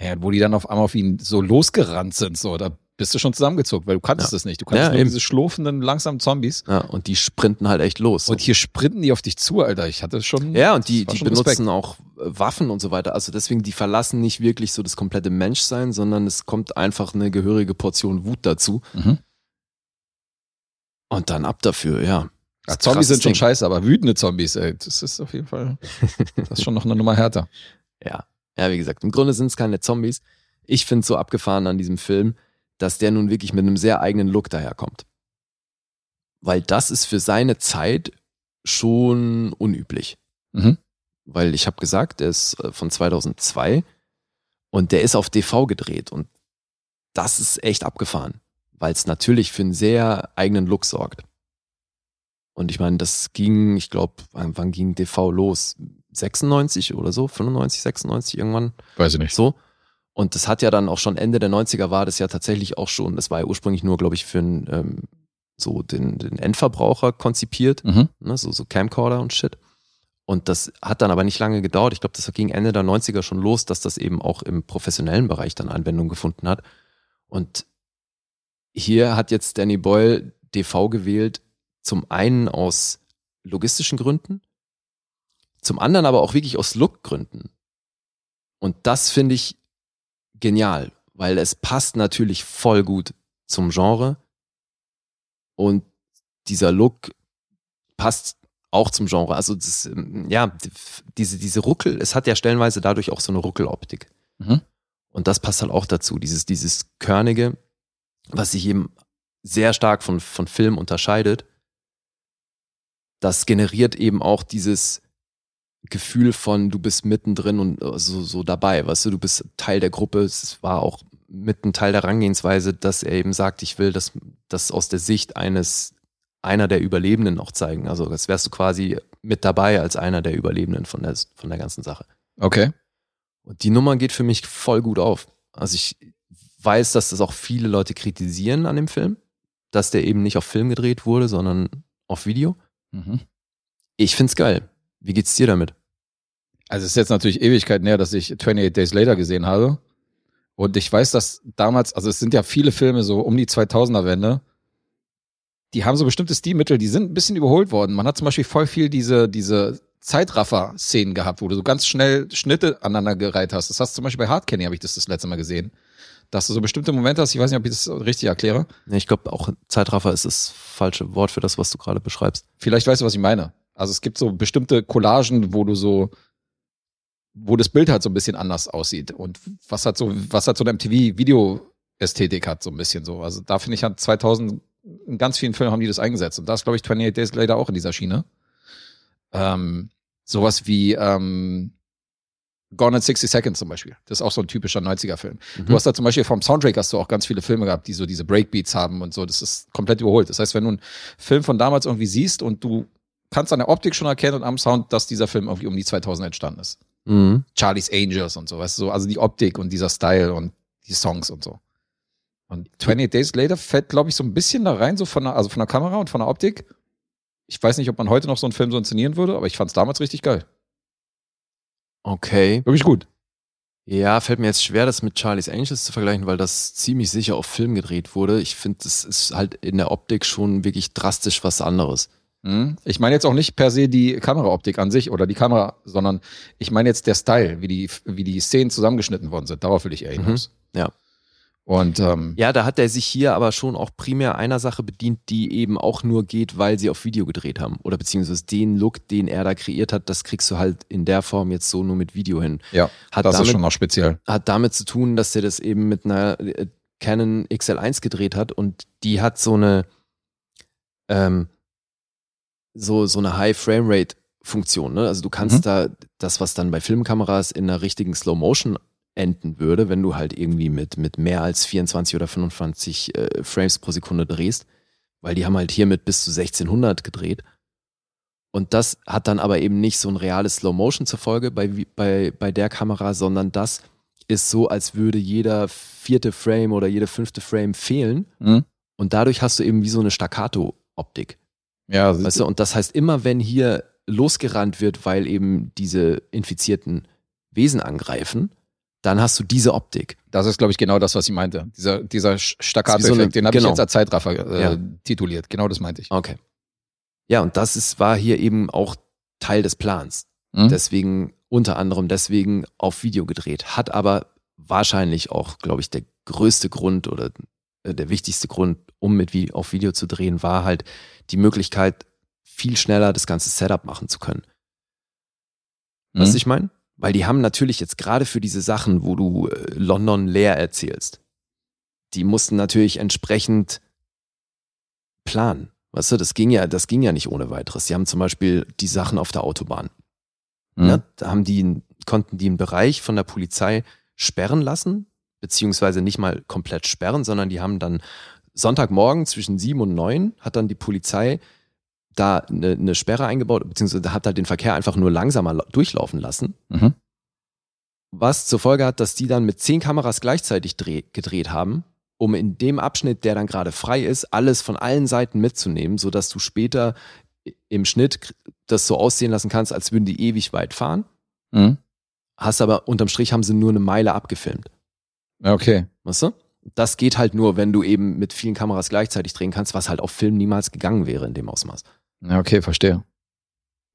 C: Ja, wo die dann auf einmal auf ihn so losgerannt sind, so, da bist du schon zusammengezuckt, weil du kanntest
B: Ja.
C: es nicht. Du kannst
B: Ja,
C: nur
B: eben.
C: diese schlurfenden, langsamen Zombies.
B: Ja, und die sprinten halt echt los.
C: Und hier sprinten die auf dich zu, Alter. Ich hatte schon.
B: Ja, und die,
C: das war
B: die
C: schon
B: benutzen
C: Respekt.
B: auch äh, Waffen und so weiter. Also deswegen, die verlassen nicht wirklich so das komplette Menschsein, sondern es kommt einfach eine gehörige Portion Wut dazu.
C: Mhm.
B: Und dann ab dafür, ja. Das
C: Ja,
B: ist
C: Zombies
B: krasses
C: sind schon
B: Ding.
C: scheiße, aber wütende Zombies, ey, das ist auf jeden Fall. Das ist schon noch eine Nummer härter.
B: Ja. Ja, wie gesagt, im Grunde sind es keine Zombies. Ich finde es so abgefahren an diesem Film, dass der nun wirklich mit einem sehr eigenen Look daherkommt. Weil das ist für seine Zeit schon unüblich.
C: Mhm.
B: Weil ich habe gesagt, der ist äh, von 2002 und der ist auf DV gedreht und das ist echt abgefahren, weil es natürlich für einen sehr eigenen Look sorgt. Und ich meine, das ging, ich glaube, wann wann ging DV los? 96 oder so, 95, 96 irgendwann.
C: Weiß ich nicht.
B: So. Und das hat ja dann auch schon Ende der 90er war das ja tatsächlich auch schon, das war ja ursprünglich nur, glaube ich, für einen, ähm, so den, den Endverbraucher konzipiert,
C: Mhm.
B: ne? so, so Camcorder und Shit. Und das hat dann aber nicht lange gedauert. Ich glaube, das ging Ende der 90er schon los, dass das eben auch im professionellen Bereich dann Anwendung gefunden hat. Und hier hat jetzt Danny Boyle DV gewählt, zum einen aus logistischen Gründen, zum anderen aber auch wirklich aus Look-Gründen. Und das finde ich genial, weil es passt natürlich voll gut zum Genre. Und dieser Look passt auch zum Genre. Also das, ähm, ja, d- f- diese, diese Ruckel, es hat ja stellenweise dadurch auch so eine Ruckeloptik.
C: Mhm.
B: Und das passt halt auch dazu, dieses, dieses Körnige, was sich eben sehr stark von, von Film unterscheidet. Das generiert eben auch dieses, Gefühl von, du bist mittendrin und äh, so, so dabei, weißt du, du bist Teil der Gruppe. Es war auch mit ein Teil der Herangehensweise, dass er eben sagt, ich will das, das aus der Sicht eines, einer der Überlebenden auch zeigen. Also, das wärst du quasi mit dabei als einer der Überlebenden von der, von der ganzen Sache.
C: Okay.
B: Und die Nummer geht für mich voll gut auf. Also ich weiß, dass das auch viele Leute kritisieren an dem Film, dass der eben nicht auf Film gedreht wurde, sondern auf Video.
C: Mhm.
B: Ich find's geil. Wie geht's dir damit?
C: Also es ist jetzt natürlich Ewigkeiten her, dass ich 28 Days Later gesehen habe. Und ich weiß, dass damals, also es sind ja viele Filme so um die 2000er-Wende, die haben so bestimmte Stilmittel, die sind ein bisschen überholt worden. Man hat zum Beispiel voll viel diese, diese Zeitraffer-Szenen gehabt, wo du so ganz schnell Schnitte aneinandergereiht hast. Das hast du zum Beispiel bei Hard Candy, habe ich das das letzte Mal gesehen. Dass du so bestimmte Momente hast, ich weiß nicht, ob ich das richtig erkläre.
B: Ja, Ich glaube, auch Zeitraffer ist das falsche Wort für das, was du gerade beschreibst.
C: Vielleicht weißt du, was ich meine. Also es gibt so bestimmte Collagen, wo du so, wo das Bild halt so ein bisschen anders aussieht und was halt so, was halt so eine MTV-Video-Ästhetik hat, so ein bisschen so. Also da finde ich hat 2000, in ganz vielen Filmen haben die das eingesetzt und da ist, glaube ich, 28 Days Later auch in dieser Schiene. Ähm, sowas wie ähm, Gone in 60 Seconds zum Beispiel. Das ist auch so ein typischer 90er-Film. Du hast da zum Beispiel vom Soundtrack hast du auch ganz viele Filme gehabt, die so diese Breakbeats haben und so. Das ist komplett überholt. Das heißt, wenn du einen Film von damals irgendwie siehst und du kannst an der Optik schon erkennen und am Sound, dass dieser Film irgendwie um die 2000 entstanden ist.
B: Mhm.
C: Charlie's Angels und so, weißt du, so, also die Optik und dieser Style und die Songs und so. Und 28 Days Later fällt, glaube ich, so ein bisschen da rein, so von der, also von der Kamera und von der Optik. Ich weiß nicht, ob man heute noch so einen Film so inszenieren würde, aber ich fand es damals richtig geil.
B: Okay.
C: Wirklich gut.
B: Ja, fällt mir jetzt schwer, das mit Charlie's Angels zu vergleichen, weil das ziemlich sicher auf Film gedreht wurde. Ich finde, das ist halt in der Optik schon wirklich drastisch was anderes.
C: Mhm. Ich meine jetzt auch nicht per se die Kameraoptik an sich oder die Kamera, sondern ich meine jetzt der Style, wie die, wie die Szenen zusammengeschnitten worden sind. Darauf will ich eher hinaus.
B: Ja.
C: Und ähm,
B: Ja, da hat er sich hier aber schon auch primär einer Sache bedient, die eben auch nur geht, weil sie auf Video gedreht haben. Oder beziehungsweise den Look, den er da kreiert hat, das kriegst du halt in der Form jetzt so nur mit Video hin.
C: ja,
B: Hat
C: das ist
B: damit-
C: schon noch speziell.
B: Hat damit zu tun, dass er das eben mit einer äh, Canon XL1 gedreht hat und die hat so eine ähm, so, so eine High Frame Rate Funktion. Ne? Also du kannst
C: Mhm.
B: da das, was dann bei Filmkameras in einer richtigen Slow Motion enden würde, wenn du halt irgendwie mit, mit mehr als 24 oder 25 äh, Frames pro Sekunde drehst, weil die haben halt hier mit bis zu 1600 gedreht. Und das hat dann aber eben nicht so ein reales Slow Motion zur Folge bei, wie- bei, bei der Kamera, sondern das ist so, als würde jeder vierte Frame oder jede fünfte Frame fehlen.
C: Mhm.
B: Und dadurch hast du eben wie so eine Staccato-Optik.
C: Ja,
B: Weißt du, und das heißt, immer wenn hier losgerannt wird, weil eben diese infizierten Wesen angreifen, dann hast du diese Optik.
C: das ist, glaube ich, genau das, was ich meinte. Dieser, dieser
B: Wie so eine-
C: Staccato-Effekt, den habe
B: genau.
C: ich jetzt als Zeitraffer äh,
B: Ja. Ah,
C: tituliert. Genau das meinte ich.
B: Okay. Ja, und das ist, war hier eben auch Teil des Plans.
C: Mhm.
B: Deswegen, unter anderem deswegen auf Video gedreht. Hat aber wahrscheinlich auch, glaube ich, der größte Grund oder äh, der wichtigste Grund, um mit wie auf Video zu drehen, war halt die Möglichkeit, viel schneller das ganze Setup machen zu können. Weißt
C: Mhm.
B: du, ich meine? Weil die haben natürlich jetzt gerade für diese Sachen, wo du äh, London leer erzählst, die mussten natürlich entsprechend planen. Weißt du, das ging ja, das ging ja nicht ohne weiteres. Die haben zum Beispiel die Sachen auf der Autobahn.
C: Mhm.
B: Ne? Da haben die, konnten die einen Bereich von der Polizei sperren lassen, beziehungsweise nicht mal komplett sperren, sondern die haben dann Sonntagmorgen zwischen sieben und neun hat dann die Polizei da eine, eine Sperre eingebaut, beziehungsweise hat halt den Verkehr einfach nur langsamer lau- durchlaufen lassen,
C: Mhm.
B: was zur Folge hat, dass die dann mit zehn Kameras gleichzeitig dreh, gedreht haben, um in dem Abschnitt, der dann gerade frei ist, alles von allen Seiten mitzunehmen, sodass du später i- im Schnitt k- das so aussehen lassen kannst, als würden die ewig weit fahren.
C: Mhm.
B: Hast aber unterm Strich haben sie nur eine Meile abgefilmt.
C: Ja, Okay.
B: Weißt du? Das geht halt nur, wenn du eben mit vielen Kameras gleichzeitig drehen kannst, was halt auf Film niemals gegangen wäre in dem Ausmaß.
C: Ja, okay, verstehe.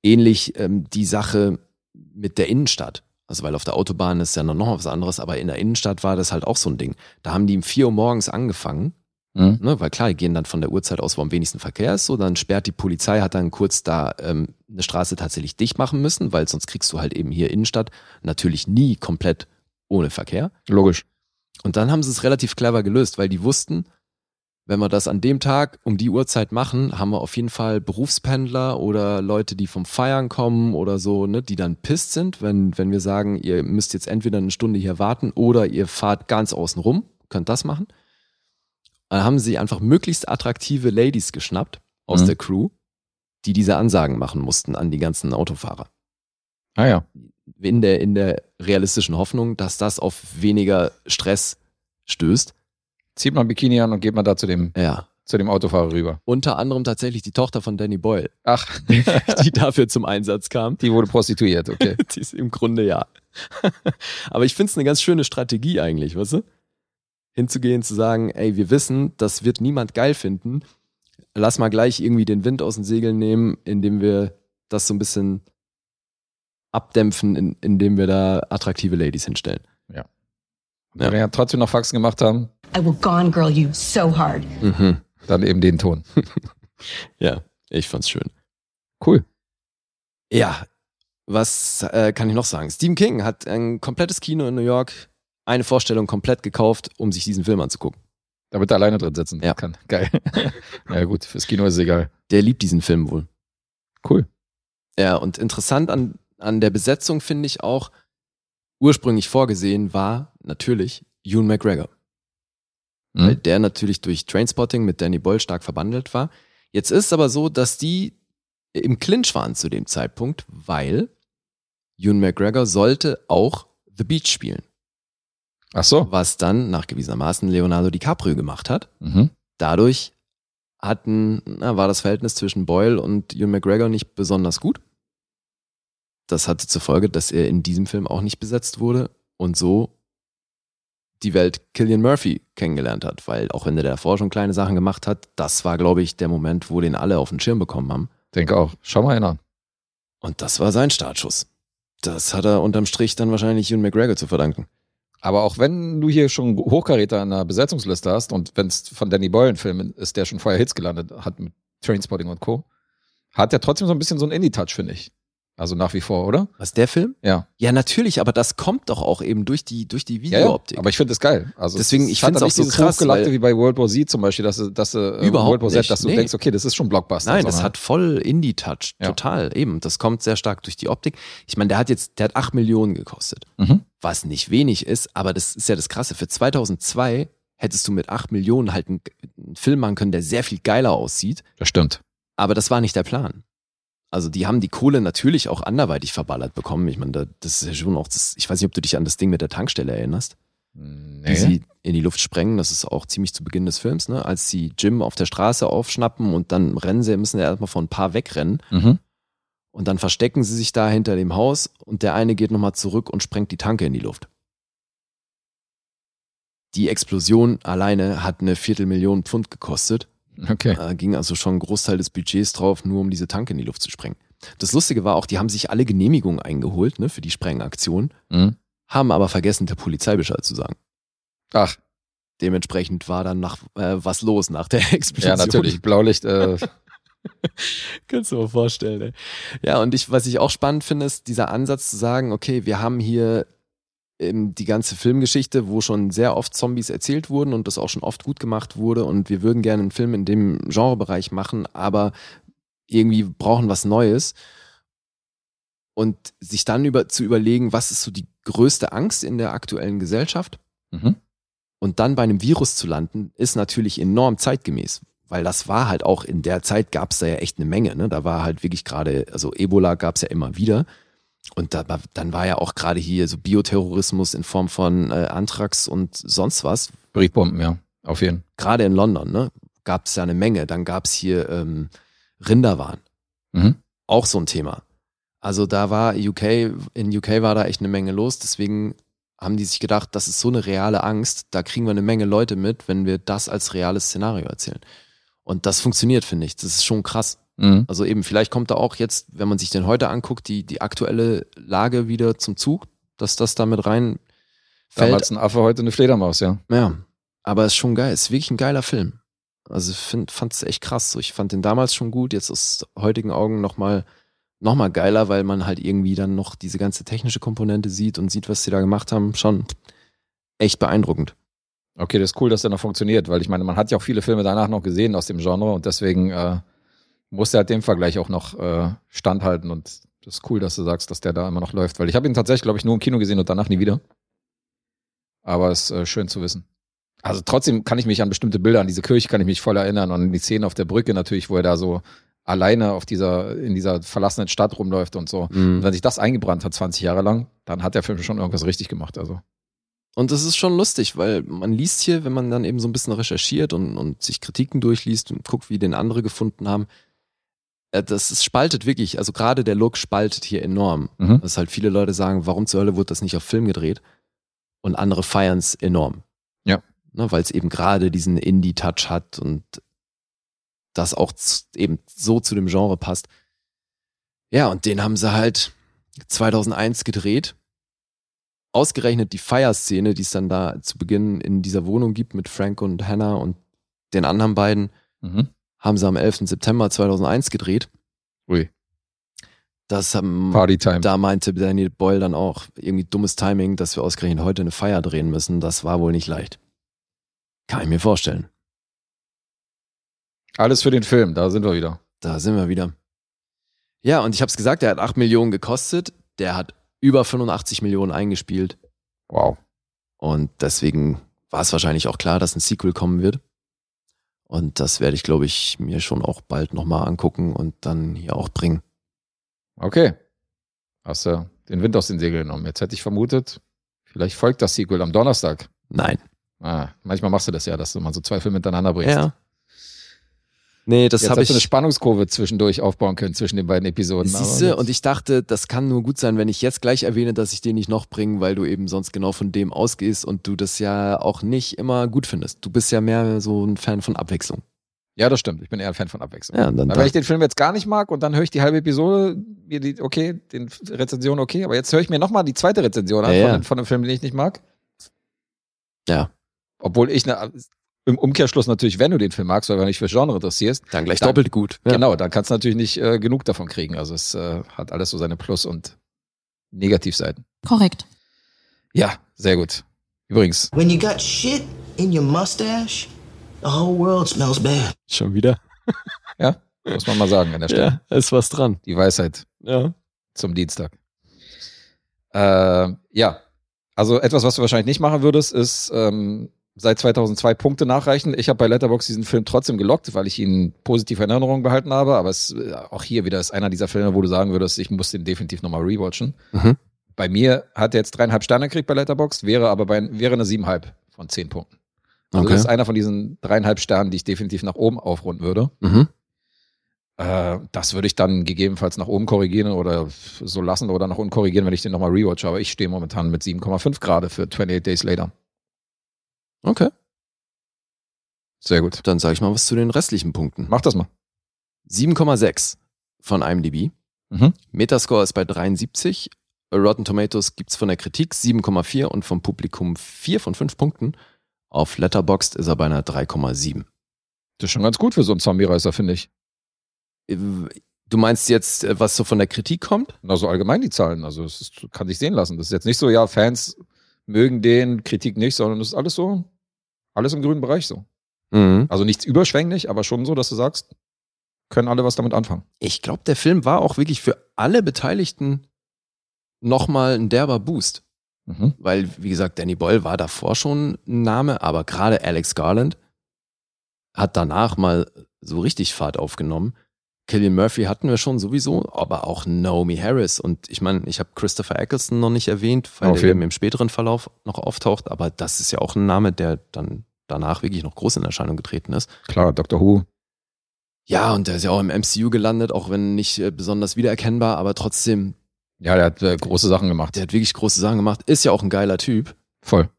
B: Ähnlich ähm, die Sache mit der Innenstadt. Also weil auf der Autobahn ist ja noch- noch was anderes, aber in der Innenstadt war das halt auch so ein Ding. Da haben die um 4 Uhr morgens angefangen,
C: Mhm.
B: ne? weil klar, die gehen dann von der Uhrzeit aus, wo am wenigsten Verkehr ist, so dann sperrt die Polizei, hat dann kurz da ähm, eine Straße tatsächlich dicht machen müssen, weil sonst kriegst du halt eben hier Innenstadt natürlich nie komplett ohne Verkehr.
C: Logisch.
B: Und dann haben sie es relativ clever gelöst, weil die wussten, wenn wir das an dem Tag um die Uhrzeit machen, haben wir auf jeden Fall Berufspendler oder Leute, die vom Feiern kommen oder so, ne, die dann pisst sind, wenn, wenn wir sagen, ihr müsst jetzt entweder eine Stunde hier warten oder ihr fahrt ganz außen rum, könnt das machen. Dann haben sie einfach möglichst attraktive Ladies geschnappt aus
C: Mhm.
B: der Crew, die diese Ansagen machen mussten an die ganzen Autofahrer
C: Ah ja.
B: in der, in der realistischen Hoffnung, dass das auf weniger Stress stößt.
C: Zieht mal ein Bikini an und geht mal da zu dem,
B: Ja.
C: zu dem Autofahrer rüber.
B: Unter anderem tatsächlich die Tochter von Danny Boyle,
C: Ach,
B: die dafür zum Einsatz kam.
C: die wurde prostituiert, okay.
B: Die ist im Grunde ja. Aber ich finde es eine ganz schöne Strategie eigentlich, weißt du? Hinzugehen, zu sagen, ey, wir wissen, das wird niemand geil finden. Lass mal gleich irgendwie den Wind aus den Segeln nehmen, indem wir das so ein bisschen abdämpfen, in, indem wir da attraktive Ladies hinstellen.
C: Wenn wir ja trotzdem noch Faxen gemacht haben,
G: I will gone girl you so hard.
B: Mhm.
C: dann eben den Ton.
B: Ja, ich fand's schön.
C: Cool.
B: Ja, was äh, kann ich noch sagen? Stephen King hat ein komplettes Kino in New York, eine Vorstellung komplett gekauft, um sich diesen Film anzugucken.
C: Damit er alleine drin sitzen
B: Ja.
C: kann. Geil. ja gut, fürs Kino ist es egal.
B: Der liebt diesen Film wohl.
C: Cool.
B: Ja, und interessant an, an der Besetzung finde ich auch, ursprünglich vorgesehen war natürlich Ewan McGregor, weil
C: Mhm.
B: der natürlich durch Trainspotting mit Danny Boyle stark verbandelt war. Jetzt ist aber so, dass die im Clinch waren zu dem Zeitpunkt, weil Ewan McGregor sollte auch The Beach spielen.
C: Ach so.
B: was dann nachgewiesenermaßen Leonardo DiCaprio gemacht hat.
C: Mhm.
B: Dadurch hatten, na, war das Verhältnis zwischen Boyle und Ewan McGregor nicht besonders gut. Das hatte zur Folge, dass er in diesem Film auch nicht besetzt wurde und so die Welt Killian Murphy kennengelernt hat, weil auch wenn er davor schon kleine Sachen gemacht hat, das war, glaube ich, der Moment, wo den alle auf den Schirm bekommen haben.
C: Denke auch. Schau mal einer an.
B: Und das war sein Startschuss. Das hat er unterm Strich dann wahrscheinlich Ewan McGregor zu verdanken.
C: Aber auch wenn du hier schon Hochkaräter in der Besetzungsliste hast und wenn es von Danny Boyle ein Film ist, der schon vorher Hits gelandet hat mit Trainspotting und Co., hat der trotzdem so ein bisschen so einen Indie-Touch, finde ich. Also nach wie vor, oder?
B: Was, der Film?
C: Ja.
B: Ja, natürlich, aber das kommt doch auch eben durch die, durch die Videooptik.
C: aber ich finde es geil. Also
B: Deswegen, ich find's
C: finde
B: auch so krass,
C: Hochgelagte
B: weil-
C: wie bei World War Z zum Beispiel, dass, du- dass du, äh,
B: Überhaupt
C: World War Z,
B: nicht,
C: dass du
B: nee.
C: denkst, okay, das ist schon Blockbuster.
B: Nein, das
C: sondern-
B: hat voll Indie-Touch.
C: Ja.
B: Total, eben. Das kommt sehr stark durch die Optik. Ich meine, der hat jetzt, der hat 8 Millionen gekostet.
C: Mhm.
B: Was nicht wenig ist, aber das ist ja das Krasse. Für 2002 hättest du mit 8 Millionen halt einen, einen Film machen können, der sehr viel geiler aussieht.
C: Das stimmt.
B: Aber das war nicht der Plan. Also die haben die Kohle natürlich auch anderweitig verballert bekommen. Ich meine, da- das ist ja schon auch, das, ich weiß nicht, ob du dich an das Ding mit der Tankstelle erinnerst die sie in die Luft sprengen. Das ist auch ziemlich zu Beginn des Films, ne? als sie Jim auf der Straße aufschnappen und dann rennen sie, müssen ja erstmal von ein paar wegrennen.
C: Mhm.
B: Und dann verstecken sie sich da hinter dem Haus und der eine geht nochmal zurück und sprengt die Tanke in die Luft. Die Explosion alleine hat eine Viertelmillion Pfund gekostet.
C: Okay.
B: Äh, ging also schon ein Großteil des Budgets drauf, nur um diese Tanke in die Luft zu sprengen. Das Lustige war auch, die haben sich alle Genehmigungen eingeholt ne, für die Sprengaktion,
C: Mhm.
B: haben aber vergessen, der Polizei Bescheid zu sagen.
C: Ach,
B: Dementsprechend war dann nach, äh, was los nach der Explosion.
C: ja, natürlich. Blaulicht, äh,
B: Kannst du dir vorstellen. Ey. Ja, und ich, was ich auch spannend finde, ist dieser Ansatz zu sagen, okay, wir haben hier ähm, die ganze Filmgeschichte, wo schon sehr oft Zombies erzählt wurden und das auch schon oft gut gemacht wurde und wir würden gerne einen Film in dem Genrebereich machen, aber irgendwie brauchen was Neues. Und sich dann über, zu überlegen, was ist so die größte Angst in der aktuellen Gesellschaft?
C: mhm.
B: Und dann bei einem Virus zu landen, ist natürlich enorm zeitgemäß. Weil das war halt auch in der Zeit gab es da ja echt eine Menge. Ne? Da war halt wirklich gerade, also Ebola gab es ja immer wieder. Und da, war- dann war ja auch gerade hier so Bioterrorismus in Form von äh, Anthrax und sonst was.
C: Briefbomben, ja. Auf jeden.
B: Gerade in London ne? gab es ja eine Menge. Dann gab es hier ähm, Rinderwahn,
C: Mhm.
B: auch so ein Thema. Also da war UK, in UK war da echt eine Menge los. Deswegen haben die sich gedacht, das ist so eine reale Angst, da kriegen wir eine Menge Leute mit, wenn wir das als reales Szenario erzählen. Und das funktioniert, finde ich. Das ist schon krass.
C: Mhm.
B: Also eben, vielleicht kommt da auch jetzt, wenn man sich den heute anguckt, die, die aktuelle Lage wieder zum Zug, dass das da mit rein fällt.
C: Damals ein Affe, heute eine Fledermaus, ja.
B: Ja, aber ist schon geil. Ist wirklich ein geiler Film. Also ich find, fand's echt krass. So, ich fand den damals schon gut, jetzt aus heutigen Augen nochmal noch mal geiler, weil man halt irgendwie dann noch diese ganze technische Komponente sieht und sieht, was sie da gemacht haben. Schon echt beeindruckend.
C: Okay, das ist cool, dass der noch funktioniert, weil ich meine, man hat ja auch viele Filme danach noch gesehen aus dem Genre und deswegen äh, muss der halt dem Vergleich auch noch äh, standhalten und das ist cool, dass du sagst, dass der da immer noch läuft, weil ich habe ihn tatsächlich, glaube ich, nur im Kino gesehen und danach nie wieder. Aber es ist äh, schön zu wissen. Also trotzdem kann ich mich an bestimmte Bilder, an diese Kirche kann ich mich voll erinnern und an die Szenen auf der Brücke natürlich, wo er da so alleine auf dieser, in dieser verlassenen Stadt rumläuft und so. Und wenn sich das eingebrannt hat 20 Jahre lang, dann hat der Film schon irgendwas richtig gemacht. Also
B: Und das ist schon lustig, weil man liest hier, wenn man dann eben so ein bisschen recherchiert und, und sich Kritiken durchliest und guckt, wie den andere gefunden haben, äh, das ist, spaltet wirklich, also gerade der Look spaltet hier enorm.
C: Mhm.
B: Dass halt viele Leute sagen, warum zur Hölle wurde das nicht auf Film gedreht? Und andere feiern es enorm.
C: Ja.
B: Ne, Weil es eben gerade diesen Indie-Touch hat und das auch z- eben so zu dem Genre passt. Ja, und den haben sie halt 2001 gedreht ausgerechnet die Feierszene, die es dann da zu Beginn in dieser Wohnung gibt mit Frank und Hannah und den anderen beiden,
C: mhm.
B: haben sie am 11. September 2001 gedreht.
C: Ui.
B: Das haben,
C: Partytime.
B: da meinte Daniel Boyle dann auch, irgendwie dummes Timing, dass wir ausgerechnet heute eine Feier drehen müssen. Das war wohl nicht leicht. Kann ich mir vorstellen.
C: Alles für den Film, da sind wir wieder.
B: Da sind wir wieder. Ja, und ich habe es gesagt, der hat 8 Millionen gekostet. Der hat über 85 Millionen eingespielt.
C: Wow.
B: Und deswegen war es wahrscheinlich auch klar, dass ein Sequel kommen wird. Und das werde ich, glaube ich, mir schon auch bald nochmal angucken und dann hier auch bringen.
C: Okay. Hast du den Wind aus den Segeln genommen. Jetzt hätte ich vermutet, vielleicht folgt das Sequel am Donnerstag.
B: Nein.
C: Ah, manchmal machst du das ja, dass du mal so zwei Filme miteinander bringst.
B: Ja. Nee, das
C: Jetzt
B: habe
C: hast du eine
B: ich.
C: Spannungskurve zwischendurch aufbauen können zwischen den beiden Episoden. aber
B: Siehste,
C: jetzt-
B: und ich dachte, das kann nur gut sein, wenn ich jetzt gleich erwähne, dass ich den nicht noch bringe, weil du eben sonst genau von dem ausgehst und du das ja auch nicht immer gut findest. Du bist ja mehr so ein Fan von Abwechslung.
C: ja, das stimmt. Ich bin eher ein Fan von Abwechslung.
B: Ja, und dann
C: Aber wenn ich den Film jetzt gar nicht mag und dann höre ich die halbe Episode, mir die, okay, den Rezension okay, aber jetzt höre ich mir nochmal die zweite Rezension an
B: Ja,
C: von,
B: ja.
C: dem- von einem Film, den ich nicht mag.
B: Ja.
C: Obwohl ich na, im Umkehrschluss natürlich, wenn du den Film magst, weil du dich für Genre interessierst,
B: Dann gleich
C: Dann-
B: doppelt gut. Ja.
C: genau, dann kannst du natürlich nicht äh, genug davon kriegen. Also es äh, hat alles so seine Plus- und Negativseiten.
L: Korrekt.
C: Ja, sehr gut. Übrigens,
K: When you got shit in your mustache, the whole world smells bad.
B: Schon wieder.
C: ja, muss man mal sagen an der Stelle.
B: Ja, ist was dran.
C: Die Weisheit
B: Ja.
C: zum Dienstag. Äh, ja, also etwas, was du wahrscheinlich nicht machen würdest, ist ähm, seit 2002 Punkte nachreichen. Ich habe bei Letterboxd diesen Film trotzdem gelockt, weil ich ihn positiv in Erinnerung behalten habe. Aber es, äh, auch hier wieder ist einer dieser Filme, wo du sagen würdest, ich muss den definitiv nochmal rewatchen.
B: Mhm.
C: Bei mir hat er jetzt dreieinhalb Sterne gekriegt bei Letterboxd, wäre aber bei, wäre eine siebeneinhalb von zehn Punkten. Also
B: Okay.
C: das ist einer von diesen dreieinhalb Sternen, die ich definitiv nach oben aufrunden würde.
B: Mhm.
C: Äh, das würde ich dann gegebenenfalls nach oben korrigieren oder f- so lassen oder nach unten korrigieren, wenn ich den nochmal rewatche. Aber ich stehe momentan mit 7,5 Grad für 28 Days Later.
B: Okay.
C: Sehr gut.
B: Dann sage ich mal was zu den restlichen Punkten.
C: Mach das mal.
B: 7,6 von IMDb.
C: Mhm.
B: Metascore ist bei 73. Rotten Tomatoes gibt's von der Kritik 7,4 und vom Publikum 4 von 5 Punkten. Auf Letterboxd ist er bei einer 3,7.
C: Das ist schon ganz gut für so einen Zombie-Reißer, finde ich.
B: Äh, Du meinst jetzt, äh, was so von der Kritik kommt?
C: Na, so allgemein die Zahlen. Also, es ist, kann sich sehen lassen. Das ist jetzt nicht so, ja, Fans mögen den, Kritik nicht, sondern das ist alles so, alles im grünen Bereich so.
B: Mhm.
C: Also nichts überschwänglich, aber schon so, dass du sagst, können alle was damit anfangen.
B: Ich glaube, der Film war auch wirklich für alle Beteiligten nochmal ein derber Boost.
C: Mhm.
B: weil, wie gesagt, Danny Boyle war davor schon ein Name, aber gerade Alex Garland hat danach mal so richtig Fahrt aufgenommen. Killian Murphy hatten wir schon sowieso, aber auch Naomi Harris. Und ich meine, ich habe Christopher Eccleston noch nicht erwähnt, weil
C: Auf
B: der
C: jeden.
B: eben im späteren Verlauf noch auftaucht, aber das ist ja auch ein Name, der dann danach wirklich noch groß in Erscheinung getreten ist.
C: Klar, Dr. Who.
B: Ja, und der ist ja auch im MCU gelandet, auch wenn nicht äh, besonders wiedererkennbar, aber trotzdem,
C: Ja, der hat äh, große Sachen gemacht.
B: der hat wirklich große Sachen gemacht, ist ja auch ein geiler Typ.
C: Voll.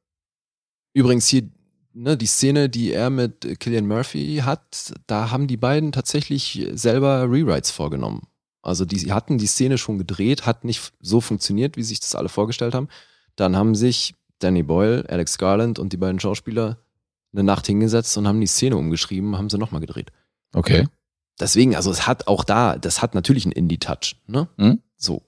B: Übrigens hier, ne, die Szene, die er mit äh, Killian Murphy hat, da haben die beiden tatsächlich selber Rewrites vorgenommen. Also die hatten die Szene schon gedreht, hat nicht so funktioniert, wie sich das alle vorgestellt haben. Dann haben sich Danny Boyle, Alex Garland und die beiden Schauspieler eine Nacht hingesetzt und haben die Szene umgeschrieben, haben sie nochmal gedreht.
C: Okay.
B: Deswegen, also es hat auch da, das hat natürlich einen Indie-Touch, ne?
C: Mhm.
B: So.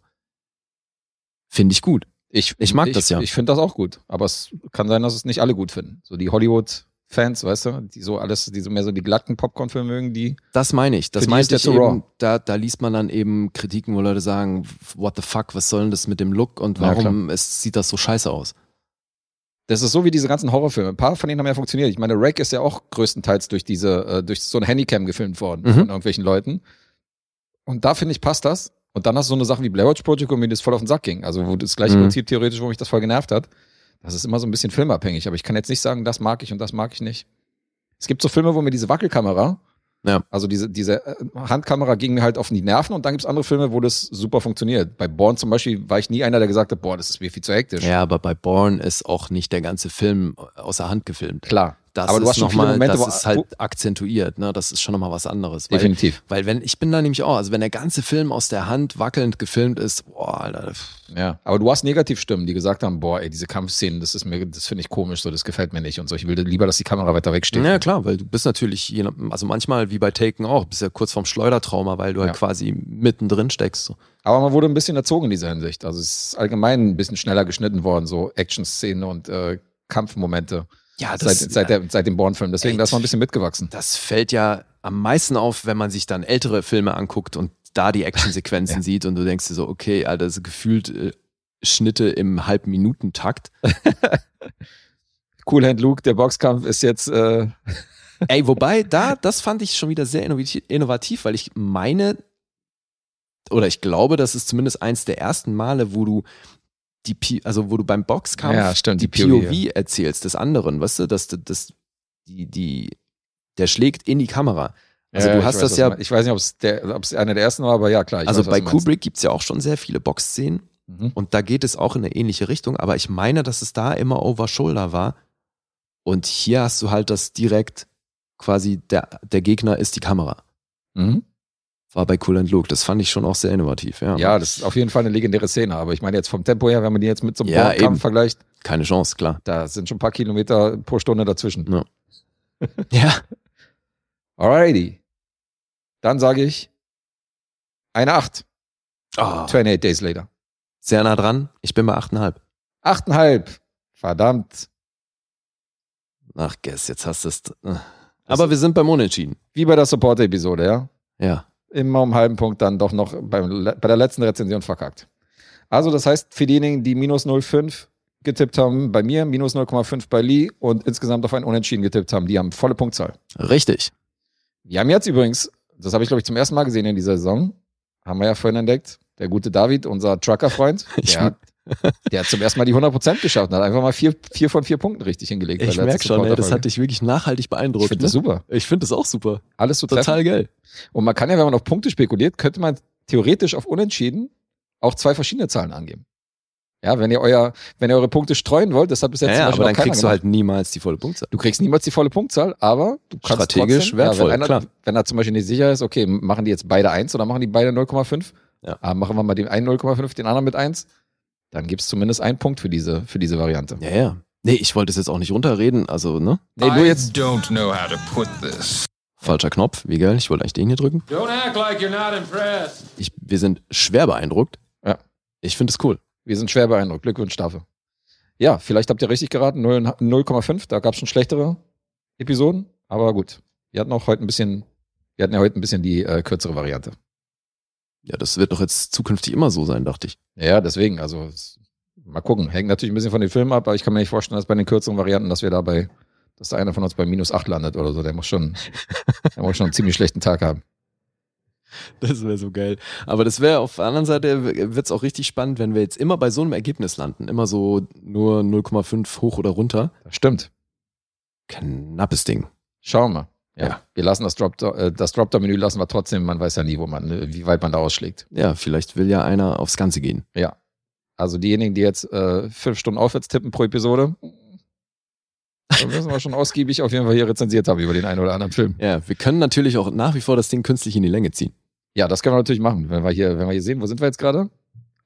B: Finde ich gut.
C: Ich,
B: Ich mag das ja.
C: Ich finde das auch gut. Aber es kann sein, dass es nicht alle gut finden. So die Hollywood-Fans, weißt du, die so alles, die so mehr so die glatten Popcorn-Filme mögen, die.
B: Das meine ich. Das
C: Für die
B: meine
C: ist der
B: ich
C: zu raw.
B: eben, da, da liest man dann eben Kritiken, wo Leute sagen, what the fuck, was soll denn das mit dem Look und
C: Ja,
B: warum es, sieht das so scheiße aus?
C: Das ist so wie diese ganzen Horrorfilme. Ein paar von denen haben ja funktioniert. Ich meine, Rec ist ja auch größtenteils durch diese, äh, durch so ein Handycam gefilmt worden
B: Mhm.
C: von irgendwelchen Leuten. Und da finde ich, passt das. Und dann hast du so eine Sache wie Blair Witch Project, wo mir das voll auf den Sack ging. Also wo das gleiche
B: Mhm.
C: Prinzip theoretisch, wo mich das voll genervt hat. Das ist immer so ein bisschen filmabhängig. Aber ich kann jetzt nicht sagen, das mag ich und das mag ich nicht. Es gibt so Filme, wo mir diese Wackelkamera,
B: Ja.
C: also diese, diese äh, Handkamera ging mir halt auf die Nerven. Und dann gibt es andere Filme, wo das super funktioniert. Bei Born zum Beispiel war ich nie einer, der gesagt hat, boah, das ist mir viel zu hektisch.
B: Ja, aber bei Born ist auch nicht der ganze Film außer Hand gefilmt.
C: Klar.
B: Das
C: aber
B: ist
C: du hast schon viele
B: nochmal,
C: Momente,
B: das
C: wo,
B: ist
C: wo,
B: halt akzentuiert, ne? Das ist schon nochmal was anderes. Weil,
C: Definitiv.
B: weil wenn, ich bin da nämlich auch, also wenn der ganze Film aus der Hand wackelnd gefilmt ist, boah, Alter, pff,
C: Ja. Aber du hast Negativstimmen, die gesagt haben, boah, ey, diese Kampfszenen, das ist mir, das finde ich komisch, so, das gefällt mir nicht und so. Ich will lieber, dass die Kamera weiter wegsteht.
B: Ja, klar, weil du bist natürlich, je nach- also manchmal wie bei Taken auch, bist ja kurz vorm Schleudertrauma, weil du halt
C: Ja.
B: quasi mittendrin steckst. So.
C: Aber man wurde ein bisschen erzogen in dieser Hinsicht. Also es ist allgemein ein bisschen schneller geschnitten worden, so Action-Szenen und äh, Kampfmomente
B: Ja,
C: seit, seit, der, seit dem Born-Film. Deswegen,
B: Ey,
C: da ist man ein bisschen mitgewachsen.
B: das fällt ja am meisten auf, wenn man sich dann ältere Filme anguckt und da die Actionsequenzen sieht und du denkst dir so, okay, Alter, das ist gefühlt äh, Schnitte im Halbminutentakt.
C: Cool Hand Luke, der Boxkampf ist jetzt, äh,
B: Ey, wobei da, das fand ich schon wieder sehr innovativ, innovativ, weil ich meine, oder ich glaube, das ist zumindest eins der ersten Male, wo du die, P also wo du beim Boxkampf
C: Ja, stimmt,
B: die,
C: die
B: POV,
C: POV,
B: erzählst des anderen, weißt du, dass du- dass die, die, der schlägt in die Kamera. Also
C: ja,
B: du
C: ich
B: hast
C: weiß,
B: das
C: was
B: ja
C: du meinst. ich weiß nicht, ob es der, ob's einer der ersten war, aber ja, klar. Ich
B: also
C: weiß, was
B: bei
C: du meinst.
B: Kubrick gibt es ja auch schon sehr viele Boxszenen
C: Mhm.
B: und da geht es auch in eine ähnliche Richtung, aber ich meine, dass es da immer over shoulder war und hier hast du halt das direkt quasi, der, der Gegner ist die Kamera.
C: Mhm.
B: war bei Cool and Luke. Das fand ich schon auch sehr innovativ, ja.
C: Ja, das ist auf jeden Fall eine legendäre Szene, aber ich meine jetzt vom Tempo her, wenn man die jetzt mit so einem
B: Ja, eben.
C: Kampf vergleicht,
B: Keine Chance, klar.
C: da sind schon ein paar Kilometer pro Stunde dazwischen.
B: Ja. ja.
C: Alrighty. Dann sage ich eine 8.
B: Ah,
C: 28 Days Later.
B: sehr nah dran. Ich bin bei 8,5.
C: 8,5. Verdammt.
B: Ach, Guess, jetzt hast du es. Aber wir sind beim Unentschieden.
C: Wie bei der Support-Episode, ja?
B: Ja.
C: Immer um einen halben Punkt dann doch noch beim, le- bei der letzten Rezension verkackt. Also, das heißt, für diejenigen, die minus 0,5 getippt haben bei mir, minus 0,5 bei Lee und insgesamt auf ein Unentschieden getippt haben, die haben volle Punktzahl.
B: Richtig.
C: Wir haben jetzt übrigens, das habe ich glaube ich zum ersten Mal gesehen in dieser Saison, haben wir ja vorhin entdeckt, der gute David, unser Trucker-Freund,
B: Ich
C: der, hat- der hat zum ersten Mal die 100% geschafft und hat einfach mal vier, vier von vier Punkten richtig hingelegt.
B: Ich merke schon, ey, das hat dich wirklich nachhaltig
C: Ich
B: beeindruckt.
C: finde das
B: ne?
C: super.
B: Ich finde das auch super.
C: Alles zu treffen.
B: Total geil.
C: Und man kann ja, wenn man auf Punkte spekuliert, könnte man theoretisch auf Unentschieden auch zwei verschiedene Zahlen angeben. Ja, wenn ihr euer, wenn ihr eure Punkte streuen wollt, das hat bis jetzt
B: Ja,
C: zum
B: ja, aber
C: Beispiel
B: dann
C: noch keiner
B: kriegst du
C: gemacht.
B: halt niemals die volle Punktzahl.
C: Du kriegst niemals die volle Punktzahl, aber du kannst
B: Strategisch
C: trotzdem,
B: wertvoll,
C: wenn, einer,
B: klar.
C: wenn er zum Beispiel nicht sicher ist, okay, machen die jetzt beide 1 oder machen die beide 0,5?
B: Ja.
C: Ah, machen wir mal den einen 0,5, den anderen mit 1. Dann gibt's zumindest einen Punkt für diese, für diese Variante.
B: Ja, ja. Nee, ich wollte es jetzt auch nicht runterreden. Also, ne?
C: Nee, nur jetzt,
E: don't know how to put this.
B: Falscher Knopf. Wie geil. Ich wollte eigentlich den hier drücken.
J: Don't act like you're not impressed.
B: Ich, wir sind schwer beeindruckt.
C: Ja.
B: Ich finde es cool.
C: wir sind schwer beeindruckt. Glückwunsch dafür. Ja, vielleicht habt ihr richtig geraten, 0 0,5. Da gab's schon schlechtere Episoden, aber gut. Wir hatten auch heute ein bisschen, wir hatten ja heute ein bisschen die äh, kürzere Variante.
B: Ja, das wird doch jetzt zukünftig immer so sein, dachte ich.
C: Ja, deswegen, also es- mal gucken. Hängt natürlich ein bisschen von den Filmen ab, aber ich kann mir nicht vorstellen, dass bei den kürzeren Varianten, dass wir dabei, dass da einer von uns bei minus 8 landet oder so. Der muss schon, der muss schon einen ziemlich schlechten Tag haben.
B: Das wäre so geil. Aber das wäre auf der anderen Seite wird's auch richtig spannend, wenn wir jetzt immer bei so einem Ergebnis landen. Immer so nur 0,5 hoch oder runter.
C: Das stimmt.
B: Knappes Ding.
C: Schauen wir. Ja.
B: Ja.
C: Wir lassen das Drop, äh, das Dropdown-Menü lassen wir trotzdem, man weiß ja nie, wo man, ne, wie weit man da ausschlägt.
B: Ja, vielleicht will ja einer aufs Ganze gehen.
C: Also diejenigen, die jetzt äh, fünf Stunden aufwärts tippen pro Episode, da müssen wir schon ausgiebig auf jeden Fall hier rezensiert haben über den einen oder anderen Film.
B: Ja, wir können natürlich auch nach wie vor das Ding künstlich in die Länge ziehen.
C: Ja, das können wir natürlich machen, wenn wir hier, wenn wir hier sehen, wo sind wir jetzt gerade?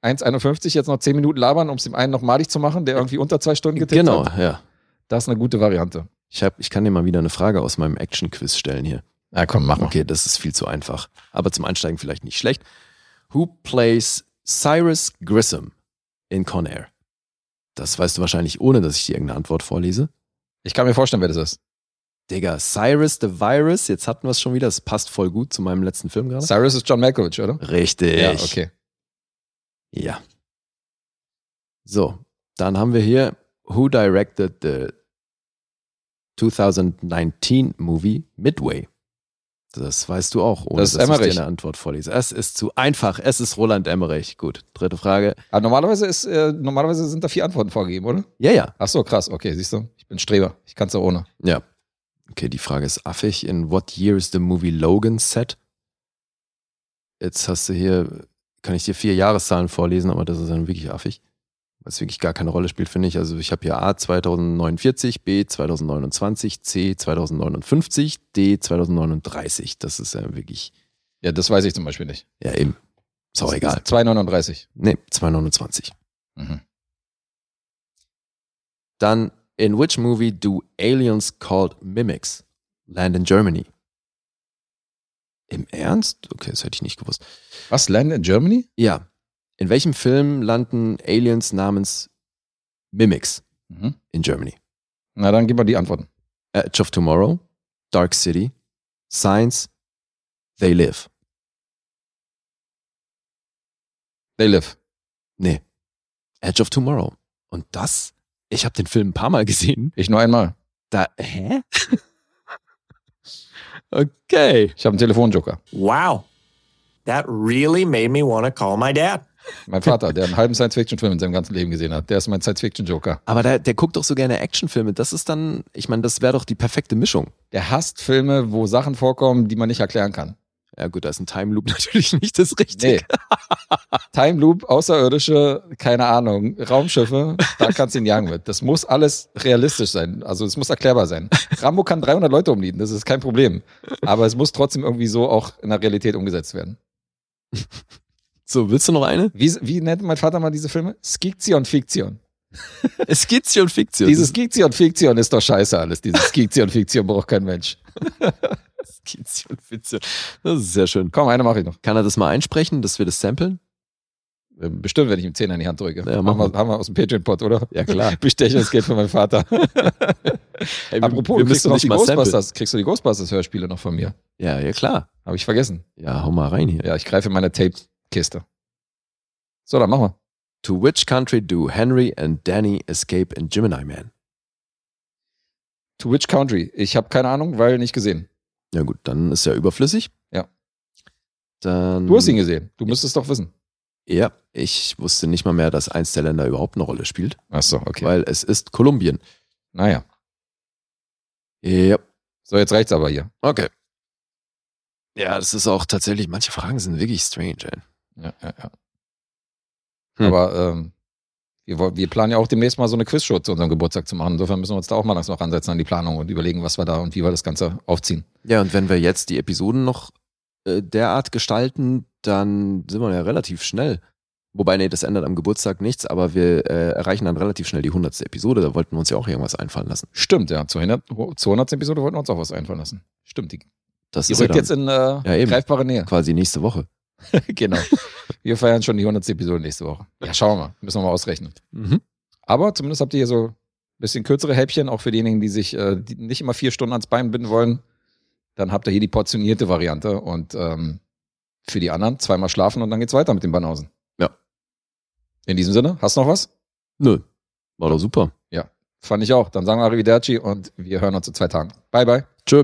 C: 1,51, jetzt noch 10 Minuten labern, um es dem einen noch malig zu machen, der irgendwie unter zwei Stunden getippt
B: Genau,
C: hat.
B: ja.
C: Das ist eine gute Variante.
B: Ich, hab, ich kann dir mal wieder eine Frage aus meinem Action-Quiz stellen hier.
C: Na komm, mach
B: Okay, das ist viel zu einfach. Aber zum Einsteigen vielleicht nicht schlecht. Who plays Cyrus Grissom in Con Air? Das weißt du wahrscheinlich, ohne dass ich dir irgendeine Antwort vorlese.
C: Ich kann mir vorstellen, wer das ist.
B: Digga, Cyrus the Virus, jetzt hatten wir es schon wieder, das passt voll gut zu meinem letzten Film gerade.
C: Cyrus ist John Malkovich, oder?
B: Richtig.
C: Ja, okay.
B: Ja. So, dann haben wir hier Who directed the 2019 Movie Midway? Das weißt du auch, ohne
C: Das ist
B: dass ich
C: Emmerich.
B: dir eine Antwort vorlese. Es ist zu einfach. Es ist Roland Emmerich. Gut, dritte Frage.
C: Aber normalerweise, ist, äh, normalerweise sind da vier Antworten vorgegeben, oder?
B: Ja, ja.
C: Ach so, krass. Okay, siehst du, ich bin Streber. Ich kann es auch ohne.
B: Ja. Okay, die Frage ist affig. In what year is the movie Logan set? Jetzt hast du hier, kann ich dir vier Jahreszahlen vorlesen, aber das ist dann wirklich affig. Was wirklich gar keine Rolle spielt, finde ich. Also ich habe hier A 2049, B 2029, C 2059, D 2039. Das ist ja wirklich,
C: Ja, das weiß ich zum Beispiel nicht.
B: ja eben. Ist auch egal.
C: 2,39.
B: Nee, 229.
C: Mhm.
B: Dann, in which movie do aliens called mimics land in Germany? Im Ernst? Okay, das hätte ich nicht gewusst.
C: Was? Land in Germany?
B: Ja. In welchem Film landen Aliens namens Mimics
C: Mhm.
B: in Germany?
C: Na, dann gib mal die Antworten.
B: Edge of Tomorrow, Dark City, Science, They Live.
C: They live.
B: Nee. Edge of Tomorrow. Und das? Ich habe den Film ein paar Mal gesehen.
C: Ich nur einmal.
B: Da, hä? okay.
C: Ich habe einen Telefonjoker.
D: Wow. That really made me want to call my dad.
C: Mein Vater, der einen halben Science-Fiction-Film in seinem ganzen Leben gesehen hat, der ist mein Science-Fiction-Joker.
B: Aber der, der guckt doch so gerne Actionfilme. Das ist dann, ich meine, das wäre doch die perfekte Mischung.
C: Der hasst Filme, wo Sachen vorkommen, die man nicht erklären kann.
B: Ja gut, da ist ein Time Loop natürlich nicht das Richtige.
C: Time Loop, Außerirdische, keine Ahnung, Raumschiffe, da kannst du ihn jagen mit. Das muss alles realistisch sein. Also es muss erklärbar sein. Rambo kann 300 Leute umliegen, das ist kein Problem. Aber es muss trotzdem irgendwie so auch in der Realität umgesetzt werden.
B: So, willst du noch eine?
C: Wie, wie nennt mein Vater mal diese Filme? Skiktion, Fiktion.
B: Skizze und Fiktion.
C: Dieses Skiktion, Fiktion ist doch scheiße alles. Dieses Skiktion, Fiktion braucht kein Mensch.
B: Skizze und Fiktion. Das ist sehr schön.
C: Komm, eine mache ich noch.
B: Kann er das mal einsprechen, dass wir das samplen?
C: Äh, Bestimmt, wenn ich ihm 10 in die Hand drücke.
B: Ja, mach
C: haben, wir, haben wir aus dem Patreon-Pot, oder?
B: Ja, klar.
C: Bestechungsgeld für meinen Vater.
B: Ey,
C: Apropos, kriegst, du noch
B: nicht
C: die
B: mal samplen.
C: Ghostbusters, kriegst du die Ghostbusters-Hörspiele noch von mir?
B: Ja, ja, klar.
C: Habe ich vergessen.
B: Ja, hau mal rein hier.
C: Ja, ich greife in meine Tape-Kiste. So, dann machen wir.
B: To which country do Henry and Danny escape in Gemini Man?
C: To which country? Ich habe keine Ahnung, weil nicht gesehen.
B: Ja gut, dann ist er überflüssig.
C: Ja.
B: Dann.
C: Du hast ihn gesehen. Du müsstest doch wissen.
B: Ja, ich wusste nicht mal mehr, dass eins der Länder überhaupt eine Rolle spielt,
C: Ach so, okay.
B: weil es ist Kolumbien.
C: Naja.
B: Ja,
C: So, jetzt reicht's aber hier.
B: okay. Ja, das ist auch tatsächlich, manche Fragen sind wirklich strange. Ey.
C: Ja, ja, ja.
B: Hm.
C: Aber ähm, wir, woll- wir planen ja auch demnächst mal so eine Quizshow zu unserem Geburtstag zu machen. Insofern müssen wir uns da auch mal langsam noch ansetzen an die Planung und überlegen, was wir da und wie wir das Ganze aufziehen.
B: Ja, und wenn wir jetzt die Episoden noch äh, derart gestalten, dann sind wir ja relativ schnell. Wobei, nee, das ändert am Geburtstag nichts, aber wir äh, erreichen dann relativ schnell die 100. Episode. Da wollten wir uns ja auch irgendwas einfallen lassen.
C: Stimmt, ja. Zur 100. zur 100. Episode wollten wir uns auch was einfallen lassen. Stimmt, die,
B: Das
C: die
B: ist ja
C: rückt
B: dann
C: jetzt in äh,
B: eben.
C: greifbare Nähe.
B: quasi nächste Woche.
C: genau. Wir feiern schon die 100. Episode nächste Woche. Ja, schauen wir mal. Müssen wir mal ausrechnen.
B: Mhm.
C: Aber zumindest habt ihr hier so ein bisschen kürzere Häppchen, auch für diejenigen, die sich äh, die nicht immer vier Stunden ans Bein binden wollen. Dann habt ihr hier die portionierte Variante und ähm, für die anderen zweimal schlafen und dann geht's weiter mit den Banausen.
B: Ja.
C: In diesem Sinne, hast du noch was?
B: Nö, war doch super.
C: Fand ich auch. Dann sagen wir Arrivederci und wir hören uns in zwei Tagen. Bye, bye.
B: Tschö.